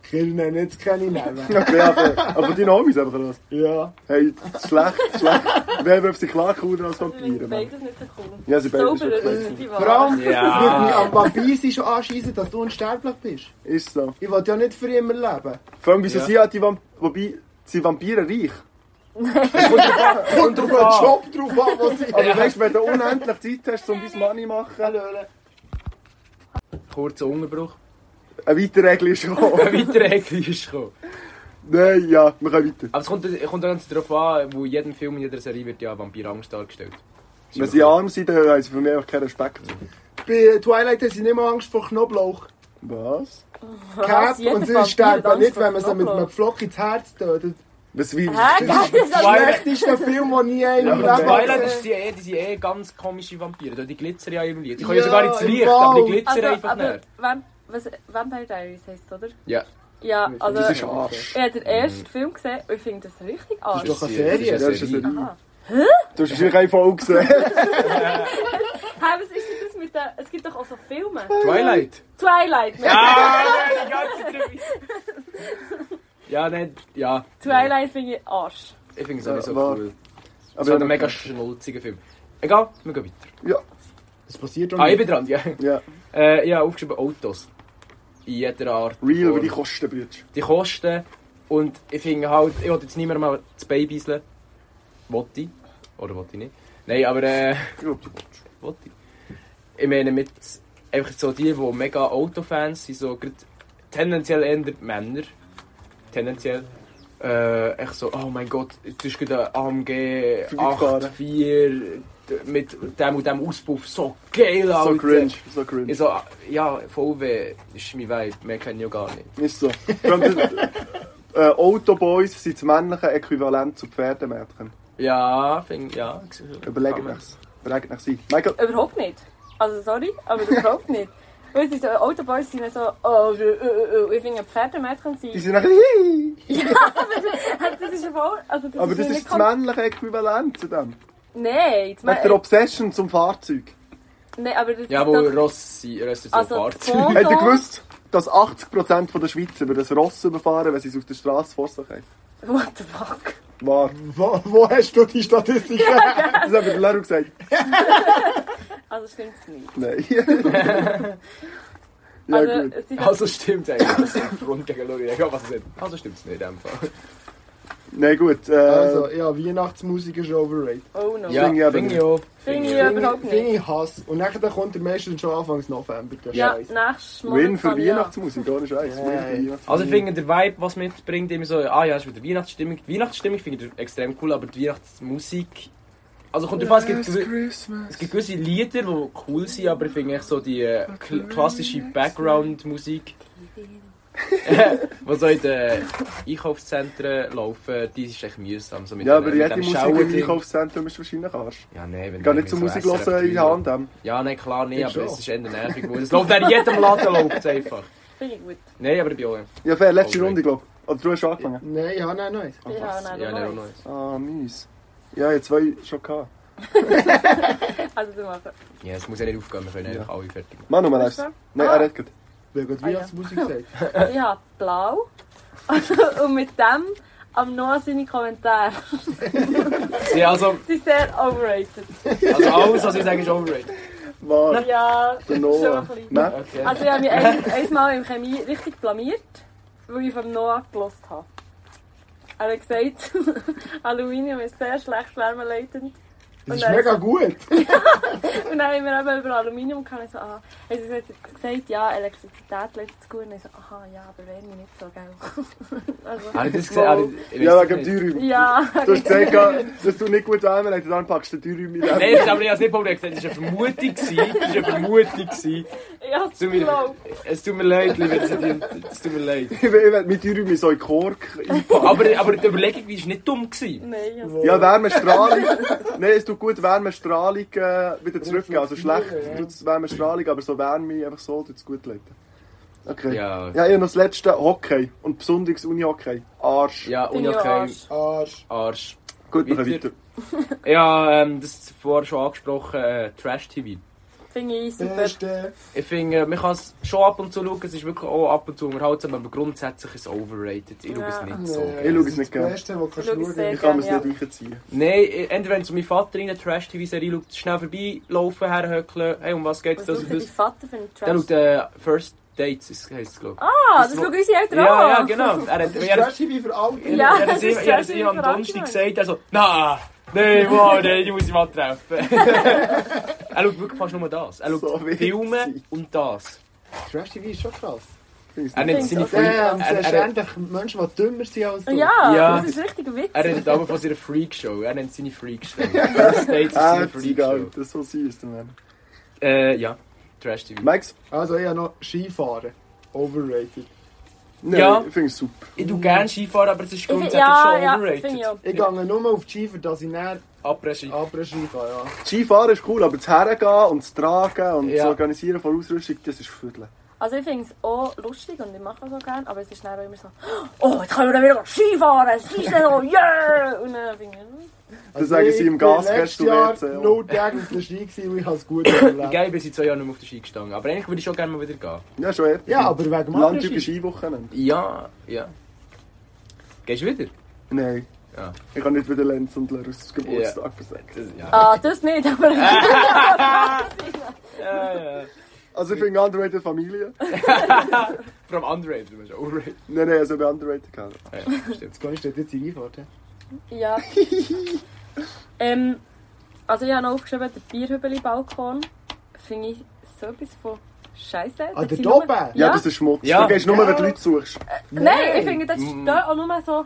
Speaker 2: Killen jetzt keine Namen.
Speaker 1: Okay, aber, aber deine Homies einfach los.
Speaker 2: ja.
Speaker 1: Hey, schlecht, schlecht. Wer wirft sich klar cooler als
Speaker 3: Ich finde
Speaker 1: Vampire, Mann?
Speaker 3: beides nicht so cool.
Speaker 1: Ja, sie beide
Speaker 3: Sauberer
Speaker 1: ist
Speaker 3: sind die
Speaker 2: Vor allem,
Speaker 4: Ja.
Speaker 2: würde mich am Vampir sein schon anschiessen, dass du unsterblich bist.
Speaker 1: Ist so.
Speaker 2: Ich will ja nicht für immer leben.
Speaker 1: Vor allem, wieso
Speaker 4: Ja.
Speaker 1: sie hat die Vamp Wobei, sind Vampire reich?
Speaker 2: Kommt auf den Job drauf an, was ich...
Speaker 1: Aber weißt du, wenn du unendlich Zeit hast, um dein Money zu machen,
Speaker 4: Kurzer Unterbruch.
Speaker 1: eine weitere Regel ist schon.
Speaker 4: Ein weiterer Eckli ist gekommen.
Speaker 1: Nein, ja, wir können weiter.
Speaker 4: Aber es kommt, kommt ganz darauf an, wo in jedem Film, in jeder Serie wird ja Vampirangst dargestellt.
Speaker 1: Wenn sie arm sind, dann haben sie für mich auch keinen Respekt.
Speaker 2: Bei Twilight haben sie nicht mal Angst vor Knoblauch.
Speaker 1: Was?
Speaker 2: Cap und sie sterben nicht, wenn man sie mit einem Pflock ins Herz tötet.
Speaker 1: Was wie?
Speaker 3: Hä? Das ist also,
Speaker 2: Das
Speaker 3: doch
Speaker 4: Twilight-
Speaker 2: schlechteste Film, den ich je in meinem
Speaker 1: Ja,
Speaker 2: Leben
Speaker 4: Twilight
Speaker 2: gesehen
Speaker 4: ist die, eh- die sind eh ganz komische Vampire. Die glitzern ja immer. Die können
Speaker 2: Ja,
Speaker 4: ja sogar ins
Speaker 2: im
Speaker 4: Licht,
Speaker 2: Fall.
Speaker 4: aber die glitzern
Speaker 3: Also,
Speaker 4: einfach
Speaker 3: aber
Speaker 4: nicht.
Speaker 3: Vamp was, Vampire Diaries heisst es, oder?
Speaker 4: Ja.
Speaker 3: Ja, also...
Speaker 1: Das ist Arsch.
Speaker 3: Ich habe den ersten
Speaker 4: Mhm.
Speaker 3: Film gesehen und ich finde das richtig arsch.
Speaker 2: ist doch eine
Speaker 4: Das ist
Speaker 2: Serie.
Speaker 1: Das ist eine
Speaker 4: Serie.
Speaker 1: Serie.
Speaker 3: Aha.
Speaker 1: Du hast wahrscheinlich eine Folge gesehen.
Speaker 3: Hey, was ist denn das mit der... Es gibt doch auch so Filme.
Speaker 4: Twilight.
Speaker 3: Twilight. ne?
Speaker 4: Ah, nein, die ganze Zeit. Ja, nein, ja.
Speaker 3: Twilight finde ich arsch.
Speaker 4: Ich finde es auch nicht so
Speaker 1: Ja, war-
Speaker 4: cool.
Speaker 1: Aber
Speaker 4: Das war ein
Speaker 1: ja,
Speaker 4: mega schnulziger Film. Egal, wir gehen weiter.
Speaker 1: Ja,
Speaker 2: Das passiert doch
Speaker 4: Ah, ich
Speaker 2: nicht.
Speaker 4: bin dran, ja.
Speaker 1: ja.
Speaker 4: Äh, ich habe aufgeschrieben Autos. In jeder Art.
Speaker 1: Real,
Speaker 4: Form.
Speaker 1: wie die Kosten brütst.
Speaker 4: die Kosten. Und ich finde halt, ich will jetzt nicht mehr mal das Babysle. Wollte ich. Oder wollte ich nicht. Nein, aber äh,
Speaker 1: Ich glaube, du willst.
Speaker 4: wollte ich. Ich meine, mit einfach so die, die mega Autofans sind, so grad tendenziell eher Männer. Tendenziell. Äh, echt so, oh mein Gott, das ist gerade ein AMG
Speaker 1: Fünffahren.
Speaker 4: 8-4 mit dem und dem Auspuff. So geil, Alter.
Speaker 1: So cringe, so cringe.
Speaker 4: Ich so, ja, VW ist mein Vibe, mehr kenne ich ja gar nicht.
Speaker 1: Ist so. Vor allem, äh, Autoboys sind das männliche Äquivalent zu Pferdemädchen.
Speaker 4: Ja, finde ja.
Speaker 1: Überlegt
Speaker 4: Kann man.
Speaker 1: nach's. Überlegt nach's ein. Michael,
Speaker 3: Überhaupt nicht. Also, sorry, aber überhaupt nicht. Weil sie so Autoboys sind so... Oh, äh, äh, äh. ich finde Pferdemädchen
Speaker 1: die
Speaker 3: sind...
Speaker 1: sind nachher. Hihi.
Speaker 3: Das ist ja voll... Also, das
Speaker 1: Aber
Speaker 3: ist
Speaker 1: das
Speaker 3: ja
Speaker 1: ist
Speaker 3: nicht
Speaker 1: das männliche Äquivalent zu dem.
Speaker 3: Nein, äh, das
Speaker 1: Mit der Obsession zum Fahrzeug.
Speaker 3: Nein, aber das
Speaker 4: Ja,
Speaker 3: ist
Speaker 4: wo
Speaker 3: doch...
Speaker 4: Rossi, äh, Rossi so
Speaker 3: Also,
Speaker 4: fährt.
Speaker 3: Fond-
Speaker 1: Hättet ihr gewusst, dass 80% der Schweizer über das Ross überfahren, wenn sie es auf der Straße vor sich haben?
Speaker 3: What the fuck?
Speaker 1: Wahr.
Speaker 2: Wo, wo hast du die Statistik her?
Speaker 1: Das hat mir der Lehrer gesagt.
Speaker 3: Also, stimmt's nicht.
Speaker 1: Nein.
Speaker 3: also,
Speaker 1: ja, gut.
Speaker 3: es sind
Speaker 4: Also stimmt eigentlich. Das ist ein Front gegen Lori. Egal, was es ist. Also stimmt's nicht in dem Fall.
Speaker 1: Nein, gut. Äh,
Speaker 2: Also, ja, Weihnachtsmusik ist overrated.
Speaker 3: Oh no.
Speaker 4: Ja,
Speaker 1: Finde ich eben
Speaker 4: finde ich
Speaker 1: nicht.
Speaker 4: auch.
Speaker 3: Finde ich
Speaker 4: Ja,
Speaker 2: Finde
Speaker 3: überhaupt
Speaker 2: ich- finde
Speaker 3: nicht.
Speaker 2: ich Hass. Und dann kommt der meistens schon Anfangs November. Der
Speaker 3: Ja,
Speaker 2: Scheiß.
Speaker 3: nächstes Mal.
Speaker 1: Win für
Speaker 3: ja.
Speaker 1: Weihnachtsmusik, ohne Scheiß. Win für
Speaker 2: Nein.
Speaker 1: Weihnachtsmusik.
Speaker 4: Also ich finde der Vibe, was mitbringt, immer so, ah ja, ist wieder Weihnachtsstimmung. Die Weihnachtsstimmung finde ich extrem cool, aber die Weihnachtsmusik... Also kommt drauf an, es gibt, gewi- es gibt gewisse Lieder, die cool sind, aber ich finde echt so die äh, kl klassische Background-Musik, die so in den Einkaufszentren laufen, die ist echt mühsam. So mit
Speaker 1: Ja,
Speaker 4: dem-
Speaker 1: aber
Speaker 4: mit
Speaker 1: jede
Speaker 4: dem
Speaker 1: Musik
Speaker 4: Schauerding.
Speaker 1: im Einkaufszentrum ist wahrscheinlich Arsch.
Speaker 4: Ja, nee, wenn
Speaker 1: Ich gehe nicht zur Musik hören in die Hand. ähm.
Speaker 4: Ja, nein, klar nicht,
Speaker 2: Ich
Speaker 4: aber
Speaker 2: schon.
Speaker 4: es ist eher nervig. weil Es läuft an jedem Laden läuft einfach.
Speaker 3: Finde ich gut.
Speaker 4: Nein, aber ich bin auch...
Speaker 1: Ja, fair, letzte
Speaker 4: Okay.
Speaker 1: Runde, glaube ich. Oder du hast schon angefangen.
Speaker 2: Nein, ich habe noch nichts.
Speaker 3: Ich habe
Speaker 1: was?
Speaker 3: auch
Speaker 4: Ja,
Speaker 3: noch
Speaker 4: nein, auch
Speaker 3: eins.
Speaker 4: nice.
Speaker 1: Ah, mies. Ja, ich habe zwei schon gehabt.
Speaker 3: Also, du machst es.
Speaker 4: Ja, es muss ja nicht aufgehen, wir können einfach alle fertig machen.
Speaker 1: Manu, mal um eins.
Speaker 3: Hast du?
Speaker 1: Nein,
Speaker 3: Ah.
Speaker 1: er redet.
Speaker 2: Wer gut
Speaker 3: Ah, ja.
Speaker 2: Weihnachtsmusik sagt.
Speaker 3: Ich habe blau. Und mit dem am Noah seine Kommentare.
Speaker 4: Sie, also,
Speaker 3: Sie sind sehr overrated.
Speaker 4: also alles, was ich sage, ist overrated.
Speaker 1: War
Speaker 3: Ja,
Speaker 1: der
Speaker 3: schon
Speaker 1: Noah.
Speaker 3: ein bisschen.
Speaker 1: Nein?
Speaker 4: Okay.
Speaker 3: Also ich habe mich ein, einmal im Chemie richtig blamiert, weil ich von Noah gelost habe. Er hat gesagt, Aluminium ist sehr schlecht wärmeleitend.
Speaker 2: Das
Speaker 3: Und
Speaker 2: ist
Speaker 3: dann-
Speaker 2: mega gut.
Speaker 3: Und dann haben wir eben über Aluminium gehabt. Ich so, aha. Er hat gesagt, gesagt, ja, Elektrizität lädt es gut. Und ich so, aha, ah, ja, aber Wärme nicht so, gell. also,
Speaker 4: Habe ich das gesehen? Habe ich- ich
Speaker 1: Ja,
Speaker 4: weiss
Speaker 1: wegen
Speaker 4: es
Speaker 1: dem
Speaker 4: nicht.
Speaker 1: Dürüm.
Speaker 3: ja,
Speaker 1: Du hast gesagt, dass du nicht gut wärmen hast, dann packst du den Dürüm in
Speaker 4: Nein,
Speaker 1: den
Speaker 4: das ist aber ich habe es nicht probiert. Es war eine Vermutung. gewesen. Es war eine Vermutung. gewesen.
Speaker 3: ich hab's
Speaker 4: Es tut mir,
Speaker 3: geglaubt.
Speaker 4: es tut mir leid, liebe Studenten. Es tut mir leid.
Speaker 1: Ich werde mit Dürüm in so einen Kork einpacken.
Speaker 4: Aber, aber die Überlegung war nicht dumm. Gewesen.
Speaker 3: Nein, ich hab's
Speaker 1: Ja, Wärmestrahlung. Nein, es tut gut Wärmestrahlung äh, wieder zurückgeben. Also schlecht
Speaker 2: Ja.
Speaker 1: tut es Wärmestrahlung, aber so Wärme einfach so tut es gut leiten. Okay. Ja,
Speaker 4: Ja,
Speaker 1: ich habe noch das letzte Hockey und besonderes Uni-Hockey. Arsch.
Speaker 4: ja, und
Speaker 3: Bin ja
Speaker 4: ja, kein
Speaker 3: Arsch.
Speaker 2: Arsch.
Speaker 4: Arsch.
Speaker 1: Gut, wir können
Speaker 4: Weiter.
Speaker 1: weiter.
Speaker 4: Ja, ähm, das vorher schon angesprochen, äh, Trash-TV.
Speaker 3: Finde ich super.
Speaker 2: Beste.
Speaker 4: Ich finde, äh, man kann es schon ab und zu schauen, es ist wirklich auch ab und zu unterhaltsam, aber grundsätzlich ist es overrated. Ich schaue es
Speaker 3: Ja.
Speaker 4: nicht so.
Speaker 1: Ich schaue
Speaker 4: gerne.
Speaker 1: es nicht
Speaker 2: Das
Speaker 1: gern.
Speaker 2: Beste, was du
Speaker 3: Ich schaue es
Speaker 2: kannst
Speaker 3: sehr
Speaker 2: schauen
Speaker 1: Ich kann mir es
Speaker 3: Ja.
Speaker 1: nicht reinziehen.
Speaker 4: Nein, äh, entweder wenn so mein Vater in eine Trash-TV-Serie schaut, schnell vorbeilaufen, herhöckeln, hey, um was geht's,
Speaker 3: Was
Speaker 4: das
Speaker 3: sucht
Speaker 4: und
Speaker 3: dein
Speaker 4: das.
Speaker 3: Vater für einen
Speaker 4: Der
Speaker 3: Trash?
Speaker 4: schaut äh, First Dates, ist- heisst es, glaube ich.
Speaker 3: Ah, das schauen unsere Eltern
Speaker 4: ja, ja,
Speaker 3: auch.
Speaker 4: genau. Er hat
Speaker 2: Das ist
Speaker 4: er hat-
Speaker 2: das Beste wie für alle.
Speaker 3: Ja.
Speaker 4: er hat
Speaker 3: das
Speaker 4: es ihm-
Speaker 3: ist
Speaker 4: er hat es
Speaker 3: Trash-TV
Speaker 4: ihm am
Speaker 3: für
Speaker 4: Donnerstag
Speaker 3: Anfänger.
Speaker 4: gesagt, er so, nein, nein, wow, nein, die muss ich mal treffen. er schaut wirklich fast nur das. Er schaut
Speaker 1: So witzig.
Speaker 4: Filme und das.
Speaker 2: Trash TV ist schon krass.
Speaker 1: Ich
Speaker 4: Er
Speaker 1: weiß nicht.
Speaker 4: nimmt
Speaker 3: find's
Speaker 4: seine
Speaker 3: auch
Speaker 4: Freunde.
Speaker 2: Damn,
Speaker 4: er-
Speaker 2: es sind
Speaker 4: er-
Speaker 2: endlich Menschen, die dümmer sind als du.
Speaker 3: Ja,
Speaker 4: Ja.
Speaker 3: das ist richtig witzig.
Speaker 4: Er redet aber von seiner Freakshow. Er nennt seine Freakshow. First Dates ist seine
Speaker 1: Herzig,
Speaker 4: Freakshow.
Speaker 1: Alter. So süß, der Mann.
Speaker 4: Äh, ja. Trash TV.
Speaker 1: Max?
Speaker 2: Also, ich habe noch Skifahren. Overrated.
Speaker 1: Nein,
Speaker 4: Ja.
Speaker 1: ich finde es super.
Speaker 4: Ich tue gerne Skifahren, aber es ist
Speaker 3: Ich-
Speaker 4: grundsätzlich
Speaker 3: ja,
Speaker 4: schon
Speaker 3: ja, finde ich
Speaker 4: overrated.
Speaker 3: auch.
Speaker 2: Ich gehe nur auf die Skifahren, dass ich näher
Speaker 4: Après-Ski.
Speaker 2: Après-Ski kann. Ja.
Speaker 1: Skifahren ist cool, aber das Hergehen und das Tragen und
Speaker 4: Ja.
Speaker 1: das Organisieren von Ausrüstung, das ist Viertel.
Speaker 3: Also ich finde es auch lustig und ich mache es auch gerne, aber es ist dann auch immer so, oh, jetzt können wir dann wieder Skifahren, Skisaison, yeah! Und dann finde ich,
Speaker 4: Also
Speaker 1: Das sagen sie im Gaskast zu WC, ja.
Speaker 2: No Tag auf der Ski gewesen und ich habe es gut
Speaker 4: Ich
Speaker 2: erlebt.
Speaker 4: gehe, bin seit zwei Jahren nicht mehr auf den Ski gestanden. Aber eigentlich würde ich schon gerne mal wieder gehen.
Speaker 1: Ja, schon episch.
Speaker 2: Ja, aber wegen
Speaker 1: Landtypische
Speaker 2: Après-Ski.
Speaker 1: Skiwochenende.
Speaker 4: Ja, ja. Gehst du wieder?
Speaker 1: Nein.
Speaker 4: Ja.
Speaker 1: Ich kann nicht wieder Lenz und Lörres Geburtstag versagen.
Speaker 4: Das, ja.
Speaker 3: ah, das nicht, aber
Speaker 4: ja, ja.
Speaker 1: Also ich finde underrated Familie.
Speaker 4: Vor allem underrated, du bist overrated.
Speaker 1: Nein, nein, also ich bin underrated gehabt.
Speaker 4: Ja, stimmt's.
Speaker 2: Jetzt gehst du dort jetzt reinfahren.
Speaker 3: ja. ähm, also ich habe noch aufgeschrieben, der Bierhübeli-Balkon finde ich so etwas von Scheiße.
Speaker 2: Ah, der
Speaker 3: Dope?
Speaker 2: Dope?
Speaker 1: Ja,
Speaker 3: Ja.
Speaker 1: das ist Schmutz.
Speaker 4: Ja.
Speaker 1: Du gehst nur, wenn du
Speaker 2: Ja.
Speaker 1: Leute suchst.
Speaker 3: Nein, ich finde, das ist
Speaker 4: Mm.
Speaker 3: da auch nur so,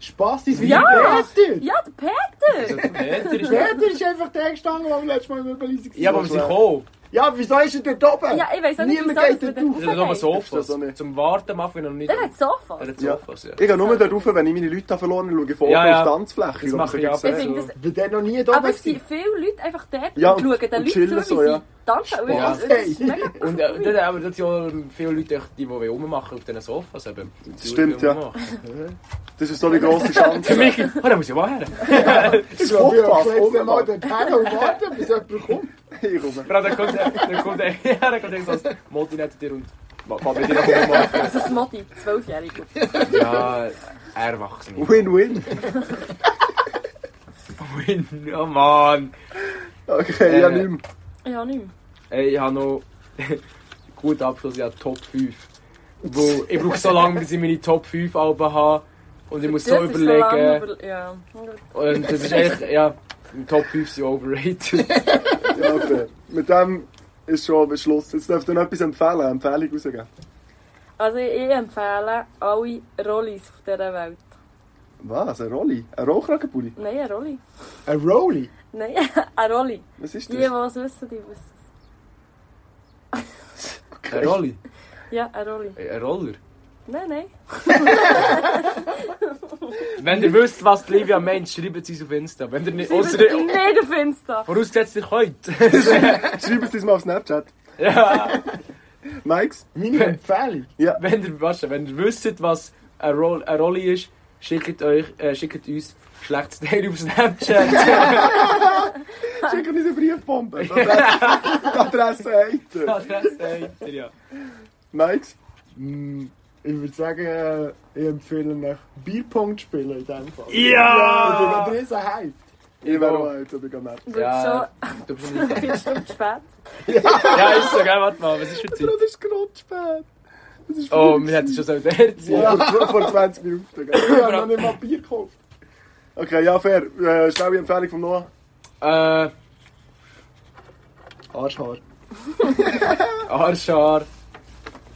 Speaker 2: Spass, dein
Speaker 3: Ja.
Speaker 2: Peter!
Speaker 3: ja, der
Speaker 4: Also-
Speaker 3: Peter!
Speaker 4: Peter ist ja.
Speaker 2: Peter ist einfach der gestanden, der wir letztes Mal über Belize
Speaker 4: Ja, aber wir sind gekommen.
Speaker 2: Ja, wieso ist er dort oben?
Speaker 3: Ja, ich weiss auch nicht,
Speaker 2: Niemand
Speaker 3: wieso,
Speaker 2: geht
Speaker 3: dass
Speaker 2: dort
Speaker 3: wir dort
Speaker 4: Das
Speaker 2: auf.
Speaker 4: sind nochmal
Speaker 1: Ist das auch
Speaker 4: Sofas.
Speaker 1: nicht.
Speaker 4: Zum Warten machen wir noch nicht.
Speaker 3: Der hat Sofa.
Speaker 4: Er hat
Speaker 1: Ja.
Speaker 4: Sofas, ja.
Speaker 1: Ich gehe nur dort rauf, wenn ich meine Leute verloren habe, schaue ich vorne
Speaker 4: Ja, ja.
Speaker 1: auf die Tanzfläche.
Speaker 4: Das mache ich
Speaker 1: aber
Speaker 4: ab.
Speaker 1: so
Speaker 3: Ich
Speaker 1: gesehen.
Speaker 3: finde
Speaker 4: Also-
Speaker 3: das,
Speaker 2: Ich bin dann noch nie dort
Speaker 3: aber
Speaker 2: oben.
Speaker 3: es sind viele Leute einfach dort
Speaker 1: Ja,
Speaker 3: und schauen
Speaker 1: und-
Speaker 3: den
Speaker 1: und
Speaker 3: Leuten
Speaker 1: chillen
Speaker 3: zu, wie
Speaker 1: so,
Speaker 3: sie
Speaker 1: ja.
Speaker 3: tanzen. Und
Speaker 4: Ja.
Speaker 3: das ist
Speaker 2: Hey.
Speaker 3: mega
Speaker 4: Und äh, dann haben wir das ja auch viele Leute, die die rummachen auf diesen Sofas. Eben. Die
Speaker 1: Stimmt,
Speaker 4: Leute
Speaker 1: ja.
Speaker 4: rummachen.
Speaker 1: Das ist so eine grosse Chance.
Speaker 4: Für mich, oh, da muss ich mal her.
Speaker 2: Ich glaube, ich
Speaker 1: Fuchsbach,
Speaker 2: habe jetzt mal
Speaker 1: Obermann.
Speaker 2: dort her und warten, bis jemand kommt.
Speaker 1: Ich komme.
Speaker 4: Aber dann kommt, dann kommt, ja, dann kommt irgend so ein Moti neben dir und fährt mit dir nach oben machen.
Speaker 3: Das ist Modi, 12-jährig.
Speaker 4: Ja, erwachsen.
Speaker 1: Win-win.
Speaker 4: Win, oh Mann.
Speaker 1: Okay, ja,
Speaker 4: Äh.
Speaker 1: nimm.
Speaker 3: Ja, nicht mehr.
Speaker 4: Ey, ich habe noch guten Abschluss, ja, Top 5. Wo, ich brauche so lange, bis ich meine Top 5 Alben habe. Und ich muss
Speaker 3: Das
Speaker 4: so
Speaker 3: ist lang
Speaker 4: überlegen.
Speaker 3: Über ja.
Speaker 4: Und das ist echt, ja, im Top 5 sind overrated.
Speaker 1: Ja, okay. Mit dem ist schon am Schluss. Jetzt dürft ihr noch etwas empfehlen, eine Empfehlung rausgeben.
Speaker 3: Also ich ich empfehle alle Rollis auf dieser Welt.
Speaker 1: Was? Ein Rolli? Ein Rollkragenpulli?
Speaker 3: Nein, ein Rolli.
Speaker 2: Ein Rolli?
Speaker 3: Nein, ein Rolli.
Speaker 1: Was ist
Speaker 3: Die,
Speaker 1: das?
Speaker 3: die es wissen, die wissen es.
Speaker 4: Ein Rolli.
Speaker 3: Ja, ah, ein Rolli.
Speaker 4: Ein Roller.
Speaker 3: Nein, nein.
Speaker 4: Wenn ihr wisst, was die Livia meint, schreibt sie uns auf Insta. Wenn ihr nicht,
Speaker 3: Sie wissen
Speaker 4: ausser,
Speaker 3: es nicht auf Insta.
Speaker 4: vorausgesetzt ihr könnt.
Speaker 1: Schreib es uns mal auf Snapchat.
Speaker 4: ja.
Speaker 1: Mikes?
Speaker 2: Meine Empfehlung.
Speaker 1: Ja.
Speaker 4: Wenn ihr, warte, wenn ihr wisst, was ein, Roll, ein Rolli ist, schickt, euch, äh, schickt uns schlechtes Teil auf Snapchat.
Speaker 1: Schick uns eine Briefbombe. Die Adresse- die Adresse habt ihr.
Speaker 4: Adresse, ja.
Speaker 1: Mikes?
Speaker 2: Hm, Ich würde sagen, äh, ich empfehle nach Bierpunkt spielen in diesem Fall.
Speaker 4: Ja!
Speaker 2: Ich bin gerade riesen hyped.
Speaker 1: Ich wäre auch alt, aber ich gehe nicht.
Speaker 3: Wird
Speaker 4: Ja, du bist
Speaker 3: schon
Speaker 4: nicht.
Speaker 3: vier Stunden spät.
Speaker 4: Ja, ist so, gell, warte mal, was ist für Zeit?
Speaker 1: Das ist gerade spät. Das ist
Speaker 4: Oh,
Speaker 1: verrückt.
Speaker 4: wir hätten schon so der
Speaker 1: Vor, vor, vor 20 Minuten.
Speaker 2: Ich
Speaker 1: Gell?
Speaker 2: habe noch nicht mal Bier gekauft.
Speaker 1: Okay, ja, fair. Äh, schnelle Empfehlung von Noah.
Speaker 4: Äh,
Speaker 2: Arschhaar.
Speaker 4: Arschar.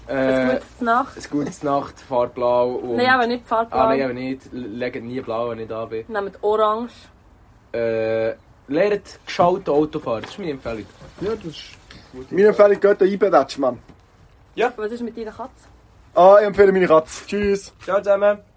Speaker 3: Ein
Speaker 4: Äh,
Speaker 3: gutes Nacht.
Speaker 4: es gutes Nacht, fahr blau. Und
Speaker 3: Nein, aber nicht Farbblau.
Speaker 4: Ah, nein, aber nicht. L- Legt nie blau, wenn ich da bin.
Speaker 3: Nehmt Nou, Orange.
Speaker 4: Äh, lernt geschaut Autofahren, das ist meine Empfehlung.
Speaker 2: Ja, das ist gut.
Speaker 1: Meine Empfehlung geht an Iberatsch, Mann.
Speaker 3: Was ist mit deiner Katze?
Speaker 1: Ah, ich empfehle meine Katze. Tschüss.
Speaker 4: Ciao zusammen.